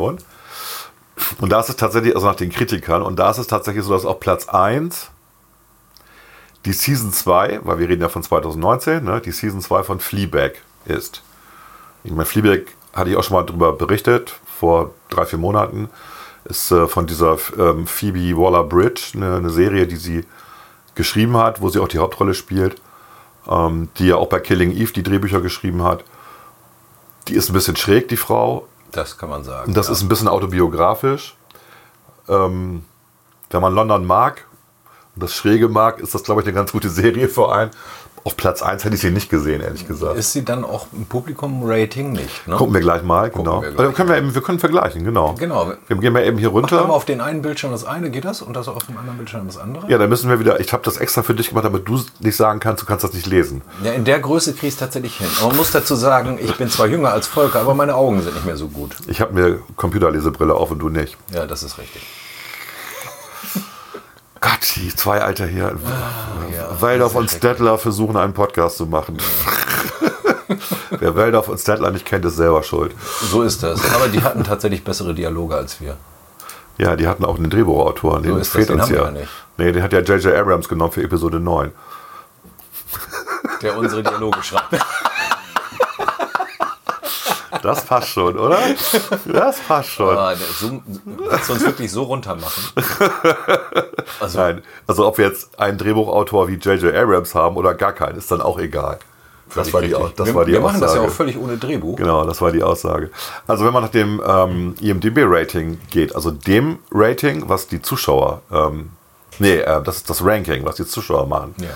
A: Und da ist es tatsächlich, also nach den Kritikern, und da ist es tatsächlich so, dass auf Platz 1 die Season 2, weil wir reden ja von 2019, ne, die Season 2 von Fleabag ist. Ich meine, Fleabag hatte ich auch schon mal drüber berichtet, vor drei, vier Monaten, ist äh, von dieser ähm, Phoebe Waller-Bridge ne, eine, eine Serie, die sie geschrieben hat, wo sie auch die Hauptrolle spielt ähm, die ja auch bei Killing Eve die Drehbücher geschrieben hat. Die ist ein bisschen schräg, die Frau.
C: Das kann man sagen.
A: Und das
C: ja.
A: ist ein bisschen autobiografisch. Ähm, wenn man London mag und das Schräge mag, ist das, glaube ich, eine ganz gute Serie für einen. Auf Platz 1 hätte ich sie nicht gesehen, ehrlich gesagt.
C: ist sie dann auch im Publikum-Rating nicht. Ne?
A: Gucken wir gleich mal, genau.
C: wir gleich.
A: Dann können wir, eben, wir können vergleichen, genau.
C: Genau.
A: Wir gehen mal eben hier runter.
C: Machen wir auf den einen Bildschirm das eine, geht das? Und das auf dem anderen Bildschirm das andere?
A: ja, dann müssen wir wieder. Ich habe das extra für dich gemacht, damit du es nicht sagen kannst, du kannst das nicht lesen.
C: Ja, in der Größe kriege ich es tatsächlich hin. Aber man muss dazu sagen, ich bin zwar jünger als Volker, aber meine Augen sind nicht mehr so gut.
A: Ich habe mir Computerlesebrille auf und du nicht.
C: Ja, das ist richtig.
A: Gott, die zwei Alter hier.
C: Ah,
A: Waldorf und Stettler versuchen einen Podcast zu machen. Wer Waldorf und Stettler nicht kennt, ist selber schuld.
C: So ist das. Aber die hatten tatsächlich bessere Dialoge als wir.
A: Ja, die hatten auch einen Drehbuchautor. Den
C: ist das,
A: fehlt
C: den
A: uns
C: haben wir
A: ja.
C: ja nicht.
A: Nee, den hat ja J.J. Abrams genommen für Episode 9.
C: Der unsere Dialoge schreibt.
A: Das passt schon, oder? Das passt schon.
C: Aber der so, willst du uns wirklich so runter machen? Also,
A: Nein, also ob wir jetzt einen Drehbuchautor wie J.J. Abrams haben oder gar keinen, ist dann auch egal. Das war die, Au- das
C: wir,
A: war die
C: wir machen das ja
A: Aussage.
C: auch völlig ohne Drehbuch.
A: Genau, das war die Aussage. Also wenn man nach dem ähm, IMDB-Rating geht, also dem Rating, was die Zuschauer, ähm, nee, äh, das ist das Ranking, was die Zuschauer machen,
C: Ja.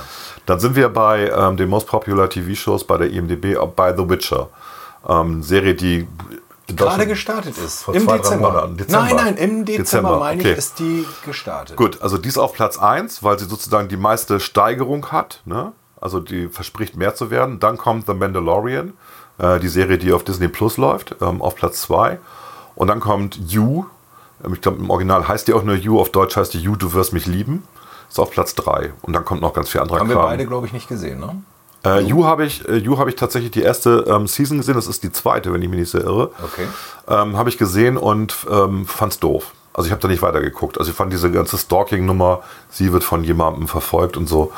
A: dann sind wir bei ähm, den Most Popular TV-Shows bei der IMDB, äh, bei The Witcher. Ähm, Serie, die in
C: Gerade
A: Deutschland-
C: gestartet ist.
A: Vor
C: Im
A: zwei, drei
C: Dezember.
A: Monaten. Dezember.
C: Nein, nein, im Dezember,
A: Dezember,
C: meine
A: okay.
C: ich, ist die gestartet.
A: Gut, also die ist auf Platz 1, weil sie sozusagen die meiste Steigerung hat. Ne? Also die verspricht mehr zu werden. Dann kommt The Mandalorian, äh, die Serie, die auf Disney Plus läuft, ähm, auf Platz 2. Und dann kommt You. Ähm, Ich glaube, im Original heißt die auch nur You, auf Deutsch heißt die You, du wirst mich lieben. Ist auf Platz 3. Und dann kommt noch ganz viel anderer
C: Haben wir
A: Kram.
C: beide, glaube ich, nicht gesehen, ne?
A: Äh, You habe ich, äh, You habe ich tatsächlich die erste ähm, Season gesehen. Das ist die zweite, wenn ich mich nicht so irre.
C: Okay.
A: Ähm, habe ich gesehen und ähm, fand's doof. Also ich habe da nicht weitergeguckt. Also ich fand diese ganze Stalking-Nummer, sie wird von jemandem verfolgt und so,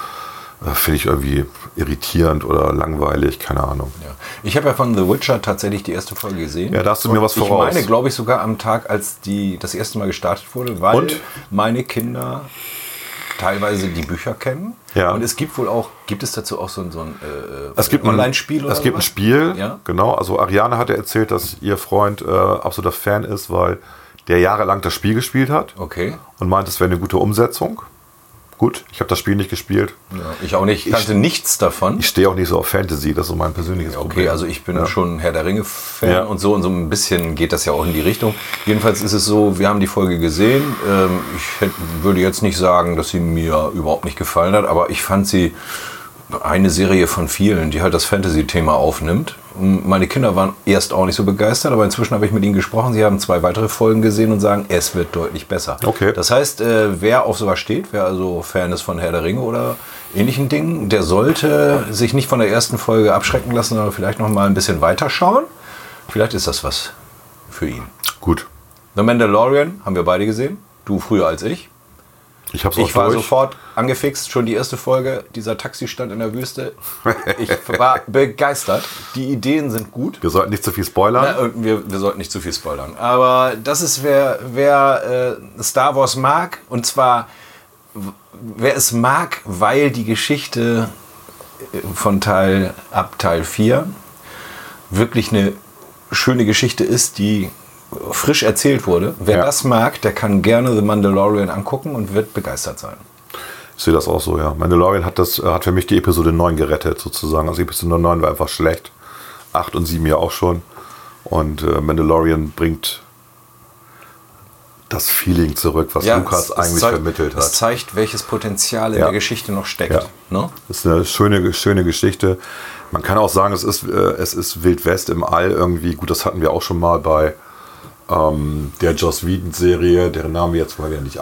A: äh, finde ich irgendwie irritierend oder langweilig, keine Ahnung.
C: Ja. Ich habe ja von The Witcher tatsächlich die erste Folge gesehen.
A: Ja, da hast du mir
C: Und
A: was voraus.
C: Ich meine, glaube ich, sogar am Tag, als die das erste Mal gestartet wurde, weil
A: Und?
C: meine Kinder teilweise die Bücher kennen.
A: Ja.
C: Und es gibt wohl auch, gibt es dazu auch so ein, so ein äh,
A: Es gibt ein
C: Online-Spiel
A: Es gibt ein
C: sowas?
A: Spiel,
C: Ja.
A: genau. Also Ariane hatte erzählt, dass ihr Freund äh, absoluter Fan ist, weil der jahrelang das Spiel gespielt hat
C: Okay.
A: und meint, es wäre eine gute Umsetzung. Gut, ich habe das Spiel nicht gespielt.
C: Ja, ich auch nicht. Ich kannte nichts davon.
A: Ich stehe auch nicht so auf Fantasy, das ist so mein persönliches Problem.
C: Okay, also ich bin schon Herr der Ringe-Fan
A: Ja.
C: und so und so ein bisschen geht das ja auch in die Richtung. Jedenfalls ist es so, wir haben die Folge gesehen. Ähm, ich hätte, würde jetzt nicht sagen, dass sie mir überhaupt nicht gefallen hat, aber ich fand sie eine Serie von vielen, die halt das Fantasy-Thema aufnimmt. Meine Kinder waren erst auch nicht so begeistert, aber inzwischen habe ich mit ihnen gesprochen. Sie haben zwei weitere Folgen gesehen und sagen, es wird deutlich besser.
A: Okay.
C: Das heißt, äh, wer auf sowas steht, wer also Fan ist von Herr der Ringe oder ähnlichen Dingen, der sollte sich nicht von der ersten Folge abschrecken lassen, sondern vielleicht noch mal ein bisschen weiterschauen. Vielleicht ist das was für ihn.
A: Gut.
C: The Mandalorian haben wir beide gesehen. Du früher als ich.
A: Ich hab's
C: Ich
A: auch
C: war
A: durch.
C: sofort angefixt, schon die erste Folge, dieser Taxistand in der Wüste. Ich war begeistert. Die Ideen sind gut.
A: Wir sollten nicht zu viel spoilern.
C: Ja, und wir, wir sollten nicht zu viel spoilern. Aber das ist, wer, wer äh, Star Wars mag. Und zwar, w- wer es mag, weil die Geschichte äh, von Teil ab Teil 4 wirklich eine schöne Geschichte ist, die frisch erzählt wurde. Wer
A: Ja.
C: das mag, der kann gerne The Mandalorian angucken und wird begeistert sein. äh
A: Ich sehe das auch so, ja. Mandalorian hat das, äh, hat für mich die Episode 9 gerettet, sozusagen. Also Episode 9 war einfach schlecht. 8 und 7 ja auch schon. Und äh, Mandalorian bringt das Feeling zurück, was Lukas
C: es- es
A: eigentlich
C: zeigt-
A: vermittelt
C: Es
A: hat.
C: zeigt, welches Potenzial in
A: Ja.
C: der Geschichte noch steckt.
A: Ja.
C: Ne?
A: Das ist eine schöne, schöne Geschichte. Man kann auch sagen, es ist, äh, es ist Wild West im All irgendwie. Gut, das hatten wir auch schon mal bei ähm, der Joss Whedon-Serie, deren Name jetzt mal wieder nicht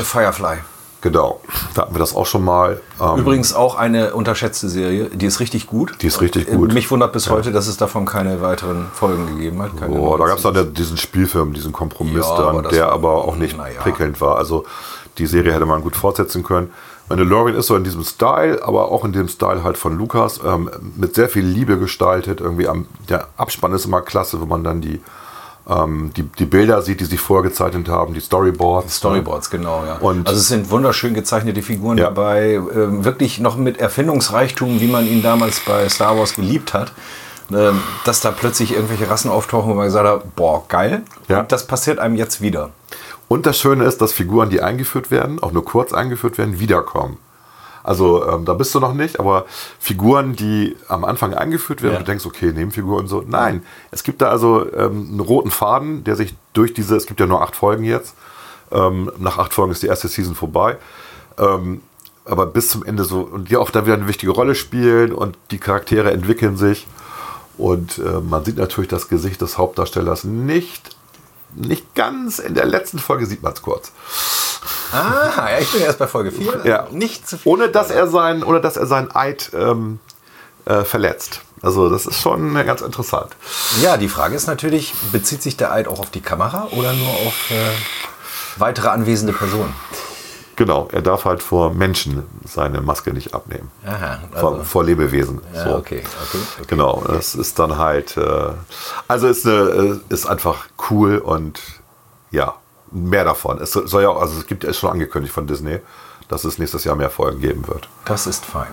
C: Äh, Firefly.
A: genau, da hatten wir das auch schon mal. Ähm,
C: Übrigens auch eine unterschätzte Serie, die ist richtig gut.
A: Die ist richtig
C: Äh,
A: gut.
C: Mich wundert bis heute, dass es davon keine weiteren Folgen gegeben hat. Keine
A: Boah, da
C: neuen
A: gab es dann der- diesen Spielfilm, diesen Kompromiss
C: Ja,
A: dann,
C: aber das
A: der
C: war-
A: aber auch nicht
C: naja.
A: prickelnd war. Also die Serie hätte man gut fortsetzen können. Mandalorian ist so in diesem Style, aber auch in dem Style halt von Lukas, ähm, mit sehr viel Liebe gestaltet. Irgendwie am, der Abspann ist immer klasse, wenn man dann die, ähm, die, die Bilder sieht, die sich vorher gezeichnet haben, die Storyboards.
C: Storyboards, genau, ja.
A: Und-
C: also es sind wunderschön gezeichnete Figuren
A: Ja.
C: dabei, ähm, wirklich noch mit Erfindungsreichtum, wie man ihn damals bei Star Wars geliebt hat. Ähm, dass da plötzlich irgendwelche Rassen auftauchen, wo man gesagt hat, boah, geil.
A: Ja.
C: Und das passiert einem jetzt wieder.
A: Und das Schöne ist, dass Figuren, die eingeführt werden, auch nur kurz eingeführt werden, wiederkommen. Also ähm, da bist du noch nicht, aber Figuren, die am Anfang eingeführt werden,
C: Ja.
A: du denkst, okay, Nebenfigur und so. Nein, es gibt da also ähm, einen roten Faden, der sich durch diese, es gibt ja nur acht Folgen jetzt, ähm, nach acht Folgen ist die erste Season vorbei, ähm, aber bis zum Ende so, und die auch dann wieder eine wichtige Rolle spielen und die Charaktere entwickeln sich. Und äh, man sieht natürlich das Gesicht des Hauptdarstellers nicht, nicht ganz. In der letzten Folge sieht man es kurz.
C: Ah, ja, ich bin erst bei Folge 4.
A: Ja.
C: Nicht zu viel.
A: Ohne dass er sein, ohne dass er seinen Eid ähm, äh, verletzt. Also das ist schon äh, ganz interessant.
C: Ja, die Frage ist natürlich, bezieht sich der Eid auch auf die Kamera oder nur auf äh, weitere anwesende Personen?
A: Genau, er darf halt vor Menschen seine Maske nicht abnehmen.
C: Aha, also
A: vor, vor Lebewesen.
C: Ja,
A: so.
C: okay, okay, okay.
A: Genau, das ist dann halt, äh, also ist, eine, äh, ist einfach cool und ja, mehr davon. Es soll ja auch, also es gibt es ist schon angekündigt von Disney, dass es nächstes Jahr mehr Folgen geben wird.
C: Das ist fein.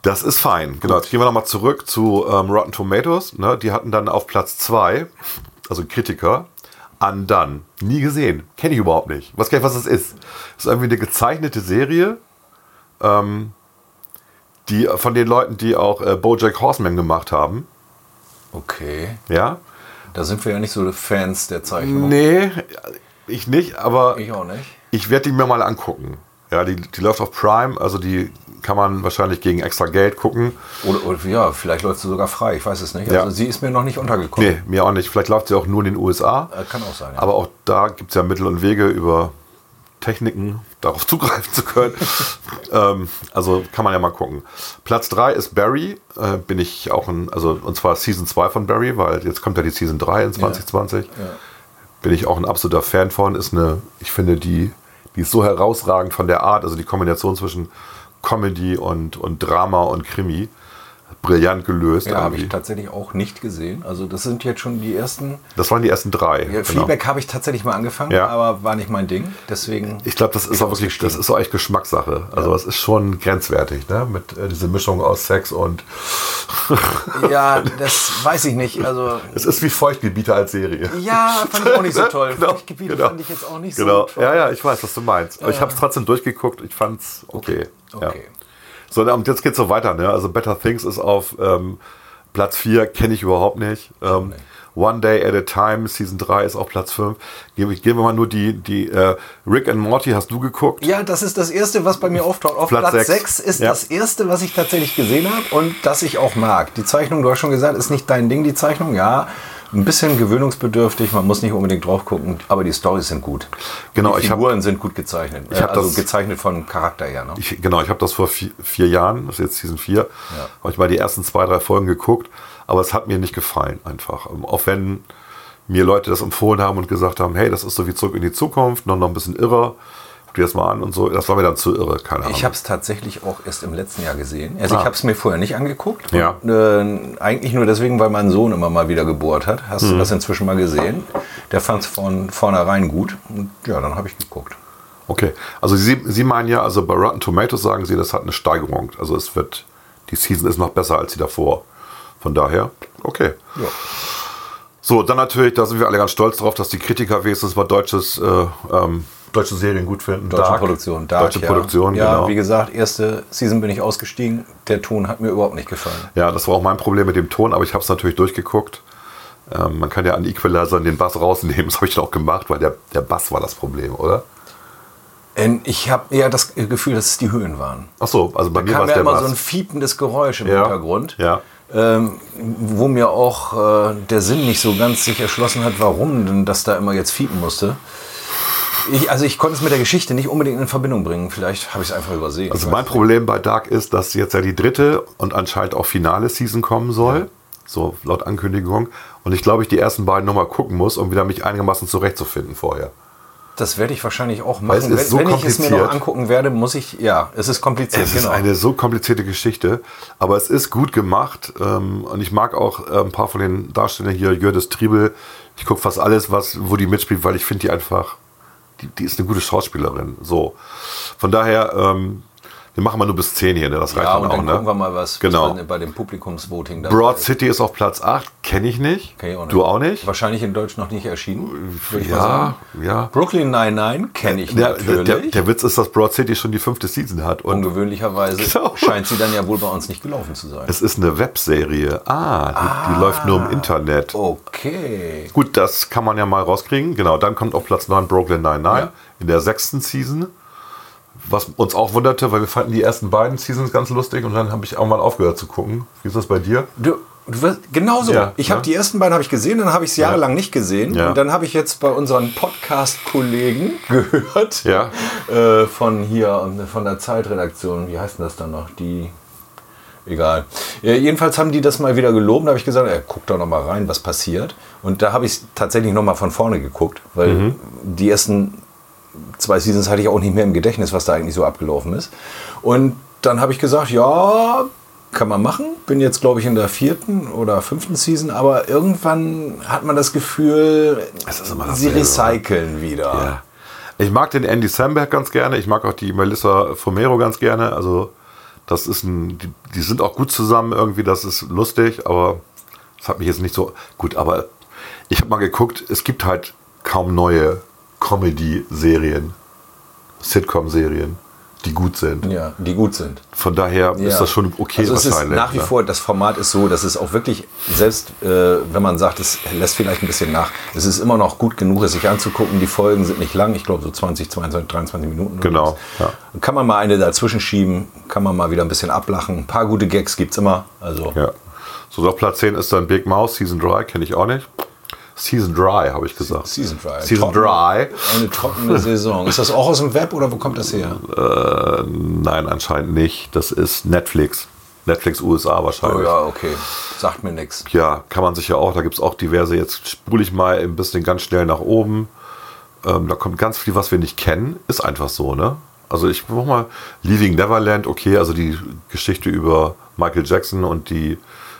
A: Das ist fein. Genau, jetzt gehen wir nochmal zurück zu ähm, Rotten Tomatoes. Ne? Die hatten dann auf Platz 2, also Kritiker, Undone. Nie gesehen. Kenne ich überhaupt nicht. Weiß gar nicht, was das ist. Das ist irgendwie eine gezeichnete Serie, ähm, die von den Leuten, die auch äh, Bojack Horseman gemacht haben.
C: Okay.
A: Ja?
C: Da sind wir ja nicht so Fans der Zeichnung.
A: Nee, ich nicht, aber
C: Ich auch nicht.
A: Ich werde die mir mal angucken. Ja, die, die läuft auf Prime, also die kann man wahrscheinlich gegen extra Geld gucken.
C: Oder, oder ja, vielleicht läuft sie sogar frei, ich weiß es nicht.
A: Ja.
C: Also sie ist mir noch nicht untergekommen.
A: Nee, mir auch nicht. Vielleicht läuft sie auch nur in den USA.
C: Äh, Kann auch sein. ja.
A: Aber auch da gibt es ja Mittel und Wege über Techniken, darauf zugreifen zu können. ähm, also kann man ja mal gucken. Platz 3 ist Barry. Äh, bin ich auch ein, also und zwar Season 2 von Barry, weil jetzt kommt ja die Season 3 in 2020. Bin ich auch ein absoluter Fan von. Ist eine, ich finde, die, die ist so herausragend von der Art, also die Kombination zwischen Comedy und, und Drama und Krimi. Brillant gelöst.
C: ja, habe
A: irgendwie.
C: ich tatsächlich auch nicht gesehen. Also das sind jetzt schon die ersten.
A: das waren die ersten drei.
C: Ja,
A: genau.
C: Fleabag habe ich tatsächlich mal angefangen,
A: Ja.
C: aber war nicht mein Ding. Deswegen.
A: Ich glaube, das ist auch wirklich, das ist auch echt Geschmackssache. Also es ist schon grenzwertig, ne? Mit äh, diese Mischung aus Sex und
C: ja, das weiß ich nicht. Also
A: es ist wie Feuchtgebiete als Serie.
C: Ja, fand ich auch nicht so toll.
A: Genau,
C: Feuchtgebiete
A: genau.
C: fand ich jetzt auch nicht
A: Genau.
C: so toll.
A: Ja, ja, ich weiß, was du meinst. Aber ich habe es trotzdem durchgeguckt. Ich fand's okay.
C: Okay.
A: Ja. So, und jetzt geht's so weiter, ne? Also Better Things ist auf ähm, Platz 4, kenne ich überhaupt nicht. Ähm, One Day at a Time, Season 3 ist auf Platz 5. Gehen wir, gehen wir mal nur die, die äh, Rick and Morty, hast du geguckt?
C: Ja, das ist das Erste, was bei mir auftaucht. Auf
A: Platz
C: Platz,
A: sechs.
C: 6 ist
A: Ja.
C: das Erste, was ich tatsächlich gesehen habe und das ich auch mag. Die Zeichnung, du hast schon gesagt, ist nicht dein Ding, die Zeichnung. Ja, ein bisschen gewöhnungsbedürftig, man muss nicht unbedingt drauf gucken, aber die Storys sind gut.
A: Genau,
C: die
A: ich hab-
C: Figuren sind gut gezeichnet.
A: Ich hab
C: also
A: das-
C: gezeichnet vom Charakter her. Ne?
A: Ich, genau, ich habe das vor vier, vier Jahren, das ist jetzt Season 4, habe ich mal die ersten zwei, drei Folgen geguckt, aber es hat mir nicht gefallen einfach. Ähm, Auch wenn mir Leute das empfohlen haben und gesagt haben, hey, das ist so wie zurück in die Zukunft, noch, noch ein bisschen irre, guck dir das mal an und so. Das war mir dann zu irre, keine Ahnung.
C: Ich habe es tatsächlich auch erst im letzten Jahr gesehen. Also
A: Ah.
C: ich habe es mir vorher nicht angeguckt.
A: Ja.
C: Und, äh, eigentlich nur deswegen, weil mein Sohn immer mal wieder gebohrt hat. Hast
A: Mhm.
C: du das inzwischen mal gesehen? Der fand es von vornherein gut. Und ja, dann habe ich geguckt.
A: Okay, also Sie, Sie meinen ja, also bei Rotten Tomatoes sagen Sie, das hat eine Steigerung. Also es wird, die Season ist noch besser als die davor. Von daher, okay.
C: Ja.
A: So, dann natürlich, da sind wir alle ganz stolz drauf, dass die Kritiker wenigstens mal deutsches, äh, ähm, deutsche Serien gut finden.
C: Deutsche
A: Dark.
C: Produktion. Dark,
A: deutsche Produktion,
C: ja,
A: genau.
C: wie gesagt, erste Season bin ich ausgestiegen. Der Ton hat mir überhaupt nicht gefallen.
A: Ja, das war auch mein Problem mit dem Ton, aber ich habe es natürlich durchgeguckt. Ähm, man kann ja an Equalizern den Bass rausnehmen, das habe ich dann auch gemacht, weil der, der Bass war das Problem, oder?
C: Ähm, Ich habe eher das Gefühl, dass es die Höhen waren.
A: Ach so, also bei mir war
C: kam
A: es
C: ja
A: der
C: immer
A: Bass.
C: so ein fiependes Geräusch im
A: Ja.
C: Hintergrund,
A: Ja.
C: ähm, wo mir auch äh, der Sinn nicht so ganz sich erschlossen hat, warum denn das da immer jetzt fiepen musste. Ich, also ich konnte es mit der Geschichte nicht unbedingt in Verbindung bringen. Vielleicht habe ich es einfach übersehen.
A: Also
C: Ich
A: mein
C: weiß.
A: Problem bei Dark ist, dass jetzt ja die dritte und anscheinend auch finale Season kommen soll. So laut Ankündigung. Und ich glaube, ich die ersten beiden nochmal gucken muss, um wieder mich einigermaßen zurechtzufinden vorher.
C: das werde ich wahrscheinlich auch
A: Weil
C: machen.
A: es ist so
C: wenn ich es mir noch
A: kompliziert.
C: angucken werde, muss ich, ja, es ist kompliziert. genau.
A: Es ist eine so komplizierte Geschichte, aber es ist gut gemacht. Ähm, und ich mag auch äh, ein paar von den Darstellern hier, Jördes Triebel. Ich gucke fast alles, was, wo die mitspielt, weil ich finde die einfach, die, die ist eine gute Schauspielerin. So. Von daher, ähm, wir machen mal nur bis 10 hier, ne? Das reicht
C: ja,
A: dann
C: und
A: auch,
C: dann
A: ne?
C: gucken wir mal, was,
A: Genau.
C: was bei- bei dem Publikumsvoting da
A: Broad City ist auf Platz 8, kenne ich nicht.
C: Kenn ich auch nicht.
A: Du auch nicht?
C: Wahrscheinlich in Deutsch noch nicht erschienen. würd ich mal
A: Ja,
C: sagen.
A: ja.
C: Brooklyn 99 kenne ich
A: Der, der,
C: ne? natürlich.
A: der, der Witz ist, dass Broad City schon die fünfte Season hat. Und
C: Ungewöhnlicherweise
A: Genau.
C: scheint sie dann ja wohl bei uns nicht gelaufen zu sein.
A: es ist eine Webserie. Ah, die, die läuft nur im
C: Oh.
A: Internet.
C: Okay.
A: Gut, das kann man ja mal rauskriegen. Genau, dann kommt auf Platz 9 Brooklyn 99 in der sechsten Season. Was uns auch wunderte, weil wir fanden die ersten beiden Seasons ganz lustig und dann habe ich irgendwann aufgehört zu gucken. Wie ist das bei dir?
C: Du, du wirst, genauso.
A: Ja,
C: ich habe
A: ne?
C: die ersten beiden habe ich gesehen, dann habe ich es jahrelang nicht gesehen.
A: Ja.
C: Und dann habe ich jetzt bei unseren Podcast-Kollegen gehört
A: Ja.
C: äh, von hier, von der Zeitredaktion. Wie heißt denn das dann noch? Die. Egal. Äh, jedenfalls haben die das mal wieder gelobt. Da habe ich gesagt, ey, guck doch noch mal rein, was passiert. Und da habe ich tatsächlich noch mal von vorne geguckt, weil
A: Mhm.
C: die ersten zwei Seasons hatte ich auch nicht mehr im Gedächtnis, was da eigentlich so abgelaufen ist. Und dann habe ich gesagt, ja, kann man machen. Bin jetzt, glaube ich, in der vierten oder fünften Season, aber irgendwann hat man das Gefühl,
A: ist immer
C: sie
A: dasselbe,
C: recyceln wieder.
A: Ja. Äh, Ich mag den Andy Samberg ganz gerne. Ich mag auch die Melissa Fomero ganz gerne. Also, das ist ein. Die, die sind auch gut zusammen irgendwie. Das ist lustig, aber das hat mich jetzt nicht so. Gut, aber ich habe mal geguckt. Es gibt halt kaum neue Comedy-Serien, Sitcom-Serien, die gut sind.
C: Ja, die gut sind.
A: Von daher ist
C: Ja.
A: das schon okay
C: also es
A: wahrscheinlich.
C: Ist nach wie
A: ne?
C: vor, das Format ist so, dass es auch wirklich, selbst äh, wenn man sagt, es lässt vielleicht ein bisschen nach, es ist immer noch gut genug, es sich anzugucken. Die Folgen sind nicht lang, ich glaube so 20, 22, 23 Minuten. oder
A: Genau,
C: was. Kann man mal eine dazwischen schieben, kann man mal wieder ein bisschen ablachen. Ein paar gute Gags gibt es immer. Also
A: Ja. So, auf Platz 10 ist dann Big Mouth, Season 3, kenne ich auch nicht. Season 3, habe ich gesagt.
C: Season 3.
A: Season 3.
C: Eine trockene Saison. Ist das auch aus dem Web oder wo kommt das her?
A: Nein, anscheinend nicht. Das ist Netflix. Netflix USA
C: Oh
A: wahrscheinlich.
C: ja,
A: ja.
C: okay. Sagt mir nichts.
A: kann man sich ja auch. Da gibt es auch diverse. Jetzt spule ich mal ein bisschen ganz schnell nach oben. Ähm, da kommt ganz viel, was wir nicht kennen. Ist einfach so, ne? Also ich mach mal Leaving Neverland, okay, also die Geschichte über Michael Jackson und die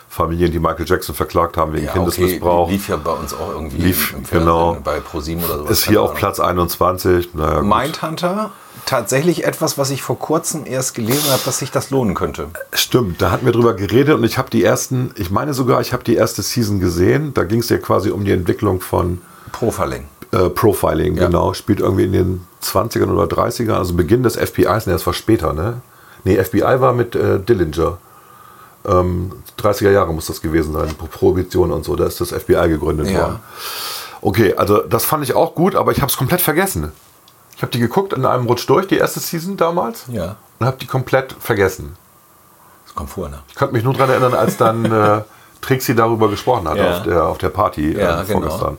A: Familien, die Michael Jackson verklagt haben wegen Kindesmissbrauch.
C: lief ja bei uns auch irgendwie
A: Lief,
C: Fernsehen,
A: genau.
C: bei ProSieben oder sowas.
A: ist hier
C: Keine
A: auch
C: Ahnung.
A: Platz 21. Naja, gut.
C: Mindhunter tatsächlich etwas, was ich vor kurzem erst gelesen habe, dass sich das lohnen könnte.
A: Stimmt, da hatten wir drüber geredet und ich habe die ersten, ich meine sogar, ich habe die erste Season gesehen. Da ging es ja quasi um die Entwicklung von
C: Profiling.
A: äh, Profiling, genau. Spielt irgendwie in den 20ern oder 30ern, also Beginn des FBIs, ne, das war später, ne? Nee, FBI war mit äh, Dillinger. ähm, 30er Jahre muss das gewesen sein, Pro- Prohibition und so, da ist das FBI gegründet
C: Ja.
A: worden. Okay, also das fand ich auch gut, aber ich habe es komplett vergessen. Ich habe die geguckt in einem Rutsch durch, die erste Season damals,
C: Ja.
A: und habe die komplett vergessen.
C: Das kommt vorher, ne?
A: Ich konnte mich nur daran erinnern, als dann äh, Trixie darüber gesprochen hat
C: Ja.
A: auf, der, auf der Party
C: Ja,
A: äh,
C: genau.
A: vorgestern.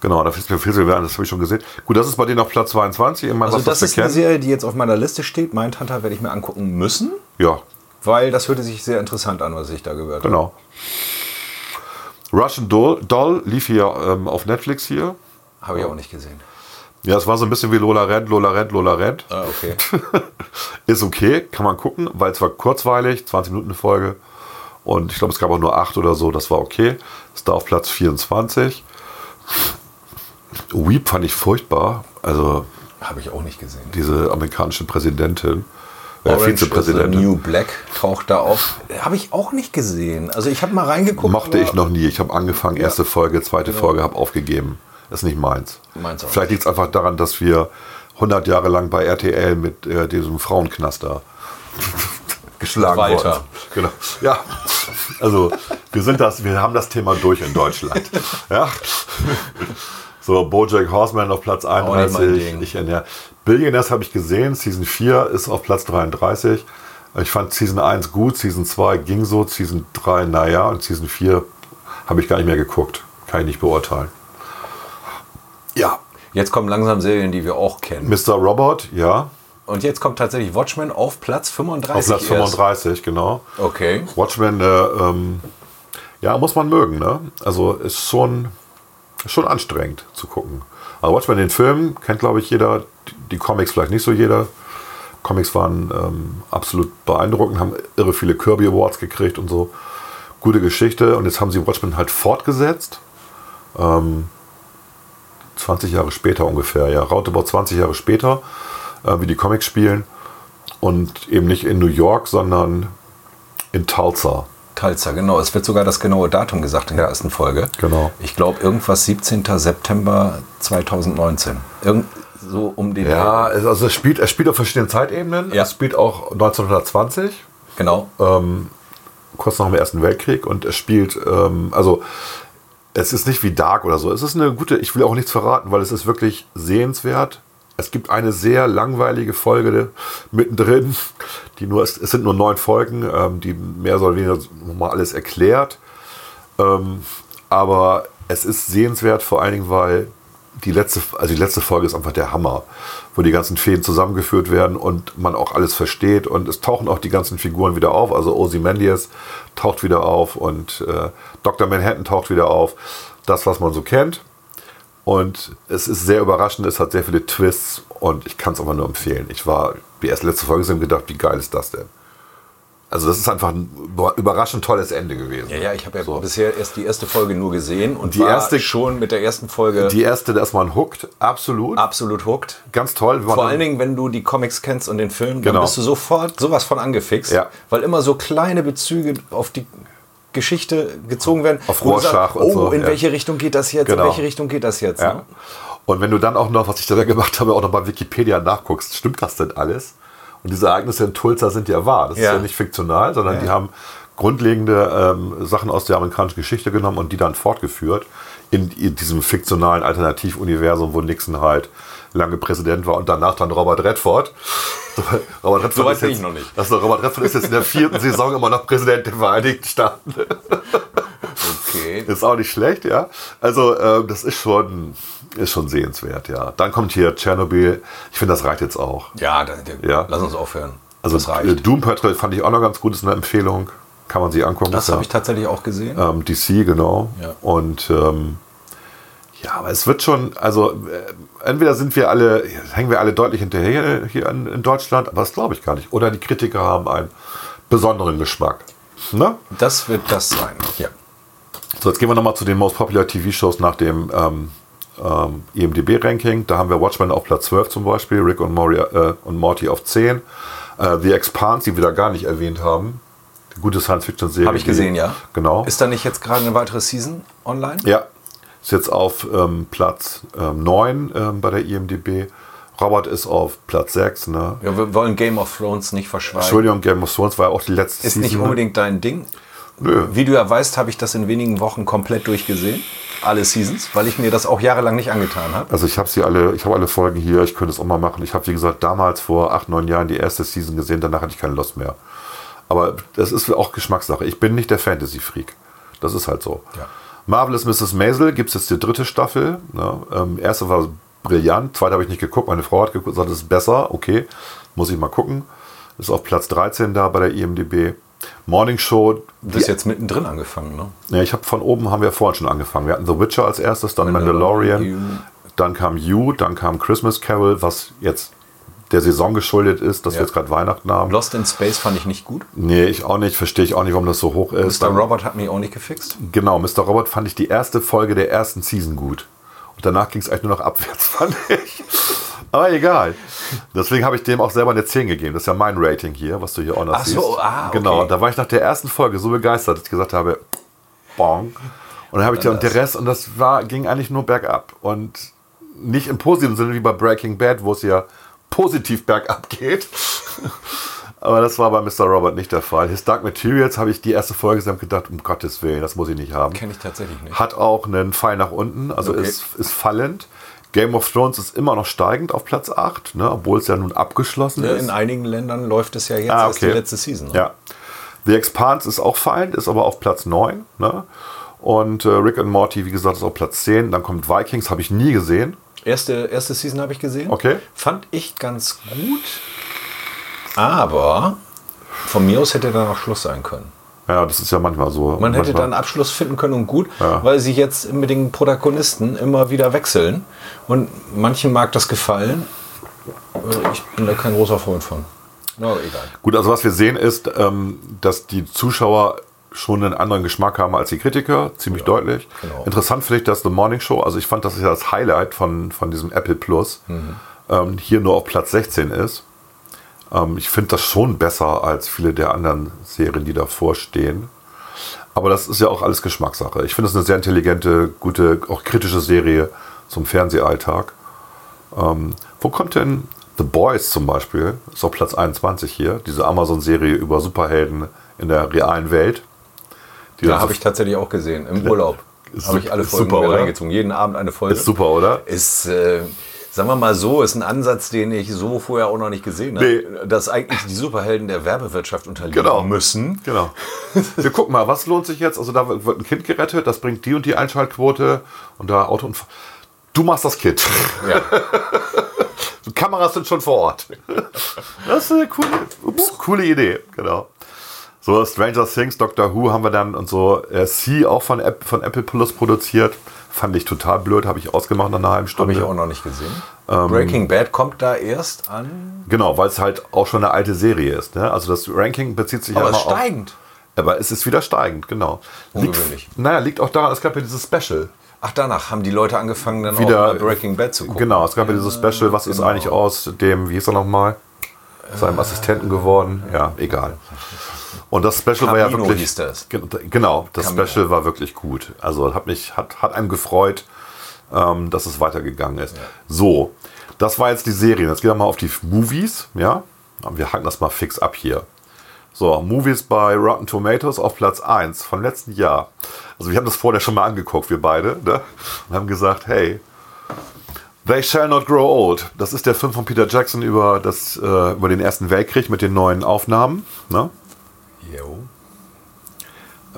A: Genau, da fiel mir viel an, das habe ich schon gesehen. Gut, das ist bei denen auf Platz 22. Ich meine,
C: Also
A: was
C: das
A: das
C: ist eine
A: bekennt.
C: Serie, die jetzt auf meiner Liste steht. Mindhunter werde ich mir angucken müssen,
A: Ja,
C: weil das hörte sich sehr interessant an, was ich da gehört habe.
A: genau. Russian Doll, Doll lief hier ähm, auf Netflix hier.
C: Habe ich auch nicht gesehen.
A: Ja, es war so ein bisschen wie Lola Rent, Lola Rent, Lola Rent.
C: Ah, okay.
A: Ist okay, kann man gucken, weil es war kurzweilig, 20 Minuten eine Folge. Und ich glaube, es gab auch nur 8 oder so, das war okay. Ist da auf Platz 24. Weep fand ich furchtbar. Also
C: Habe ich auch nicht gesehen.
A: diese amerikanische Präsidentin, äh,
C: Orange is the
A: Vizepräsidentin,
C: New Black taucht da auf. Habe ich auch nicht gesehen. Also ich habe mal reingeguckt.
A: mochte
C: aber-
A: ich noch nie. Ich habe angefangen, erste Folge, zweite Folge, habe aufgegeben. Ist nicht meins.
C: Genau. Meins auch
A: Vielleicht liegt es einfach daran, dass wir 100 Jahre lang bei RTL mit äh, diesem Frauenknaster geschlagen
C: Walter.
A: wurden. Genau. Ja, also wir sind das, wir haben das Thema durch in Deutschland. Ja. So, Bojack Horseman auf Platz
C: nicht mein
A: 31.
C: Ding.
A: Ich ernähre. Billionaires habe ich gesehen, Season 4 ist auf Platz 33. Ich fand Season 1 gut, Season 2 ging so, Season 3 naja und Season 4 habe ich gar nicht mehr geguckt. Kann ich nicht beurteilen. Ja,
C: Jetzt kommen langsam Serien, die wir auch kennen.
A: Mr. Robot, ja,
C: Und jetzt kommt tatsächlich Watchmen auf Platz 35.
A: auf Platz
C: erst.
A: 35, genau.
C: Okay.
A: Watchmen, äh, ähm, ja, muss man mögen, ne? Also ist schon, ist schon anstrengend zu gucken. Also Watchmen, den Film, kennt glaube ich jeder, die- die Comics vielleicht nicht so jeder. Comics waren ähm, absolut beeindruckend, haben irre viele Kirby Awards gekriegt und so. Gute Geschichte und jetzt haben sie Watchmen halt fortgesetzt. Ähm, 20 Jahre später ungefähr, ja, roundabout 20 Jahre später, äh, wie die Comics spielen. Und eben nicht in New York, sondern in Tulsa.
C: Talza, genau. Es wird sogar das genaue Datum gesagt in der ersten Folge.
A: Genau.
C: Ich glaube, irgendwas 17. September 2019. Irgend so um den.
A: Ja, es- also es spielt, es spielt auf verschiedenen Zeitebenen.
C: Ja.
A: Es spielt auch 1920,
C: Genau.
A: Äh, kurz nach dem Ersten Weltkrieg. Und es spielt, ähm, also es ist nicht wie Dark oder so. Es ist eine gute, ich will auch nichts verraten, weil es ist wirklich sehenswert. Es gibt eine sehr langweilige Folge mittendrin, die nur, es es sind nur neun Folgen, ähm, die mehr oder weniger mal alles erklärt. aber es ist sehenswert, vor allen Dingen, weil die letzte, also die letzte Folge ist einfach der Hammer, wo die ganzen Fäden zusammengeführt werden und man auch alles versteht und es tauchen auch die ganzen Figuren wieder auf. Also Ozymandias taucht wieder auf und äh, Dr. Manhattan taucht wieder auf. Das, was man so kennt. Und es ist sehr überraschend, es hat sehr viele Twists und ich kann es aber nur empfehlen. Ich war die erste letzte Folge gesehen und gedacht, wie geil ist das denn? Also das ist einfach ein überraschend tolles Ende gewesen.
C: ja, ja, ich habe ja bisher erst die erste Folge nur gesehen und
A: Die
C: war
A: erste-
C: schon mit der ersten Folge
A: Die erste, dass man hooked, absolut.
C: absolut hooked.
A: Ganz toll. wenn man
C: Vor
A: dann-
C: allen Dingen, wenn du die Comics kennst und den Film,
A: Genau.
C: dann bist du sofort sowas von angefixt,
A: Ja.
C: weil immer so kleine Bezüge auf die Geschichte gezogen werden.
A: Auf
C: wo du sagst,
A: Rorschach und
C: oh,
A: so,
C: in
A: ja.
C: welche Richtung geht das jetzt?
A: Genau.
C: In welche Richtung geht das jetzt?
A: Ja.
C: Ne?
A: Und wenn du dann auch noch, was ich da gemacht habe, auch noch bei Wikipedia nachguckst, stimmt das denn alles? Und diese Ereignisse in Tulsa sind ja wahr. Das
C: Ja.
A: ist ja nicht fiktional, sondern die haben grundlegende ähm, Sachen aus der amerikanischen Geschichte genommen und die dann fortgeführt in, i- diesem fiktionalen Alternativuniversum, wo Nixon halt lange Präsident war und danach dann Robert Redford. Robert Redford
C: So weit
A: ist
C: bin
A: jetzt-
C: ich noch nicht.
A: Also Robert Redford ist jetzt in der vierten Saison immer noch Präsident der Vereinigten Staaten.
C: Okay.
A: Ist auch nicht schlecht, ja. Also ähm, das ist schon, ist schon sehenswert, ja. Dann kommt hier Tschernobyl. Ich finde, das reicht jetzt auch.
C: Ja, da, da,
A: Ja.
C: lass uns aufhören.
A: Also
C: das
A: äh,
C: reicht.
A: Doom Patrol fand ich auch noch ganz gut, ist eine Empfehlung. Kann man sich angucken.
C: Das
A: Ist
C: habe
A: ja,
C: ich tatsächlich auch gesehen.
A: ähm, DC, genau.
C: Ja.
A: Und ähm, ja, aber es wird schon, also äh, entweder sind wir alle, hängen wir alle deutlich hinterher hier in, in Deutschland, aber das glaube ich gar nicht. Oder die Kritiker haben einen besonderen Geschmack. Ne?
C: Das wird das sein. Ja.
A: So, jetzt gehen wir nochmal zu den Most Popular TV-Shows nach dem ähm, ähm, IMDB-Ranking. Da haben wir Watchmen auf Platz 12 zum Beispiel, Rick und, Mori, äh, und Morty auf 10. Äh, The Expanse, die wir da gar nicht erwähnt haben. Eine Gute Science-Fiction-Serie.
C: Habe ich gesehen,
A: die-
C: ja.
A: Genau.
C: Ist da nicht jetzt gerade eine weitere Season online?
A: ja. Ist jetzt auf ähm, Platz ähm, 9 ähm, bei der IMDB. Robert ist auf Platz 6, ne?
C: Ja, wir wollen Game of Thrones nicht verschweigen.
A: Entschuldigung, Game of Thrones war ja auch die letzte
C: Ist nicht
A: Season, ne?
C: unbedingt dein Ding.
A: Nö.
C: Wie du ja weißt, habe ich das in wenigen Wochen komplett durchgesehen. Alle Seasons, weil ich mir das auch jahrelang nicht angetan habe.
A: Also ich habe sie alle, ich habe alle Folgen hier, ich könnte es auch mal machen. Ich habe, wie gesagt, damals vor acht, neun Jahren die erste Season gesehen, danach hatte ich keine Lust mehr. Aber das ist auch Geschmackssache. Ich bin nicht der Fantasy-Freak. Das ist halt so.
C: Ja.
A: Marvelous Mrs. Maisel gibt es jetzt die dritte Staffel. Ne? Ähm, erste war brillant, zweite habe ich nicht geguckt. Meine Frau hat geguckt, sagt, es ist besser. Okay, muss ich mal gucken. Ist auf Platz 13 da bei der IMDb. Morning Show,
C: Du bist jetzt mittendrin angefangen, ne?
A: ja, ich habe von oben haben wir vorhin schon angefangen. Wir hatten The Witcher als erstes, dann Mandalorian,
C: Mandalorian,
A: dann kam You, dann kam Christmas Carol, was jetzt der Saison geschuldet ist, dass
C: Ja.
A: wir jetzt gerade Weihnachten haben.
C: Lost in Space fand ich nicht gut.
A: Nee, ich auch nicht, verstehe ich auch nicht, warum das so hoch ist.
C: Mr.
A: Dann-
C: Robert hat mich auch nicht gefixt.
A: Genau, Mr. Robert fand ich die erste Folge der ersten Season gut. Und danach ging es eigentlich nur noch abwärts, fand ich. Aber egal. Deswegen habe ich dem auch selber eine 10 gegeben. Das ist ja mein Rating hier, was du hier auch noch
C: Ach so,
A: siehst.
C: ah, okay.
A: Genau, da war ich nach der ersten Folge so begeistert, dass ich gesagt habe, bong. Und dann habe ich dann der Rest, und das war, ging eigentlich nur bergab. Und nicht im positiven Sinne wie bei Breaking Bad, wo es ja positiv bergab geht. Aber das war bei Mr. Robert nicht der Fall. His Dark Materials habe ich die erste Folge gesehen und gedacht, um Gottes Willen, das muss ich nicht haben.
C: Kenne ich tatsächlich nicht.
A: Hat auch einen Pfeil nach unten, also
C: Okay.
A: ist, ist fallend. Game of Thrones ist immer noch steigend auf Platz 8, ne, obwohl es ja nun abgeschlossen ist.
C: In einigen Ländern läuft es ja jetzt
A: Ah,
C: erst die
A: okay.
C: letzte Season. ne?
A: Ja. The Expanse ist auch fallend, ist aber auf Platz 9. Ne? Und äh, Rick and Morty, wie gesagt, ist auf Platz 10. Dann kommt Vikings, habe ich nie gesehen.
C: Erste, erste Season habe ich gesehen.
A: Okay.
C: Fand ich ganz gut. Aber von mir aus hätte dann auch Schluss sein können.
A: Ja, das ist ja manchmal so.
C: Man hätte
A: manchmal.
C: dann Abschluss finden können und gut,
A: Ja.
C: weil sie jetzt mit den Protagonisten immer wieder wechseln. Und manchen mag das gefallen. Äh, Ich bin da kein großer Freund von. Na, egal.
A: Gut, also was wir sehen ist, ähm, dass die Zuschauer schon einen anderen Geschmack haben als die Kritiker, ziemlich deutlich.
C: genau.
A: Interessant finde ich, dass The Morning Show, also ich fand, das ist ja das Highlight von, von diesem Apple Plus,
C: Mhm.
A: ähm, hier nur auf Platz 16 ist. Ähm, ich finde das schon besser als viele der anderen Serien, die davor stehen. Aber das ist ja auch alles Geschmackssache. Ich finde es eine sehr intelligente, gute, auch kritische Serie zum Fernsehalltag. Ähm, Wo kommt denn The Boys zum Beispiel? Ist auf Platz 21 hier, diese Amazon-Serie über Superhelden in der realen Welt. Die
C: Da
A: dann
C: habe
A: so-
C: ich tatsächlich auch gesehen, im Urlaub.
A: also Ist
C: Habe
A: sup-
C: ich alle
A: ist
C: Folgen
A: super,
C: mir
A: oder?
C: reingezogen. Jeden Abend eine Folge.
A: Ist super, oder?
C: Ist, äh, sagen wir mal so, ist ein Ansatz, den ich so vorher auch noch nicht gesehen habe.
A: Nee.
C: Dass eigentlich die Superhelden der Werbewirtschaft unterliegen
A: Genau.
C: müssen.
A: Genau. Wir gucken mal, was lohnt sich jetzt? Also da wird ein Kind gerettet, das bringt die und die Einschaltquote und da Auto und... Du machst das Kind.
C: Ja.
A: Kameras sind schon vor Ort. Das ist eine coole, ups, coole Idee, genau. So, Stranger Things, Doctor Who haben wir dann und so. Äh, C auch von, App, von Apple Plus produziert. Fand ich total blöd, habe ich ausgemacht nach einer halben
C: Habe
A: Stunde.
C: ich auch noch nicht gesehen.
A: Ähm.
C: Breaking Bad kommt da erst an.
A: Genau, weil es halt auch schon eine alte Serie ist. Ne? Also das Ranking bezieht sich ja
C: Aber
A: immer
C: steigend.
A: Auf, aber es ist wieder steigend, genau.
C: Ungewöhnlich.
A: Liegt, naja, liegt auch daran, es gab ja dieses Special.
C: Ach, danach haben die Leute angefangen, dann
A: Wieder
C: auch mal Breaking Bad zu gucken.
A: Genau, es gab ja dieses Special, was ist eigentlich aus dem, wie hieß er nochmal? Seinem Assistenten geworden. Ja, egal. Und das Special war ja
C: Camino
A: wirklich.
C: hieß das.
A: Gen- Genau, das
C: Camino.
A: Special war wirklich gut. Also hat mich, hat, hat einem gefreut, ähm, dass es weitergegangen ist. So, das war jetzt die Serien. Jetzt gehen wir mal auf die Movies, ja. Wir haken das mal fix ab hier. So, Movies bei Rotten Tomatoes auf Platz 1 vom letzten Jahr. Also wir haben das vorher schon mal angeguckt, wir beide, ne? Und haben gesagt, hey, They Shall Not Grow Old. Das ist der Film von Peter Jackson über, das, äh, über den Ersten Weltkrieg mit den neuen Aufnahmen, ne?
C: Jo.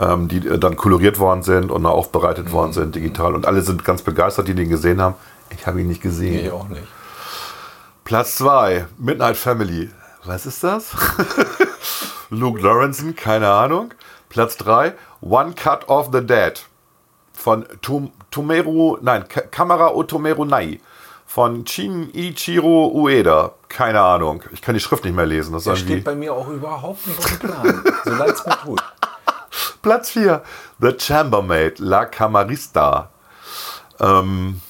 A: ähm, die äh, dann koloriert worden sind und aufbereitet worden sind digital. Und alle sind ganz begeistert, die den gesehen haben. Ich habe ihn nicht gesehen.
C: Ich auch nicht.
A: Platz 2, Midnight Family. Was ist das? Luke Lawrenson, keine Ahnung. Platz 3, One Cut of the Dead. Von Tom, Tomeru, nein, Ka- Kamera Otomeru Nai. Von Shinichiro Ueda. Keine Ahnung. Ich kann die Schrift nicht mehr lesen. Das ist
C: Der
A: irgendwie-
C: steht bei mir auch überhaupt nicht auf dem Plan. So leid es mir tut.
A: Platz 4, The Chambermaid, La Camarista. Ähm,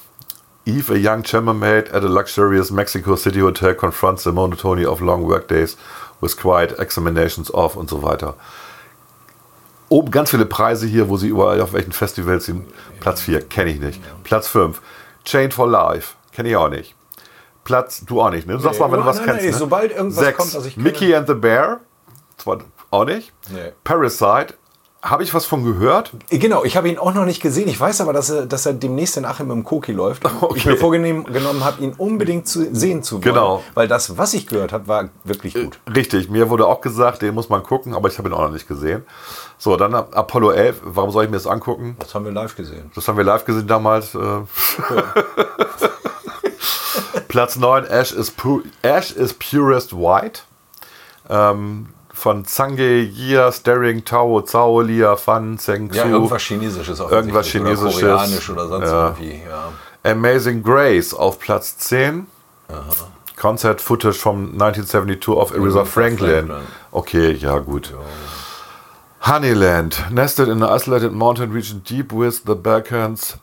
A: Eve, a young chambermaid at a luxurious Mexico City hotel, confronts the monotony of long workdays with quiet examinations of und so weiter. Oben ganz viele Preise hier, wo sie überall auf welchen Festivals sind. Platz 4, kenne ich nicht. Platz 5, Chain for Life, kenne ich auch nicht. Platz, du auch nicht, ne? Sag mal, wenn du
C: Nein,
A: was
C: nein,
A: kennst.
C: nein,
A: ne?
C: sobald irgendwas
A: Sechs.
C: kommt, dass ich keine-
A: Mickey and the Bear, zwar auch nicht.
C: Nee.
A: Parasite, habe ich was von gehört?
C: Genau, ich habe ihn auch noch nicht gesehen. Ich weiß aber, dass er, dass er demnächst in Achim im Koki läuft.
A: Okay.
C: Ich mir vorgenommen genommen habe, ihn unbedingt zu, sehen zu wollen.
A: Genau. Äh,
C: Weil das, was ich gehört habe, war wirklich gut.
A: Richtig, mir wurde auch gesagt, den muss man gucken, aber ich habe ihn auch noch nicht gesehen. So, dann Apollo 11, warum soll ich mir das angucken?
C: Das haben wir live gesehen.
A: Das haben wir live gesehen damals. Äh. Platz 9, Ash is, pu Ash is Purest White. Ähm, von Zange, Yia, Staring, Tao, Zhao, Lia, Fan, Zeng,
C: Ja,
A: Su.
C: irgendwas Chinesisches auch.
A: Irgendwas Chinesisches.
C: Oder Koreanisch oder sonst
A: Ja.
C: irgendwie. Ja.
A: Amazing Grace auf Platz 10. Concert Footage from 1972 of Aretha Franklin.
C: Franklin.
A: Okay, ja, gut. Honeyland, nested in an isolated mountain region deep with the Balkans.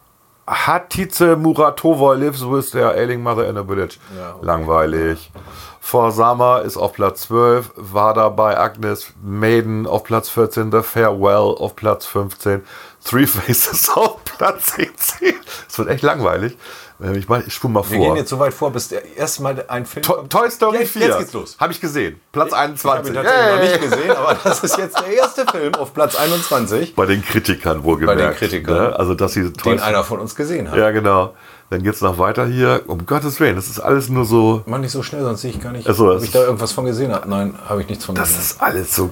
A: Hatice Muratova lives with their ailing mother in a village.
C: Ja, okay.
A: Langweilig. For Summer ist auf Platz 12, war dabei Agnes Maiden auf Platz 14, The Farewell auf Platz 15, Three Faces auf Platz 16. Es wird echt langweilig. Ähm, Ich, mach- ich spule mal
C: Wir
A: vor.
C: gehen jetzt so weit vor, bis der erstmal ein Film.
A: To
C: kommt.
A: Toy Story
C: jetzt,
A: 4.
C: Jetzt geht's los.
A: Habe ich gesehen. Platz
C: Ich habe
A: 21.
C: ihn tatsächlich noch
A: Yay.
C: nicht gesehen, aber das ist jetzt der erste Film auf Platz 21,
A: Bei den Kritikern wohlgemerkt.
C: Bei den Kritikern.
A: Ne? Also, dass sie Toy
C: den einer von uns gesehen hat.
A: Ja, genau. Dann geht's noch weiter hier. Um Gottes Willen, das ist alles nur so.
C: Mach nicht so schnell, sonst sehe ich gar nicht,
A: Ach so,
C: ob
A: das
C: ich
A: ist-
C: da irgendwas von gesehen habe. Nein, habe ich nichts von
A: Das
C: gesehen.
A: ist alles so.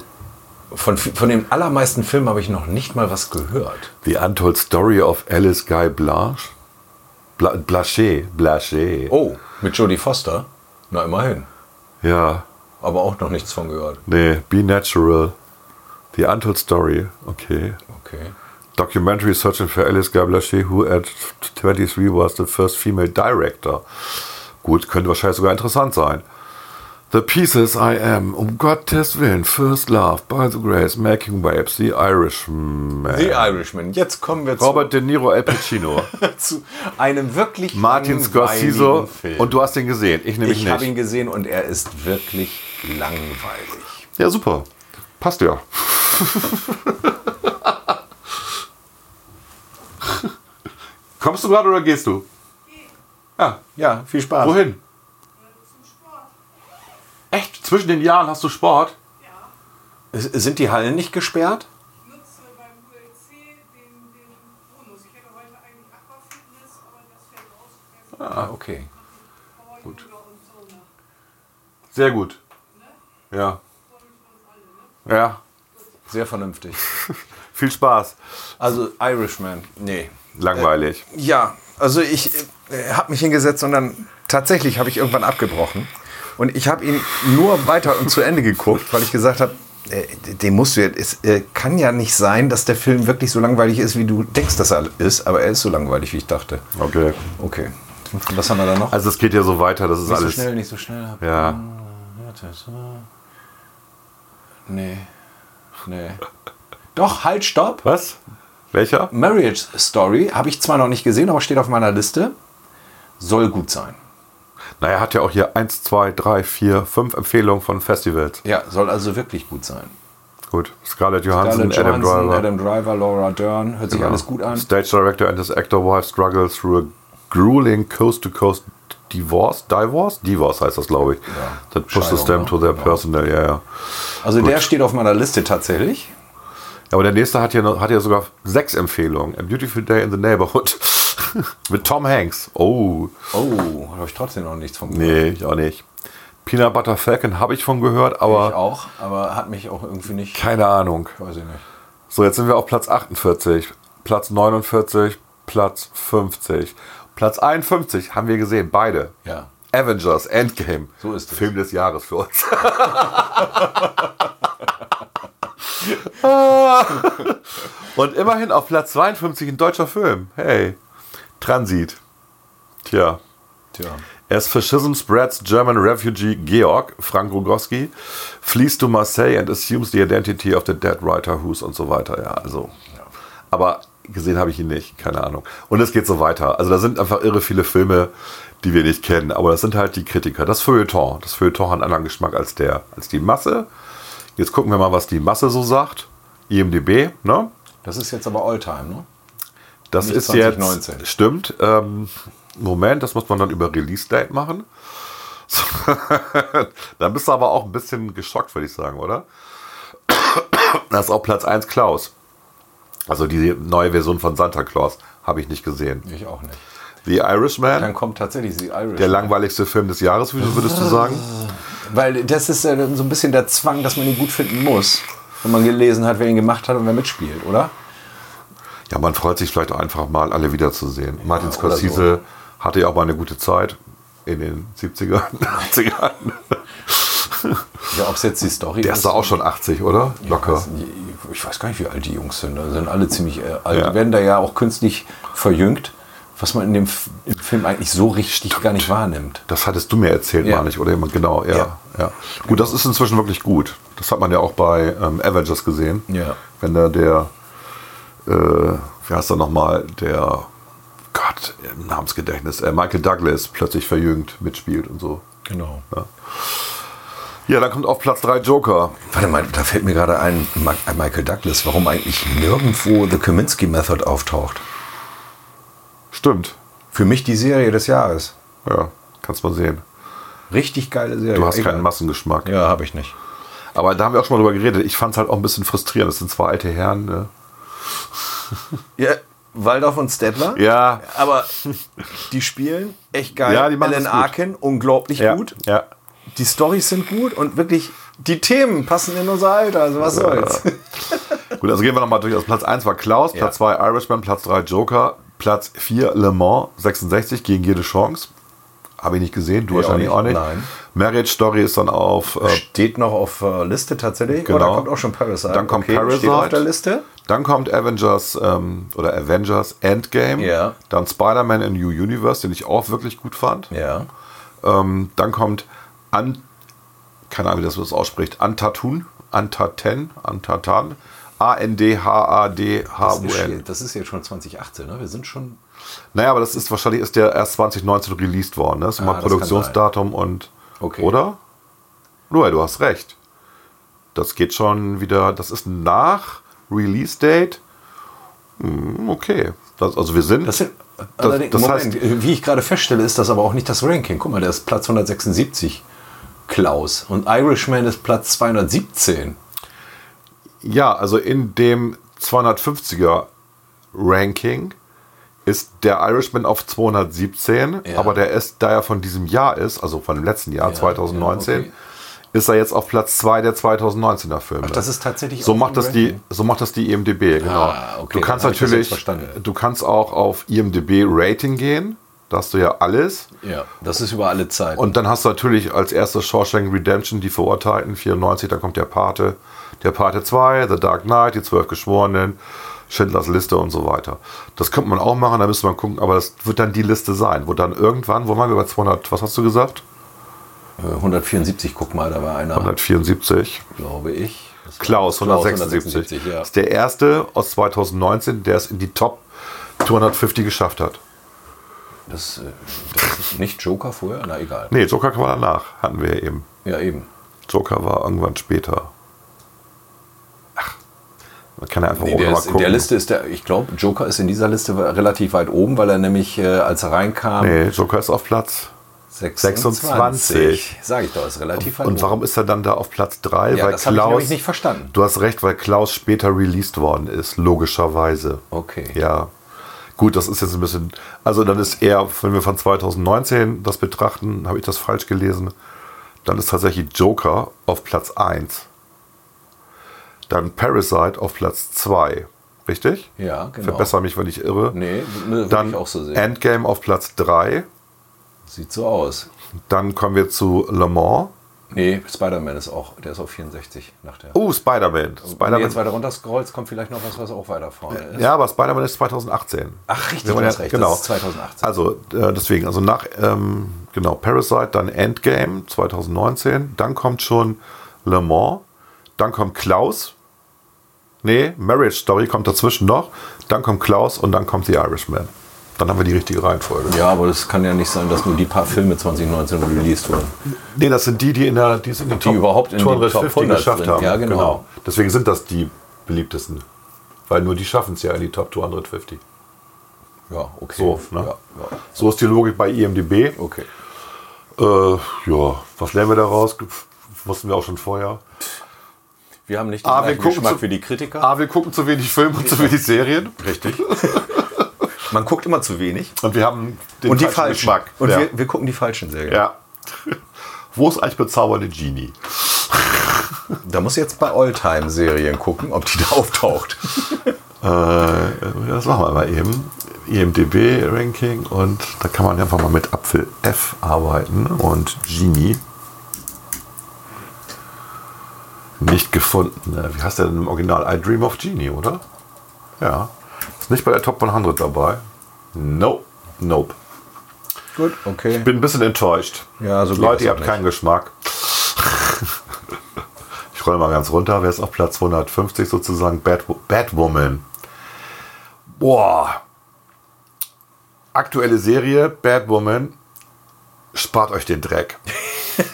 C: Von, von den allermeisten Filmen habe ich noch nicht mal was gehört.
A: The Untold Story of Alice Guy Blanche. Bla Blaché. Blaché.
C: Oh, mit Jodie Foster? Na, immerhin.
A: Ja.
C: Aber auch noch nichts von gehört.
A: Nee, Be Natural. The Untold Story. Okay.
C: Okay.
A: Documentary searching for Alice Guy Blaché, who at 23 was the first female director. Gut, könnte wahrscheinlich sogar interessant sein. The Pieces I Am, um Gottes Willen, First Love, By the Grace, Making Waves, The Irishman.
C: The Irishman. Jetzt kommen wir zu,
A: Robert De Niro, Al Pacino,
C: zu einem wirklich
A: Martin
C: langweiligen
A: Scorsese
C: Film.
A: und du hast den gesehen, ich nämlich
C: ich
A: nicht.
C: habe ihn gesehen und er ist wirklich langweilig.
A: Ja, super. Passt ja. Kommst du gerade oder gehst du? Ah, Ja,
C: Ja, viel Spaß.
A: wohin? Echt? Zwischen den Jahren hast du Sport?
C: S- Sind die Hallen nicht gesperrt?
G: nutze beim ULC den, den Bonus. Ich hätte heute eigentlich Aquafitness, aber das fällt aus.
C: Ah, okay.
G: Gut. Und so nach.
A: Sehr gut. Ja. Ja,
C: Sehr vernünftig.
A: viel Spaß.
C: Also Irishman. Nee.
A: Langweilig.
C: Ja, also ich äh, habe mich hingesetzt und dann tatsächlich habe ich irgendwann abgebrochen. Und ich habe ihn nur weiter und zu Ende geguckt, weil ich gesagt habe, äh, den musst du jetzt. Es äh, kann ja nicht sein, dass der Film wirklich so langweilig ist, wie du denkst, dass er ist, aber er ist so langweilig, wie ich dachte.
A: Okay.
C: Okay. Was haben wir da noch?
A: Also es geht ja so weiter, das ist alles.
C: nicht so schnell. Hm,
A: Ja.
C: Nee. Nee. Doch, halt, stopp.
A: Was? Welcher?
C: Marriage Story habe ich zwar noch nicht gesehen, aber steht auf meiner Liste. Soll gut sein.
A: Naja, hat ja auch hier 1, 2, 3, 4, 5 Empfehlungen von Festivals.
C: Ja, soll also wirklich gut sein.
A: Gut. Scarlett Johansson,
C: Scarlett
A: Adam
C: Johansson,
A: Driver.
C: Adam Driver, Laura Dern, hört sich alles gut an.
A: Stage director and his actor wife struggle through a grueling coast-to-coast divorce. Divorce? Divorce heißt das, glaube ich. That pushes
C: Scheidung,
A: them
C: ne?
A: to their
C: Ja.
A: personal, ja, ja.
C: Also der steht auf meiner Liste tatsächlich.
A: Aber der nächste hat ja, noch, hat ja sogar sechs Empfehlungen. A Beautiful Day in the Neighborhood. Mit Tom Hanks. Oh,
C: Oh, habe ich trotzdem noch nichts von gehört.
A: nee, ich auch nicht. Peanut Butter Falcon habe ich von gehört,
C: Ich
A: aber
C: auch, aber hat mich auch irgendwie nicht.
A: keine Ahnung.
C: Weiß ich nicht.
A: So, jetzt sind wir auf Platz 48, Platz 49, Platz 50. Platz 51 haben wir gesehen, beide.
C: Ja.
A: Avengers Endgame.
C: So ist es.
A: Film des Jahres für uns. Und immerhin auf Platz 52 ein deutscher Film. Hey. Transit. Tja.
C: Tja.
A: As fascism spreads, German refugee Georg Frank Rogowski flees to Marseille and assumes the identity of the dead writer who's und so weiter. Ja, also. Aber gesehen habe ich ihn nicht, keine Ahnung. Und es geht so weiter. Also da sind einfach irre viele Filme, die wir nicht kennen. Aber das sind halt die Kritiker. Das Feuilleton. Das Feuilleton hat einen anderen Geschmack als der, als die Masse. Jetzt gucken wir mal, was die Masse so sagt. IMDB, ne?
C: Das ist jetzt aber Alltime, ne?
A: Das
C: Nicht
A: ist
C: 2019.
A: jetzt. Stimmt. Ähm, Moment, das muss man dann über Release Date machen. So, dann bist du aber auch ein bisschen geschockt, würde ich sagen, oder? Das ist auch Platz 1 Klaus. Also die neue Version von Santa Claus habe ich nicht gesehen.
C: Ich auch nicht.
A: The
C: Dann
A: Irishman,
C: kommt tatsächlich The Irish.
A: der langweiligste Film des Jahres, wieso würdest du sagen?
C: Weil das ist ja so ein bisschen der Zwang, dass man ihn gut finden muss. Wenn man gelesen hat, wer ihn gemacht hat und wer mitspielt, oder?
A: Ja, man freut sich vielleicht auch einfach mal, alle wiederzusehen. Martin Scorsese hatte ja auch mal eine gute Zeit in den 70ern, 80ern.
C: Ja, ob es jetzt die Story
A: Der ist da auch schon 80, oder? Locker.
C: Ich weiß gar nicht, wie alt die Jungs sind. Die sind alle ziemlich äh, alt.
A: Ja.
C: Die werden da ja auch künstlich verjüngt, was man in dem F im Film eigentlich so richtig gar nicht wahrnimmt.
A: Das hattest du mir erzählt,
C: Ja.
A: meine ich, oder jemand? Genau, ja, ja.
C: Ja.
A: Gut, das ist inzwischen wirklich gut. Das hat man ja auch bei ähm, Avengers gesehen.
C: Ja.
A: Wenn da der, äh, wie heißt er nochmal, der, Gott, im Namensgedächtnis, äh, Michael Douglas plötzlich verjüngt mitspielt und so.
C: Genau.
A: Ja, dann kommt auf Platz 3 Joker.
C: Warte mal, da fällt mir gerade ein, Ma Michael Douglas, warum eigentlich nirgendwo The Kaminsky Method auftaucht.
A: Stimmt.
C: Für mich die Serie des Jahres.
A: Ja, kannst mal sehen.
C: Richtig geile Serie.
A: Du hast
C: Egal.
A: keinen Massengeschmack.
C: Ja, habe ich nicht.
A: Aber da haben wir auch schon mal drüber geredet. Ich fand es halt auch ein bisschen frustrierend. Das sind zwei alte Herren. Ne?
C: Ja, Waldorf und Stettler.
A: Ja.
C: Aber die spielen echt geil.
A: Ja, die machen
C: Alan
A: es gut.
C: Arkin, unglaublich
A: Ja.
C: gut.
A: Ja.
C: Die Storys sind gut und wirklich die Themen passen in unser Alter. Also was soll's.
A: Gut, also gehen wir nochmal durch. Also Platz 1 war Klaus, Platz 2 Irishman, Platz 3 Joker, Platz 4 Le Mans 66 gegen jede Chance. Habe ich nicht gesehen, du
C: Ich
A: wahrscheinlich
C: auch
A: auch nicht.
C: nicht, nein.
A: Marriage Story ist dann auf. Äh,
C: Steht noch auf äh, Liste tatsächlich.
A: Genau.
C: Oh, da kommt auch schon Parasite.
A: Dann kommt
C: Steht
A: Parasite.
C: auf der Liste.
A: dann kommt Avengers ähm, oder Avengers Endgame.
C: Ja.
A: Dann Spider-Man in New Universe, den ich auch wirklich gut fand.
C: Ja.
A: Ähm, dann kommt An, keine Ahnung, wie das das ausspricht, Antatun, Antaten, Antatan,
C: Das ist,
A: A-N-D-H-A-D-H-U-N.
C: jetzt- das ist jetzt schon 2018, ne? Wir sind schon.
A: Naja, aber das ist wahrscheinlich ist der erst 2019 released worden, ne? Ist immer
C: Ah, das kann
A: Produktionsdatum und
C: Okay.
A: oder? Nur, du hast recht. Das geht schon wieder, das ist nach Release Date. Hm, okay. Das, also wir sind
C: Das, sind,
A: das,
C: allerdings,
A: das
C: Moment,
A: heißt,
C: wie ich gerade feststelle, ist das aber auch nicht das Ranking. Guck mal, der ist Platz 176, Klaus. Und Irishman ist Platz 217.
A: ja, also in dem 250er Ranking ist der Irishman auf 217,
C: Ja.
A: aber der ist, da er von diesem Jahr ist, also von dem letzten Jahr,
C: Ja,
A: 2019,
C: ja, okay.
A: ist er jetzt auf Platz 2 der 2019er Filme.
C: Ach, das ist tatsächlich
A: so
C: auch
A: macht
C: im
A: das die
C: Ranking?
A: so macht das die IMDb genau.
C: Ah, okay,
A: du kannst
C: dann hab ich das
A: natürlich
C: jetzt verstanden.
A: du kannst auch auf IMDb Rating gehen, da hast du ja alles
C: Ja, das ist über alle Zeit.
A: und dann hast du natürlich als erstes Shawshank Redemption die Verurteilten 94, dann kommt der Pate, der Pate 2, The Dark Knight, die zwölf Geschworenen, Schindlers Liste und so weiter. Das könnte man auch machen, da müsste man gucken, aber das wird dann die Liste sein, wo dann irgendwann, wo waren wir bei 200, was hast du gesagt?
C: Äh, 174, guck mal, da war einer,
A: 174.
C: glaube ich. Das war
A: Klaus 176.
C: 176, ja.
A: Ist der erste aus 2019, der es in die Top 250 geschafft hat.
C: Das, äh, das ist nicht Joker vorher? Na egal.
A: Nee, Joker kam danach, hatten wir ja eben.
C: Ja, eben.
A: Joker war irgendwann später. Ach, man kann ja einfach
C: Nee,
A: oben
C: der
A: mal
C: ist, in
A: gucken.
C: der Liste ist der, ich glaube, Joker ist in dieser Liste relativ weit oben, weil er nämlich, äh, als er reinkam,
A: nee, Joker ist auf Platz. 26.
C: Sag ich doch, ist relativ weit
A: Und
C: oben.
A: warum ist er dann da auf Platz 3?
C: Ja,
A: weil
C: das hab ich
A: Klaus.
C: nämlich nicht verstanden.
A: Du hast recht, weil Klaus später released worden ist, logischerweise.
C: Okay.
A: Ja. Gut, das ist jetzt ein bisschen. Also, dann ist eher, wenn wir von 2019 das betrachten, habe ich das falsch gelesen, dann ist tatsächlich Joker auf Platz 1. Dann Parasite auf Platz 2. Richtig?
C: Ja, genau.
A: Verbessere mich, wenn ich irre.
C: Nee, würde
A: Dann
C: ich auch so sehen.
A: Endgame auf Platz 3.
C: Sieht so aus.
A: Dann kommen wir zu Le Mans.
C: Nee, Spider-Man ist auch, der ist auf 64 nach der.
A: Oh, Spider-Man.
C: Wenn du
A: Spider-Man.
C: jetzt weiter runter scrollst, kommt vielleicht noch was, was auch weiter vorne ist.
A: Ja, aber Spider-Man ist 2018.
C: Also- Ach, richtig,
A: Wenn man
C: du hast
A: ja-
C: recht, das
A: Genau.
C: ist 2018.
A: Also, äh, deswegen, also nach, ähm, genau, Parasite, dann Endgame 2019, dann kommt schon Le Mans, dann kommt Klaus. Nee, Marriage Story kommt dazwischen noch, dann kommt Klaus und dann kommt The Irishman. Dann haben wir die richtige Reihenfolge.
C: Ja, aber das kann ja nicht sein, dass nur die paar Filme 2019 released wurden.
A: Nee, das sind die, die in der, die es in den
C: Die überhaupt in den Top 100
A: geschafft
C: sind.
A: haben.
C: Ja, genau.
A: Deswegen sind das die beliebtesten. Weil nur die schaffen es ja in die Top 250.
C: Ja, okay.
A: So, ne?
C: ja, ja.
A: So ist die Logik bei IMDb.
C: Okay.
A: Äh, ja, was lernen wir daraus? Ge- Wussten wir auch schon vorher.
C: Wir haben nicht den
A: Ah, wir
C: gleichen
A: gucken
C: Geschmack
A: zu-
C: wie die Kritiker.
A: Ah, wir gucken zu wenig Filme und zu wenig Serien.
C: Richtig. Man guckt immer zu wenig.
A: Und wir haben den
C: Und die
A: falschen
C: falschen.
A: Geschmack.
C: Und
A: ja.
C: wir, wir gucken die falschen Serien.
A: ja. Wo ist eigentlich bezaubernde Genie?
C: Da muss ich jetzt bei Alltime-Serien gucken, ob die da auftaucht.
A: Äh, das machen wir mal eben. E IMDB-Ranking und da kann man einfach mal mit Apfel F arbeiten und Genie. Nicht gefunden. Ne? Wie heißt der denn im Original? I Dream of Genie, oder? Ja. Ist nicht bei der Top 100 dabei. No. Nope.
C: Gut, okay.
A: Bin ein bisschen enttäuscht.
C: Ja, so geht das
A: Leute, ihr
C: auch
A: habt
C: nicht.
A: keinen Geschmack. ich roll mal ganz runter. Wer ist auf Platz 150 sozusagen? Bad, Batwoman. Boah. Aktuelle Serie, Batwoman. Spart euch den Dreck.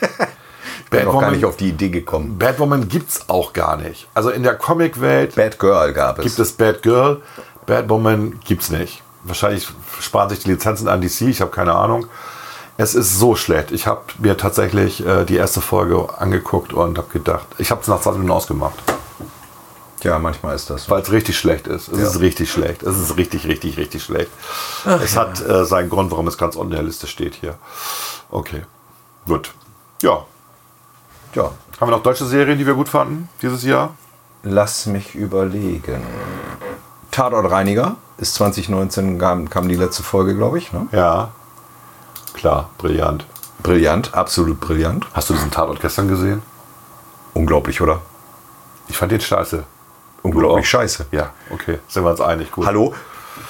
C: bin noch gar nicht auf die Idee gekommen.
A: Batwoman gibt's auch gar nicht. Also in der Comicwelt
C: Bad Girl gab es.
A: gibt es Bad Girl, Bad Woman gibt's nicht. Wahrscheinlich sparen sich die Lizenzen an DC, ich habe keine Ahnung. Es ist so schlecht. Ich habe mir tatsächlich äh, die erste Folge angeguckt und habe gedacht, ich habe es nach 20 Minuten ausgemacht,
C: Ja, manchmal ist das. so.
A: weil es richtig schlecht ist. Es ist richtig schlecht. Es ist richtig, richtig, richtig schlecht. es hat äh, seinen Grund, warum es ganz unten in der Liste steht hier. Okay, gut. Ja,
C: Ja,
A: haben wir noch deutsche Serien, die wir gut fanden dieses Jahr?
C: lass mich überlegen. Tatortreiniger ist 2019, kam, kam die letzte Folge, glaube ich. Ne?
A: Ja, klar, brillant.
C: Brillant, absolut brillant.
A: Hast du diesen Tatort gestern gesehen?
C: Unglaublich, oder?
A: Ich fand den scheiße.
C: Unglaublich
A: auch.
C: scheiße.
A: Ja, okay, sind wir uns einig. Gut.
C: Hallo?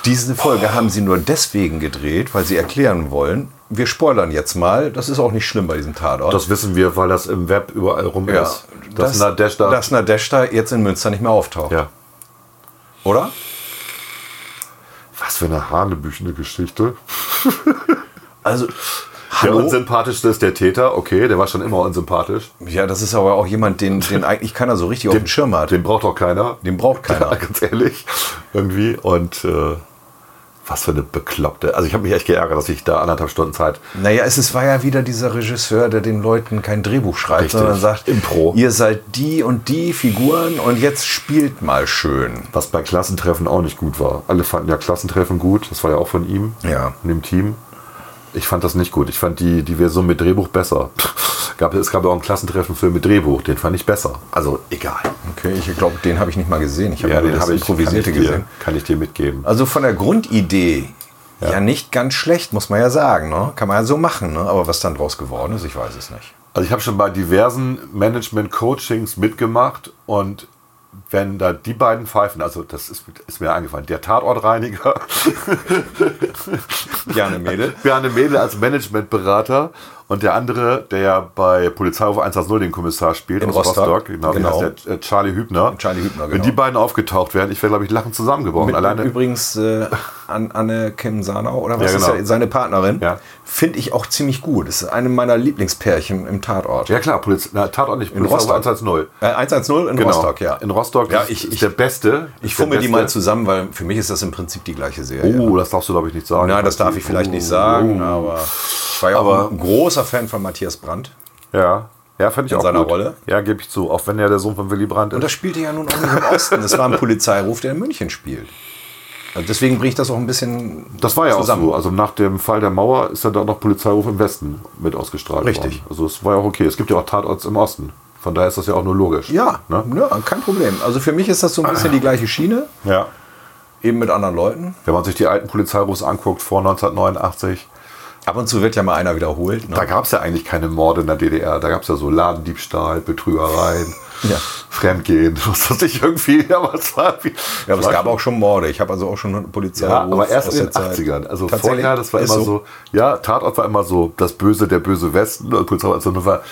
C: Diese Folge haben sie nur deswegen gedreht, weil sie erklären wollen. Wir spoilern jetzt mal. Das ist auch nicht schlimm bei diesem Tatort.
A: Das wissen wir, weil das im Web überall rum
C: ja,
A: ist. Das, Nadesh da.
C: dass Nadesh da jetzt in Münster nicht mehr auftaucht.
A: ja.
C: Oder?
A: Was für eine hanebüchende Geschichte.
C: Also,
A: Der
C: hallo?
A: unsympathischste ist der Täter, okay, der war schon immer unsympathisch.
C: Ja, das ist aber auch jemand, den, den eigentlich keiner so richtig auf dem Schirm hat.
A: Den braucht doch keiner.
C: Den braucht keiner.
A: Ganz ehrlich. Irgendwie. Und äh, was für eine bekloppte. Also ich habe mich echt geärgert, dass ich da anderthalb Stunden Zeit.
C: Naja, es ist, war ja wieder dieser Regisseur, der den Leuten kein Drehbuch schreibt,
A: Richtig.
C: sondern sagt,
A: Impro.
C: ihr seid die und die Figuren und jetzt spielt mal schön.
A: Was bei Klassentreffen auch nicht gut war. Alle fanden ja Klassentreffen gut. Das war ja auch von ihm.
C: Ja.
A: In dem Team. Ich fand das nicht gut. Ich fand die, die Version mit Drehbuch besser. Gab, es gab ja auch einen Klassentreffenfilm mit Drehbuch. Den fand ich besser. Also egal.
C: Okay, ich glaube, den habe ich nicht mal gesehen. Ich habe nur das Improvisierte
A: kann ich, dir,
C: gesehen.
A: kann ich dir mitgeben.
C: Also von der Grundidee ja. nicht ganz schlecht, muss man ja sagen. Ne? Kann man ja so machen. Ne? Aber was dann draus geworden ist, ich weiß es nicht.
A: Also ich habe schon bei diversen Management-Coachings mitgemacht und wenn da die beiden pfeifen, also das ist, ist mir eingefallen, der Tatortreiniger
C: Gerne, Mädel.
A: Bjarne Mädel als Managementberater und der andere, der ja bei Polizeiruf 110 den Kommissar spielt
C: In
A: aus
C: Rostock.
A: Rostock, genau,
C: Genau.
A: Wie heißt der, äh, Charlie Hübner.
C: Charlie Hübner,
A: Wenn
C: genau.
A: die beiden aufgetaucht wären, ich wäre, glaube ich, lachend zusammengebrochen.
C: Mit,
A: Alleine
C: Übrigens äh, an, Anne Kim Sanau oder was
A: Ja,
C: ist
A: genau.
C: ja seine Partnerin,
A: Ja.
C: finde ich auch ziemlich gut. Das ist eine meiner Lieblingspärchen im Tatort.
A: Ja klar, Poliz na, Tatort nicht, Polizeiruf
C: Rostock.
A: 110.
C: Äh, 110 in Rostock, ja.
A: Genau. In Rostock
C: Ja,
A: ist-
C: ich-
A: ist
C: ich-
A: der Beste.
C: ich
A: ist der
C: fummel die
A: Beste.
C: mal zusammen, weil für mich ist das im Prinzip die gleiche Serie.
A: Oh, das darfst du, glaube ich, nicht sagen. Oh.
C: Na, das darf ich vielleicht nicht sagen, aber ich war ja
A: Aber-
C: auch ein großer Fan von Matthias Brandt.
A: Ja, ja fand ich
C: In
A: auch
C: seiner
A: gut.
C: Rolle?
A: Ja, gebe ich zu. Auch wenn er der Sohn von Willy Brandt
C: Und das
A: ist.
C: spielte ja nun auch nicht im Osten. Das war ein Polizeiruf, der in München spielt. Also deswegen bringe ich das auch ein bisschen.
A: Das war ja
C: zusammen.
A: auch so. Also nach dem Fall der Mauer ist dann auch noch Polizeiruf im Westen mit ausgestrahlt
C: Richtig.
A: worden. Also es war ja auch okay. Es gibt ja auch Tatorts im Osten. Von daher ist das ja auch nur logisch.
C: Ja,
A: Ne?
C: ja, kein Problem. Also für mich ist das so ein bisschen die gleiche Schiene,
A: Ja.
C: eben mit anderen Leuten.
A: Wenn man sich die alten Polizeirufs anguckt vor 1989,
C: Ab und zu wird ja mal einer wiederholt. Ne?
A: da gab es ja eigentlich keine Morde in der DDR. Da gab es ja so Ladendiebstahl, Betrügereien,
C: Ja.
A: Fremdgehen, was weiß ich irgendwie. Aber es war
C: Ja, aber es gab auch schon Morde. Ich habe also auch schon einen Polizeiruf.
A: Ja, aber erst
C: aus
A: in den
C: der Zeit.
A: 80ern. Also
C: Tatsächlich?
A: vorher, das war
C: Ist
A: immer so. ja, Tatort war immer so das Böse, der böse Westen und Polizei war also nur war,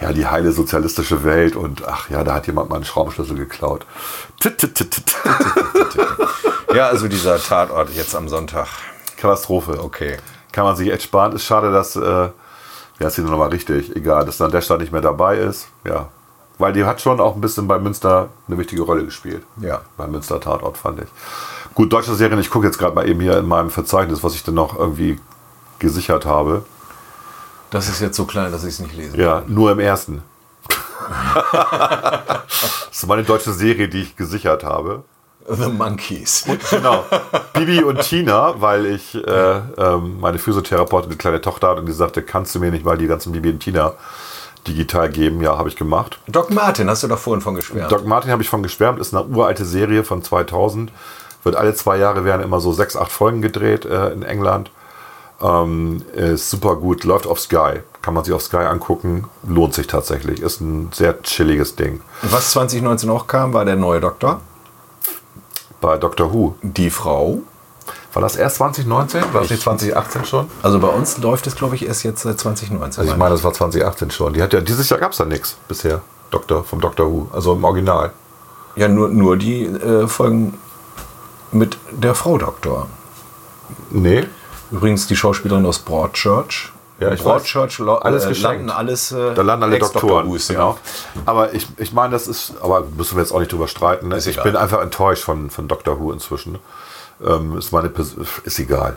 A: ja, die heile sozialistische Welt und ach ja, da hat jemand mal einen Schraubenschlüssel geklaut. Tit, tit, tit, tit.
C: Ja, also dieser Tatort jetzt am Sonntag.
A: Katastrophe.
C: Okay.
A: Kann man sich echt sparen. Ist schade, dass, äh, ja, ist hier nochmal richtig, egal, dass dann der Stadt nicht mehr dabei ist. Ja. Weil die hat schon auch ein bisschen bei Münster eine wichtige Rolle gespielt.
C: Ja.
A: Beim Münster Tatort fand ich. Gut, deutsche Serien, ich gucke jetzt gerade mal eben hier in meinem Verzeichnis, was ich denn noch irgendwie gesichert habe.
C: Das ist jetzt so klein, dass ich es nicht lese.
A: Ja, nur im ersten. das war eine deutsche Serie, die ich gesichert habe.
C: The Monkeys.
A: Genau. Bibi und Tina, weil ich äh, ähm, meine Physiotherapeutin eine kleine Tochter hat und die sagte, kannst du mir nicht mal die ganzen Bibi und Tina digital geben? Ja, habe ich gemacht.
C: Doc Martin, hast du doch vorhin von geschwärmt.
A: Doc Martin habe ich von geschwärmt, ist eine uralte Serie von 2000. Wird alle zwei Jahre werden immer so sechs, acht Folgen gedreht äh, in England. Ähm, ist super gut, läuft auf Sky. Kann man sich auf Sky angucken, lohnt sich tatsächlich. Ist ein sehr chilliges Ding.
C: Was 2019 auch kam, war der neue Doktor.
A: Bei Doctor Who.
C: Die Frau.
A: War das erst 2019? War das nicht 2018 schon?
C: Also bei uns läuft es, glaube ich, erst jetzt seit 2019.
A: Also ich meine, das war 2018 schon. Die hat ja, dieses Jahr gab es ja nichts bisher. Doktor, vom Doctor Who. Also im Original.
C: ja, nur, nur die äh, Folgen mit der Frau Doktor.
A: Nee.
C: Übrigens die Schauspielerin aus Broadchurch.
A: Ja, ich
C: Broadchurch, lo-
A: Alles
C: äh,
A: geschenkt.
C: landen alles. Äh,
A: Da landen alle
C: Ex-Dr.
A: Doktoren.
C: Whos,
A: genau. Aber ich, ich meine, das ist, aber müssen wir jetzt auch nicht drüber streiten. Ne?
C: Ist
A: Ich
C: egal.
A: bin einfach enttäuscht von, von Doctor Who inzwischen. Ähm, ist meine Pers ist egal.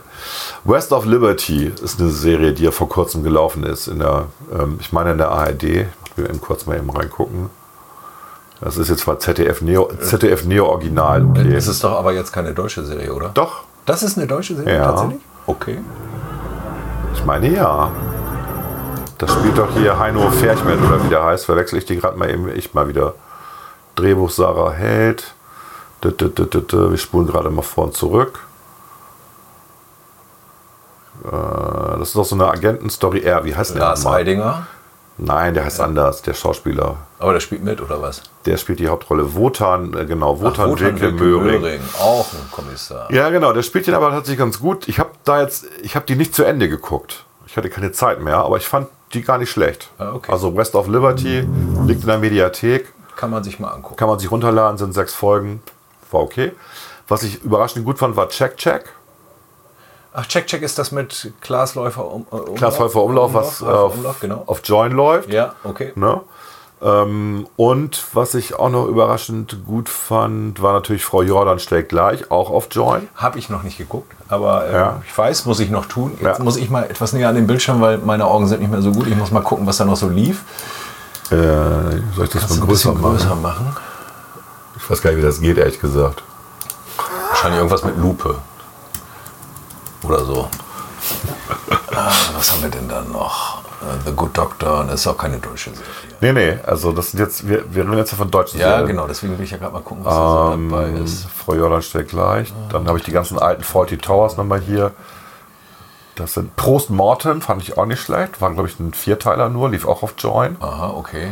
A: West of Liberty ist eine Serie, die ja vor kurzem gelaufen ist. In der, ähm, ich meine in der ARD. Ich will eben kurz mal eben reingucken. Das ist jetzt zwar ZDF Neo, ZDF Neo Original.
C: Ja.
A: Okay.
C: Es ist doch aber jetzt keine deutsche Serie, oder?
A: Doch,
C: Das ist eine deutsche Serie
A: Ja.
C: tatsächlich? Okay.
A: ich meine ja. Das spielt doch hier Heino Ferchmann oder wie der heißt. Verwechsel ich die gerade mal eben, ich mal wieder. Drehbuch Sarah Held. Dü, dü, dü, dü, dü. Wir spulen gerade mal vor und zurück. Äh, Das ist doch so eine Agentenstory. R, wie heißt der
C: Lars
A: nochmal?
C: Heidinger.
A: Nein, der heißt anders, der Schauspieler.
C: Aber der spielt mit, oder was?
A: Der spielt die Hauptrolle. Wotan, äh, genau, Wotan,
C: Wotan
A: Wilke
C: Wilke
A: Möhring.
C: Möhring, Auch ein Kommissar.
A: Ja, genau, der spielt den aber tatsächlich ganz gut. Ich habe da jetzt, ich habe die nicht zu Ende geguckt. Ich hatte keine Zeit mehr, aber ich fand die gar nicht schlecht.
C: Ah, okay.
A: Also West of Liberty liegt in der Mediathek,
C: Kann man sich mal angucken.
A: kann man sich runterladen, sind sechs Folgen, war okay. Was ich überraschend gut fand, war Check Check.
C: Ach, Check Check ist das mit Klaas Läufer um, äh, Umlauf?
A: Klaas Häufer Umlauf, was
C: Läufer
A: auf,
C: Umlauf, genau.
A: auf Join läuft.
C: Ja, okay.
A: Ne? Ähm, und was ich auch noch überraschend gut fand, war natürlich Frau Jordan stellt gleich, auch auf Join.
C: Habe ich noch nicht geguckt, aber äh,
A: Ja.
C: ich weiß, muss ich noch tun. Jetzt
A: Ja.
C: muss ich mal etwas näher an den Bildschirm, weil meine Augen sind nicht mehr so gut. Ich muss mal gucken, was da noch so lief.
A: Äh, soll ich das
C: Kannst du
A: mal
C: ein
A: größer
C: bisschen
A: machen?
C: größer machen?
A: Ich weiß gar nicht, wie das geht, ehrlich gesagt.
C: Wahrscheinlich irgendwas mit Lupe. Oder so. ah, was haben wir denn dann noch? Äh, The Good Doctor, das ist auch keine deutsche Serie.
A: Nee, nee, also das sind jetzt, wir, wir reden jetzt ja von deutschen
C: Ja,
A: Serien.
C: genau, deswegen will ich ja gerade mal gucken, was da so dabei
A: Ähm,
C: ist.
A: Frau Jordan stellt gleich. Dann habe ich die ganzen alten Faulty Towers nochmal hier. Das sind Prost Mortem, fand ich auch nicht schlecht. War, glaube ich, ein Vierteiler nur, lief auch auf Join.
C: Aha, okay.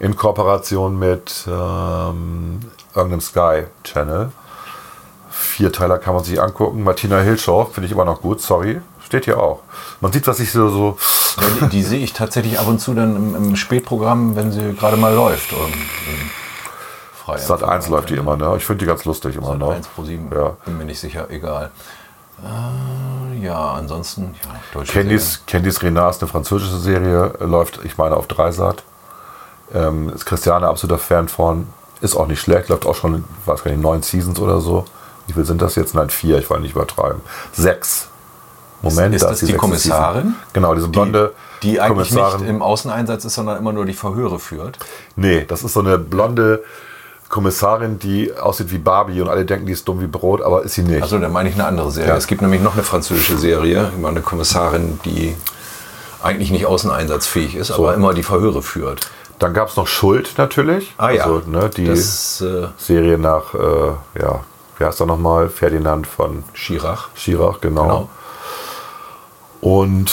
A: In Kooperation mit ähm, irgendeinem Sky Channel. Vierteiler kann man sich angucken. Martina Hillshaw finde ich immer noch gut, sorry. Steht hier auch. Man sieht, was ich so, so
C: Ja, die, die sehe ich tatsächlich ab und zu dann im, im Spätprogramm, wenn sie gerade mal läuft. Und, ähm, frei
A: Sat 1
C: empfangbar.
A: läuft die immer, ne? Ich finde die ganz lustig immer,
C: Sat
A: ne?
C: 1 pro 7,
A: Ja.
C: bin mir nicht sicher, egal. Äh, ja, ansonsten, ja, deutsche
A: Candice, Candice Renard ist eine französische Serie, äh, läuft, ich meine, auf Dreisat. Ähm, ist Christiane absoluter Fan von, ist auch nicht schlecht, läuft auch schon, weiß gar nicht, neun Seasons oder so. Wie viel sind das jetzt? Nein, vier, ich will nicht übertreiben. Sechs. Moment,
C: ist
A: da
C: das die
A: sechste
C: Kommissarin?
A: Season. Genau, diese blonde
C: Die, die eigentlich
A: Kommissarin.
C: nicht im Außeneinsatz ist, sondern immer nur die Verhöre führt.
A: nee, das ist so eine blonde Kommissarin, die aussieht wie Barbie und alle denken, die ist dumm wie Brot, aber ist sie nicht.
C: Also, da meine ich eine andere Serie.
A: Ja.
C: Es gibt nämlich noch eine französische Serie, immer eine Kommissarin, die eigentlich nicht außeneinsatzfähig ist, aber immer die Verhöre führt.
A: Dann gab es noch Schuld natürlich.
C: Ah
A: also, Ne, die
C: das äh,
A: Serie nach, äh, ja, wie heißt er nochmal? Ferdinand von
C: Schirach.
A: Schirach, genau. Und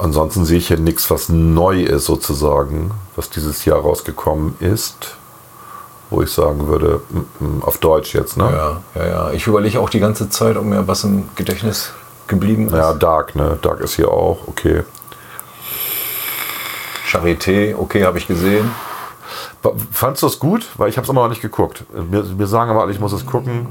A: ansonsten sehe ich hier nichts, was neu ist sozusagen, was dieses Jahr rausgekommen ist, wo ich sagen würde, mm, mm, auf Deutsch jetzt, ne?
C: Ja, ja, ja. Ich überlege auch die ganze Zeit, ob mir was im Gedächtnis geblieben ist.
A: Ja, Dark, ne? Dark ist hier auch, okay.
C: Charité, okay, habe ich gesehen.
A: Wa- Fandst du es gut? Weil ich habe es immer noch nicht geguckt. Mir, mir sagen aber alle, ich muss es gucken.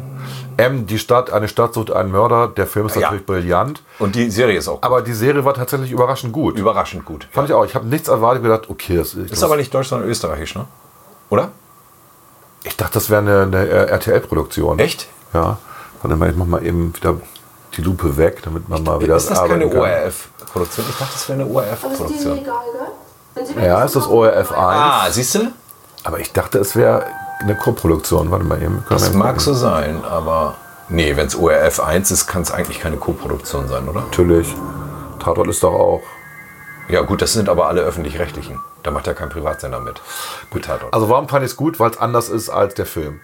A: M, die Stadt, eine Stadt sucht einen Mörder. Der Film ist
C: Ja.
A: natürlich brillant.
C: Und die Serie ist auch
A: Aber die Serie war tatsächlich überraschend gut.
C: überraschend gut.
A: Fand ich auch. Ich habe nichts erwartet. gedacht, okay, das
C: Ist aber nicht deutsch, sondern österreichisch, ne? Oder?
A: Ich dachte, das wäre eine, eine äh, RTL-Produktion.
C: Echt?
A: Ja. Warte mal, ich mach mal eben wieder die Lupe weg, damit man mal wieder
C: ist das keine
A: arbeiten kann.
C: ORF? Produktion? Ich dachte, das wäre eine ORF-Produktion.
A: Ja, es ist ORF 1.
C: Ah, siehst du?
A: Aber ich dachte, es wäre eine Co-Produktion. Warte mal, eben.
C: Das mag so sein, aber. Nee, wenn es ORF 1 ist, kann es eigentlich keine Co-Produktion sein, oder?
A: Natürlich. Tatort ist doch auch.
C: Ja, gut, das sind aber alle öffentlich-rechtlichen. Da macht ja kein Privatsender mit. Gut, Tatort.
A: Also warum fand ich es gut? Weil es anders ist als der Film.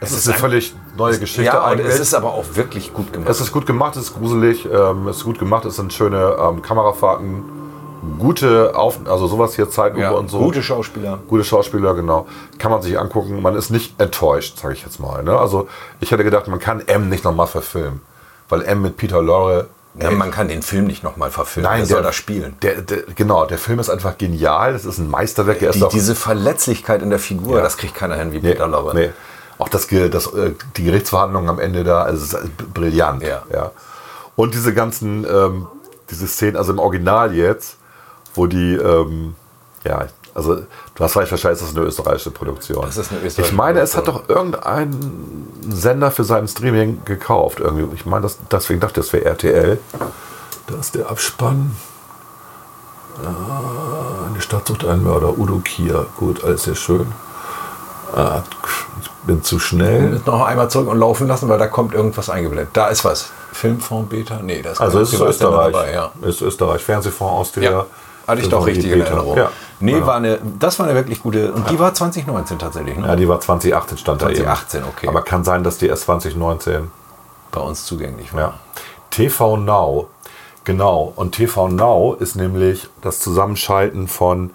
A: Es ist eine völlig neue Geschichte
C: ja, und
A: eigentlich.
C: es ist aber auch wirklich gut gemacht.
A: Es ist gut gemacht, es ist gruselig, ähm, es ist gut gemacht, es sind schöne ähm, Kamerafahrten, gute Auf also sowas hier Zeitlupe
C: ja,
A: und so.
C: Gute Schauspieler.
A: Gute Schauspieler, genau. Kann man sich angucken. Man ist nicht enttäuscht, sage ich jetzt mal. Ne? Also ich hätte gedacht, man kann M nicht nochmal verfilmen. Weil M mit Peter Lorre.
C: Ja, Äh, man kann den Film nicht nochmal verfilmen.
A: Nein,
C: Wer
A: der-
C: soll das spielen?
A: Der, der, genau, der Film ist einfach genial. Das ist ein Meisterwerk. Er ist
C: Die,
A: auch,
C: diese Verletzlichkeit in der Figur,
A: Ja.
C: das kriegt keiner hin wie
A: nee,
C: Peter Lorre.
A: nee. Auch das, Ge- das, äh, die Gerichtsverhandlung am Ende da, also es ist äh, b- brillant.
C: Ja.
A: Ja. Und diese ganzen, ähm, diese Szenen, also im Original jetzt, wo die, ähm, ja, also du hast vielleicht wahrscheinlich, ist das eine österreichische Produktion.
C: Das ist eine
A: Ich
C: österreichische
A: meine, es hat doch irgendein Sender für seinen Streaming gekauft. Irgendwie. Ich meine, das, deswegen dachte ich, das wäre RTL. Da ist der Abspann. Ah, eine Stadt sucht einen Mörder. Udo Kier. Gut, alles sehr schön. Ah, ich bin zu schnell.
C: Noch einmal zurück und laufen lassen, weil da kommt irgendwas eingeblendet. Da ist was. Filmfonds Beta? Nee, da ist
A: Also
C: kein
A: ist es
C: Privatsender
A: Österreich.
C: dabei, ja.
A: Ist Österreich. Fernsehfonds Austria.
C: Ja. Hatte ich
A: Das
C: doch
A: war die
C: richtig in
A: Beta.
C: Erinnerung.
A: Ja.
C: Nee,
A: Genau.
C: war eine, das war eine wirklich gute. Und die war 2019 tatsächlich, ne?
A: ja, die war 2018 stand da eben.
C: 2018, okay.
A: Aber kann sein, dass die erst 2019
C: Bei uns zugänglich war.
A: Ja. TV Now. Genau. Und TV Now ist nämlich das Zusammenschalten von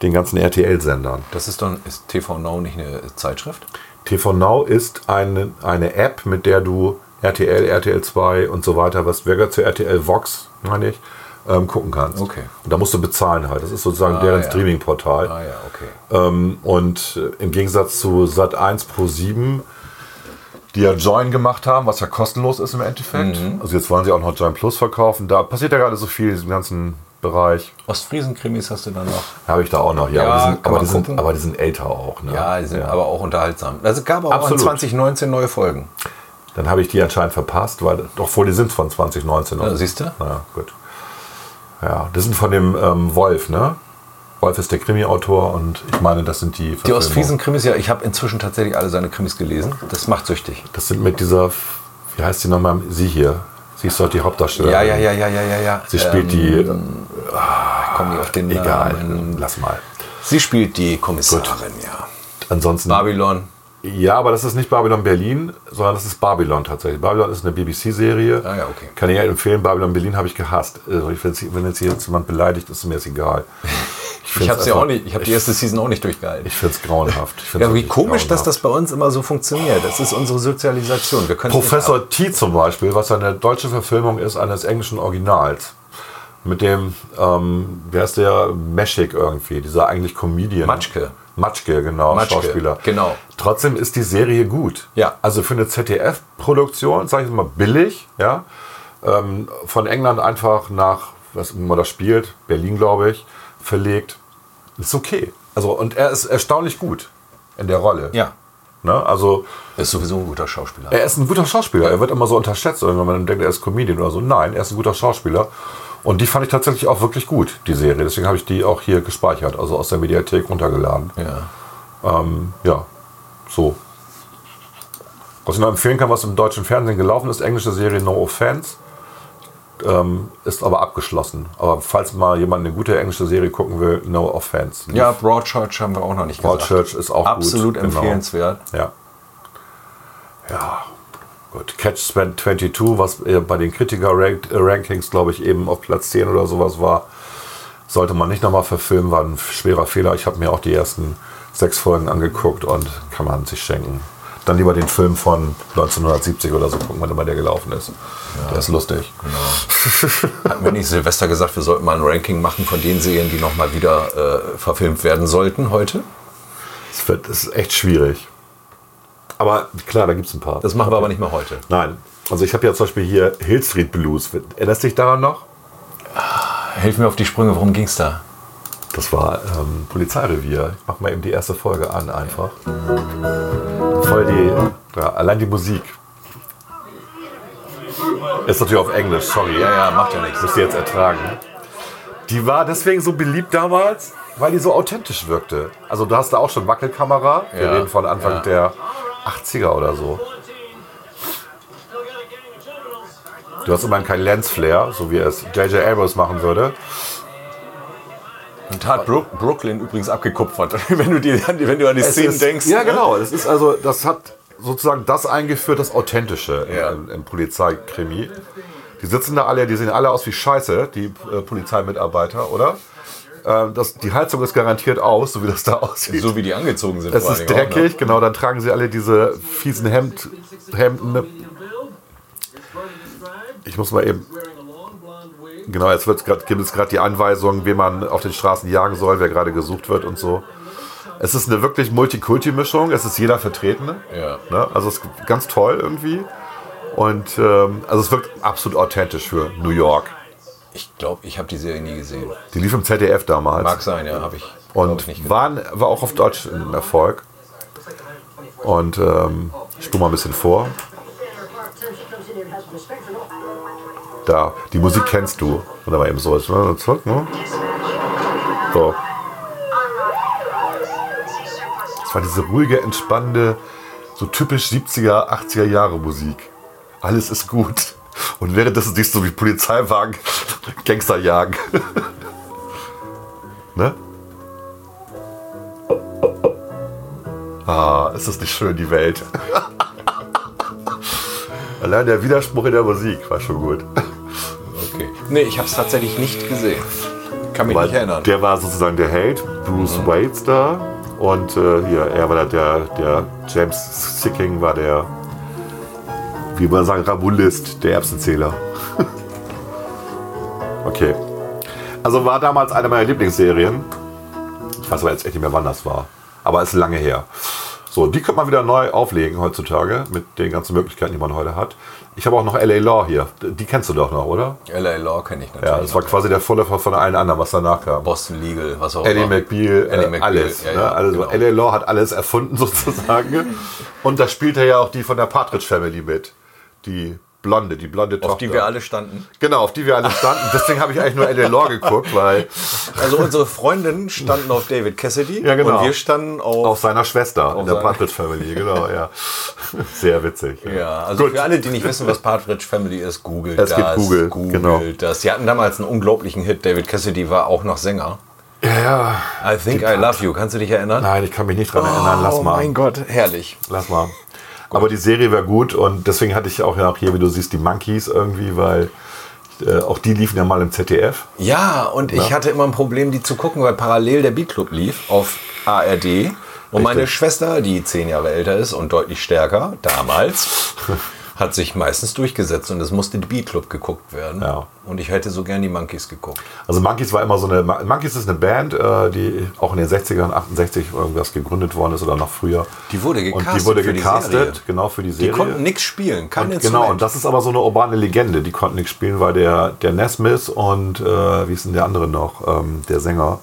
A: den ganzen RTL-Sendern.
C: Das ist dann, ist TV Now nicht eine Zeitschrift?
A: TV Now ist eine, eine App, mit der du RTL, RTL 2 und so weiter, was Wegger zu RTL Vox, meine ich, ähm, gucken kannst.
C: Okay. Ah,
A: Und da musst du bezahlen halt. Das ist sozusagen deren
C: ja.
A: Streaming-Portal.
C: Ah ja, okay.
A: Ähm, und äh, im Gegensatz zu Sat1 Pro 7, die ja Join gemacht haben, was ja kostenlos ist im Endeffekt.
C: Mhm.
A: Also jetzt wollen sie auch noch Join Plus verkaufen. Da passiert ja gerade so viel in diesem ganzen Bereich.
C: Ostfriesen-Krimis hast du dann noch.
A: Habe ich da auch noch. Ja,
C: Ja,
A: aber, die sind,
C: kann
A: aber,
C: man
A: die sind,
C: gucken.
A: aber die sind älter auch. Ne?
C: Ja, die sind aber auch unterhaltsam. Also gab auch
A: Absolut.
C: in 2019 neue Folgen.
A: Dann habe ich die anscheinend verpasst, weil doch vor die sind von 2019.
C: Ja,
A: oder?
C: siehst du?
A: Na gut. Ja, das sind von dem ähm, Wolf, ne? Wolf ist der Krimi-Autor und ich meine, das sind die
C: Die
A: Verfilmungen.
C: Ostfriesen-Krimis, ja, ich habe inzwischen tatsächlich alle seine Krimis gelesen. Das macht süchtig.
A: Das sind mit dieser, wie heißt sie nochmal? Sie hier. Sie ist doch die Hauptdarstellerin.
C: Ja, ja, ja, ja, ja, ja, Ähm, ja.
A: Sie spielt
C: die. Komm nicht auf den
A: die. Egal,
C: Namen.
A: lass mal.
C: Sie spielt die Kommissarin, ja.
A: Ansonsten.
C: Babylon.
A: ja, aber das ist nicht Babylon Berlin, sondern das ist Babylon tatsächlich. Babylon ist eine BBC-Serie.
C: Ah ja, okay.
A: Kann ich ja empfehlen. Babylon Berlin habe ich gehasst. Also ich, find's- wenn jetzt hier jetzt jemand beleidigt, ist mir das egal.
C: Ich
A: find's
C: habe sie
A: einfach-
C: auch nicht, ich habe die erste Season auch nicht durchgehalten.
A: Ich finde es grauenhaft. Ich find's
C: Ja, wie
A: wirklich
C: komisch, dass
A: grauenhaft.
C: das bei uns immer so funktioniert. Das ist unsere Sozialisation. Wir können
A: Professor T zum Beispiel, was eine deutsche Verfilmung ist eines englischen Originals. Mit dem, ähm, wer ist der? Meshik irgendwie, dieser eigentlich Comedian.
C: Matschke.
A: Matschke, genau,
C: Matschke,
A: Schauspieler.
C: genau.
A: Trotzdem ist die Serie gut.
C: Ja.
A: Also für eine ZDF-Produktion, sage ich mal, billig, ja. Ähm, von England einfach nach, was immer das spielt, Berlin, glaube ich, verlegt. Ist okay. Also, und er ist erstaunlich gut in der Rolle.
C: Ja. Äh,
A: Ne? Also,
C: Ist sowieso ein guter Schauspieler.
A: er ist ein guter Schauspieler. Er wird immer so unterschätzt, wenn man denkt, er ist Comedian oder so. Nein, er ist ein guter Schauspieler. Und die fand ich tatsächlich auch wirklich gut, die Serie. Deswegen habe ich die auch hier gespeichert, also aus der Mediathek runtergeladen.
C: Ja.
A: Ähm, ja, so. Was ich noch empfehlen kann, was im deutschen Fernsehen gelaufen ist, englische Serie No Offense, ähm, ist aber abgeschlossen. Aber falls mal jemand eine gute englische Serie gucken will, No Offense.
C: Ja, Broadchurch haben wir auch noch nicht
A: Broadchurch ist auch
C: Absolut
A: gut. genau.
C: empfehlenswert.
A: Ja. Ja, gut. Catch Spend 22, was äh, bei den Kritiker-Rankings, glaube ich, eben auf Platz 10 oder sowas war, sollte man nicht nochmal verfilmen, war ein schwerer Fehler. Ich habe mir auch die ersten sechs Folgen angeguckt und kann man sich schenken. Dann lieber den Film von 1970 oder so gucken, wann immer der gelaufen ist. Der ist lustig.
C: Hatten wir nicht Silvester gesagt, wir sollten mal ein Ranking machen von den Serien, die nochmal wieder äh, verfilmt werden sollten heute?
A: Es wird, es ist echt schwierig. Aber klar, da gibt es ein paar.
C: Das machen wir aber nicht mehr heute.
A: Nein. Also ich habe ja zum Beispiel hier Hill Street Blues. Erinnerst du dich daran noch?
C: Hilf mir auf die Sprünge, worum ging's da?
A: Das war ähm, Polizeirevier. Ich mach mal eben die erste Folge an einfach. Voll die. Ja, allein die Musik. Ist natürlich auf Englisch, sorry.
C: Ja, ja, macht ja nichts.
A: Müsst ihr jetzt ertragen. Die war deswegen so beliebt damals, weil die so authentisch wirkte. Also du hast da auch schon Wackelkamera. Wir
C: Ja,
A: reden von Anfang
C: ja.
A: der 80er oder so. Du hast immerhin keinen Lensflare, so wie es J.J. Abrams machen würde.
C: Und hat Bro Brooklyn übrigens abgekupfert, wenn du, die, wenn du an die
A: Es
C: Szenen
A: ist,
C: denkst.
A: Ja,
C: ne?
A: genau. Es ist also, das hat sozusagen das eingeführt, das Authentische
C: Ja.
A: im, im Polizeikrimi. Die sitzen da alle, die sehen alle aus wie Scheiße, die äh, Polizeimitarbeiter, oder? Ähm, das, die Heizung ist garantiert aus, so wie das da aussieht.
C: So wie die angezogen sind.
A: es
C: vor
A: ist
C: allen Dingen auch, ne?
A: dreckig, genau, dann tragen sie alle diese fiesen Hemd, Hemden. Ich muss mal eben. Genau, jetzt wird's grad, gibt es gerade die Anweisung, wen man auf den Straßen jagen soll, wer gerade gesucht wird und so. Es ist eine wirklich Multikulti-Mischung, es ist jeder vertreten.
C: Ja.
A: Ne? Also es ist ganz toll irgendwie. Und ähm, also es wirkt absolut authentisch für New York.
C: Ich glaube, ich habe die Serie nie gesehen.
A: Die lief im ZDF damals.
C: Mag sein, ja, habe ich. glaub
A: Und
C: ich nicht genau. gesehen.
A: waren, war auch auf Deutsch ein Erfolg. Und ähm, ich spule mal ein bisschen vor. Da, die Musik kennst du. Oder mal eben so. ist, ne? Zurück, ne? So. Es war diese ruhige, entspannende, so typisch 70er, 80er Jahre Musik. Alles ist gut. Und währenddessen siehst du, wie Polizeiwagen Gangster jagen. ne? Ah, ist das nicht schön, die Welt. Allein der Widerspruch in der Musik war schon gut.
C: Okay. Nee, ich habe es tatsächlich nicht gesehen. Kann mich
A: Weil
C: nicht erinnern. Mhm.
A: Der war sozusagen der Held, Bruce Waits da. Und äh, hier, er war der, der James Sicking war der, wie man sagen, Rabulist, der Erbsenzähler. okay. Also war damals eine meiner Lieblingsserien. Ich weiß aber jetzt echt nicht mehr, wann das war. Aber ist lange her. So, die könnte man wieder neu auflegen heutzutage mit den ganzen Möglichkeiten, die man heute hat. Ich habe auch noch LA Law hier. Die kennst du doch noch, oder?
C: L.A. Law kenne ich natürlich.
A: Ja, also das war quasi der Vorläufer von allen anderen, was danach kam.
C: Boston Legal, was auch
A: Eddie
C: immer.
A: McBeal,
C: Eddie
A: äh,
C: McBeal,
A: alles.
C: ja,
A: ne?
C: ja,
A: also
C: genau.
A: L.A. Law hat alles erfunden sozusagen. Und da spielt er ja auch die von der Partridge Family mit. Die Blonde, die blonde Tochter.
C: Auf die wir alle standen.
A: genau, auf die wir alle standen. Deswegen habe ich eigentlich nur L.A. Law geguckt, weil
C: Also unsere Freundinnen standen auf David Cassidy
A: Ja, genau.
C: und wir standen
A: auf
C: auf...
A: seiner Schwester in der
C: seiner-
A: Partridge Family, genau, ja. Sehr witzig.
C: ja, also
A: Gut.
C: für alle, die nicht wissen, was Partridge Family ist, googelt
A: Es gibt
C: das.
A: Google,
C: googelt
A: genau.
C: das. Sie hatten damals einen unglaublichen Hit. David Cassidy war auch noch Sänger.
A: ja, ja.
C: I Think I Love You. Kannst du dich erinnern?
A: Nein, ich kann mich nicht dran erinnern. Lass
C: oh
A: mal.
C: mein Gott, herrlich.
A: Lass mal. Aber die Serie war gut und deswegen hatte ich auch ja auch hier, wie du siehst, die Monkeys irgendwie, weil äh, auch die liefen ja mal im ZDF.
C: Ja, und ich hatte immer ein Problem, die zu gucken, weil parallel der Beat Club lief auf ARD. Und meine Schwester, die zehn Jahre älter ist und deutlich stärker damals, hat sich meistens durchgesetzt und es musste der Beat Club geguckt werden.
A: Ja.
C: Und ich hätte so gern die Monkeys geguckt.
A: Also Monkeys war immer so eine. Mon- Monkeys ist eine Band, äh, die auch in den 60ern, 68 irgendwas gegründet worden ist oder noch früher.
C: Die wurde
A: Und die
C: gecastet
A: wurde
C: für die
A: gecastet,
C: Serie.
A: genau für die
C: Die
A: Serie.
C: konnten nichts spielen, kein
A: und,
C: Instrument.
A: genau, und das ist aber so eine urbane Legende. Die konnten nicht spielen, weil der, der Nesmith und äh, wie ist denn der andere noch, ähm, der Sänger.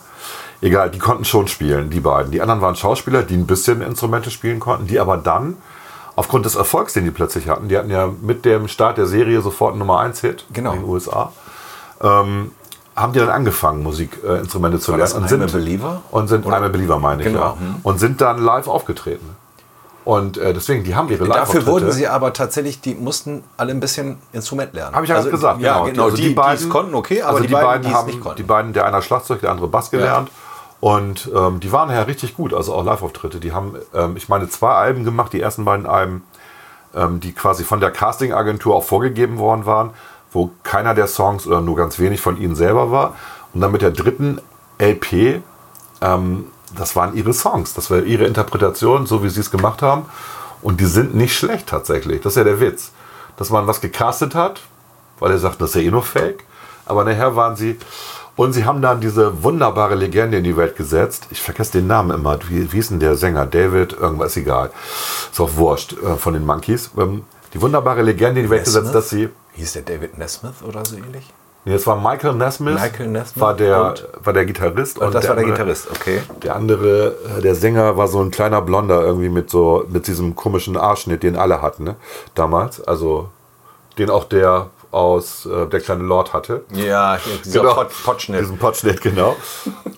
A: Egal, die konnten schon spielen, die beiden. Die anderen waren Schauspieler, die ein bisschen Instrumente spielen konnten, die aber dann, aufgrund des Erfolgs, den die plötzlich hatten, die hatten ja mit dem Start der Serie sofort Nummer 1 Hit
C: Genau.
A: in den USA, ähm, haben die dann angefangen, Musikinstrumente äh, Instrumente zu
C: War das
A: lernen.
C: I'm a Believer?
A: Und sind I'm a Believer, meine ich,
C: Genau,
A: ja. Und sind dann live aufgetreten. Und äh, deswegen, die haben ihre live
C: Dafür wurden sie aber tatsächlich, die mussten alle ein bisschen Instrument lernen.
A: Habe ich ja gerade gesagt.
C: Ja, genau.
A: Also
C: die, die, es konnten, okay, aber
A: also
C: die, beiden, die es
A: haben,
C: nicht konnten.
A: die beiden, der einer Schlagzeug, der andere Bass gelernt. Und ähm, die waren ja richtig gut, also auch Live-Auftritte. Die haben, ähm, ich meine, zwei Alben gemacht, die ersten beiden Alben, ähm, die quasi von der Casting-Agentur auch vorgegeben worden waren, wo keiner der Songs oder nur ganz wenig von ihnen selber war. Und dann mit der dritten LP, ähm, das waren ihre Songs, das war ihre Interpretation, so wie sie es gemacht haben. Und die sind nicht schlecht tatsächlich. Das ist ja der Witz. Dass man was gecastet hat, weil er sagt, das ist ja eh nur Fake. Aber nachher waren sie. Und sie haben dann diese wunderbare Legende in die Welt gesetzt. Ich vergesse den Namen immer. Wie, wie ist denn der Sänger? David, irgendwas, egal. Ist auch wurscht äh, von den Monkeys. Ähm, die wunderbare Legende in die Welt gesetzt, dass sie.
C: Hieß der David Nesmith oder so ähnlich?
A: Nee, das war Michael Nesmith.
C: Michael Nesmith
A: War der,
C: und-
A: war der Gitarrist.
C: Und, das war der
A: andere-
C: Gitarrist, okay.
A: Der andere, äh, der Sänger, war so ein kleiner Blonder irgendwie mit so, mit diesem komischen Arschschnitt, den alle hatten, ne? Damals. Also, den auch der, aus äh, Der kleine Lord hatte.
C: Ja, dieser
A: Genau.
C: Pot, Potschnitt.
A: Diesen Potschnitt, genau.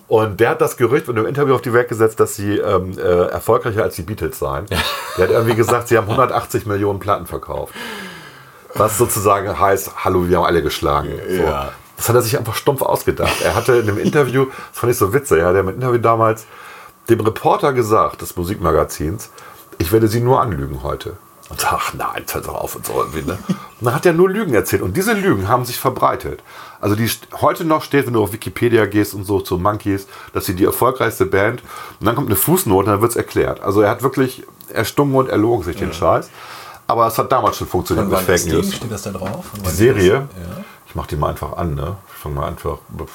A: Und der hat das Gerücht in einem Interview auf die Welt gesetzt, dass sie ähm, äh, erfolgreicher als die Beatles seien. Der hat irgendwie gesagt, sie haben 180 Millionen Platten verkauft. Was sozusagen heißt, hallo, wir haben alle geschlagen. So.
C: Ja.
A: Das hat er sich einfach stumpf ausgedacht. Er hatte in einem Interview, das fand ich so witzig, ja, der im Interview damals dem Reporter gesagt, des Musikmagazins, ich werde sie nur anlügen heute. Und so, ach nein, hört doch auf und so irgendwie, ne? Und dann hat er nur Lügen erzählt und diese Lügen haben sich verbreitet. Also die st- heute noch steht, wenn du auf Wikipedia gehst und so zu Monkeys, dass sie die erfolgreichste Band und dann kommt eine Fußnote und dann wird es erklärt. Also er hat wirklich erstungen und erlogen sich den Scheiß. Aber es hat damals schon funktioniert
C: Von
A: mit
C: wann
A: Fake
C: ist die?
A: News.
C: Steht das da drauf? Von
A: Die
C: wann
A: Serie.
C: ist das? Ja.
A: Ich mach die mal einfach an, ne? Ich fang mal einfach. pff.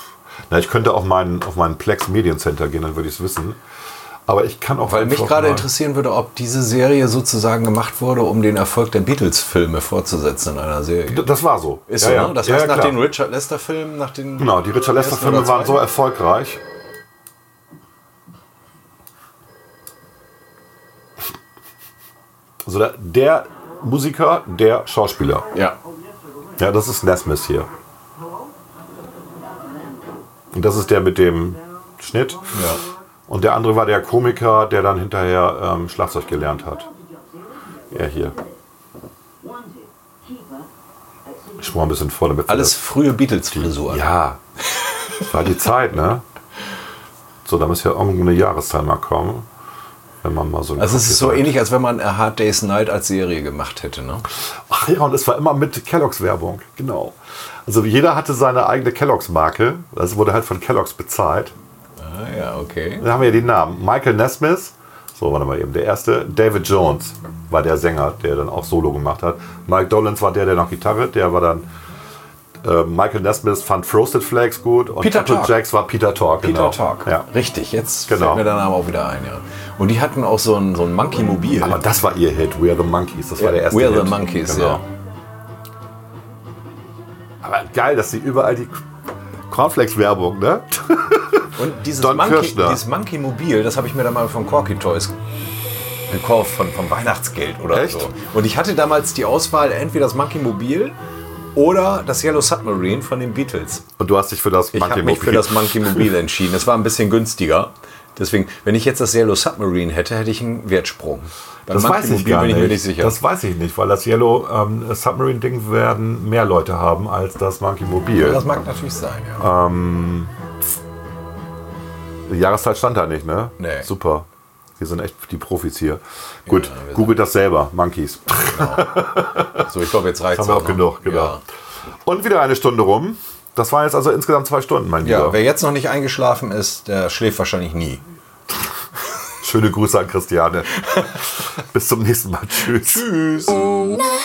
A: Na, ich könnte auf meinen, auf meinen Plex Mediencenter gehen, dann würde ich es wissen. Aber ich kann auch.
C: Weil mich
A: einfach
C: gerade
A: mal-
C: interessieren würde, ob diese Serie sozusagen gemacht wurde, um den Erfolg der Beatles-Filme fortzusetzen in einer Serie.
A: D- Das war so.
C: Ist
A: Ja,
C: so,
A: ja.
C: ne? Das
A: Ja,
C: heißt,
A: ja,
C: nach
A: klar.
C: den Richard Lester-Filmen, nach den.
A: Genau, die Richard
C: ersten oder
A: Lester-Filme waren
C: zweiten?
A: so erfolgreich. Also der, der Musiker, der Schauspieler.
C: Ja.
A: Ja, das ist Nesmith hier. Und das ist der mit dem Schnitt.
C: Ja.
A: Und der andere war der Komiker, der dann hinterher ähm, Schlagzeug gelernt hat. Er hier. Ich schwor ein bisschen vor, damit wir
C: Alles frühe Beatles-Frisur.
A: das- Ja. Das war die Zeit, ne? So, da muss ja irgendeine Jahreszahl mal kommen. Wenn man mal so. einen
C: Also, es ist so
A: Kopf
C: ähnlich, als wenn man A Hard Day's Night als Serie gemacht hätte, ne?
A: Ach ja, und es war immer mit Kelloggs Werbung, genau. Also jeder hatte seine eigene Kelloggs Marke. Das wurde halt von Kelloggs bezahlt.
C: Ah, ja, okay.
A: Da haben wir ja die Namen. Michael Nesmith, so warte mal eben, der erste. David Jones war der Sänger, der dann auch Solo gemacht hat. Mike Dolenz war der, der noch Gitarre, der war dann. äh, Michael Nesmith fand Frosted Flakes gut und
C: Peter Tork.
A: Applejacks war Peter Talk.
C: Peter Talk.
A: Genau. Ja.
C: Richtig, jetzt
A: Genau.
C: fällt mir der Name auch wieder ein, ja. Und die hatten auch so ein, so ein Monkey-Mobil.
A: Aber das war ihr Hit, We Are the Monkeys. Das war der erste
C: We Are the
A: Hit. Genau.
C: Monkeys, ja.
A: Aber geil, dass sie überall die Cornflakes-Werbung, ne?
C: Und dieses
A: Don
C: Monkey,
A: Kirshner.
C: dieses Monkey Mobil, das habe ich mir dann mal von Corky Toys gekauft, von, vom Weihnachtsgeld oder
A: Echt?
C: so. Und ich hatte damals die Auswahl, entweder das Monkey Mobil oder das Yellow Submarine von den Beatles.
A: Und du hast dich für das
C: Ich habe mich
A: Monkey
C: für das Monkey Mobil entschieden. Das war ein bisschen günstiger. Deswegen, wenn ich jetzt das Yellow Submarine hätte, hätte ich einen Wertsprung. Beim
A: Das weiß ich
C: Mobil
A: gar
C: Also bin
A: nicht.
C: ich mir nicht sicher.
A: Das weiß ich nicht, weil das Yellow ähm, Submarine Ding werden mehr Leute haben als das Monkey Mobil.
C: Das mag natürlich sein, ja.
A: Die Jahreszeit stand da nicht, ne?
C: Nee.
A: Super. Wir sind echt die Profis hier. Gut,
C: wir sind-
A: googelt das selber, Monkeys.
C: So, ich glaube, jetzt reicht
A: Ah. Haben wir auch genug, genau. Und wieder eine Stunde rum. Das waren jetzt also insgesamt zwei Stunden, mein
C: Ja.
A: Lieber.
C: ja, wer jetzt noch nicht eingeschlafen ist, der schläft wahrscheinlich nie.
A: Schöne Grüße an Christiane. Bis zum nächsten Mal. Tschüss. Tschüss.
D: Ohne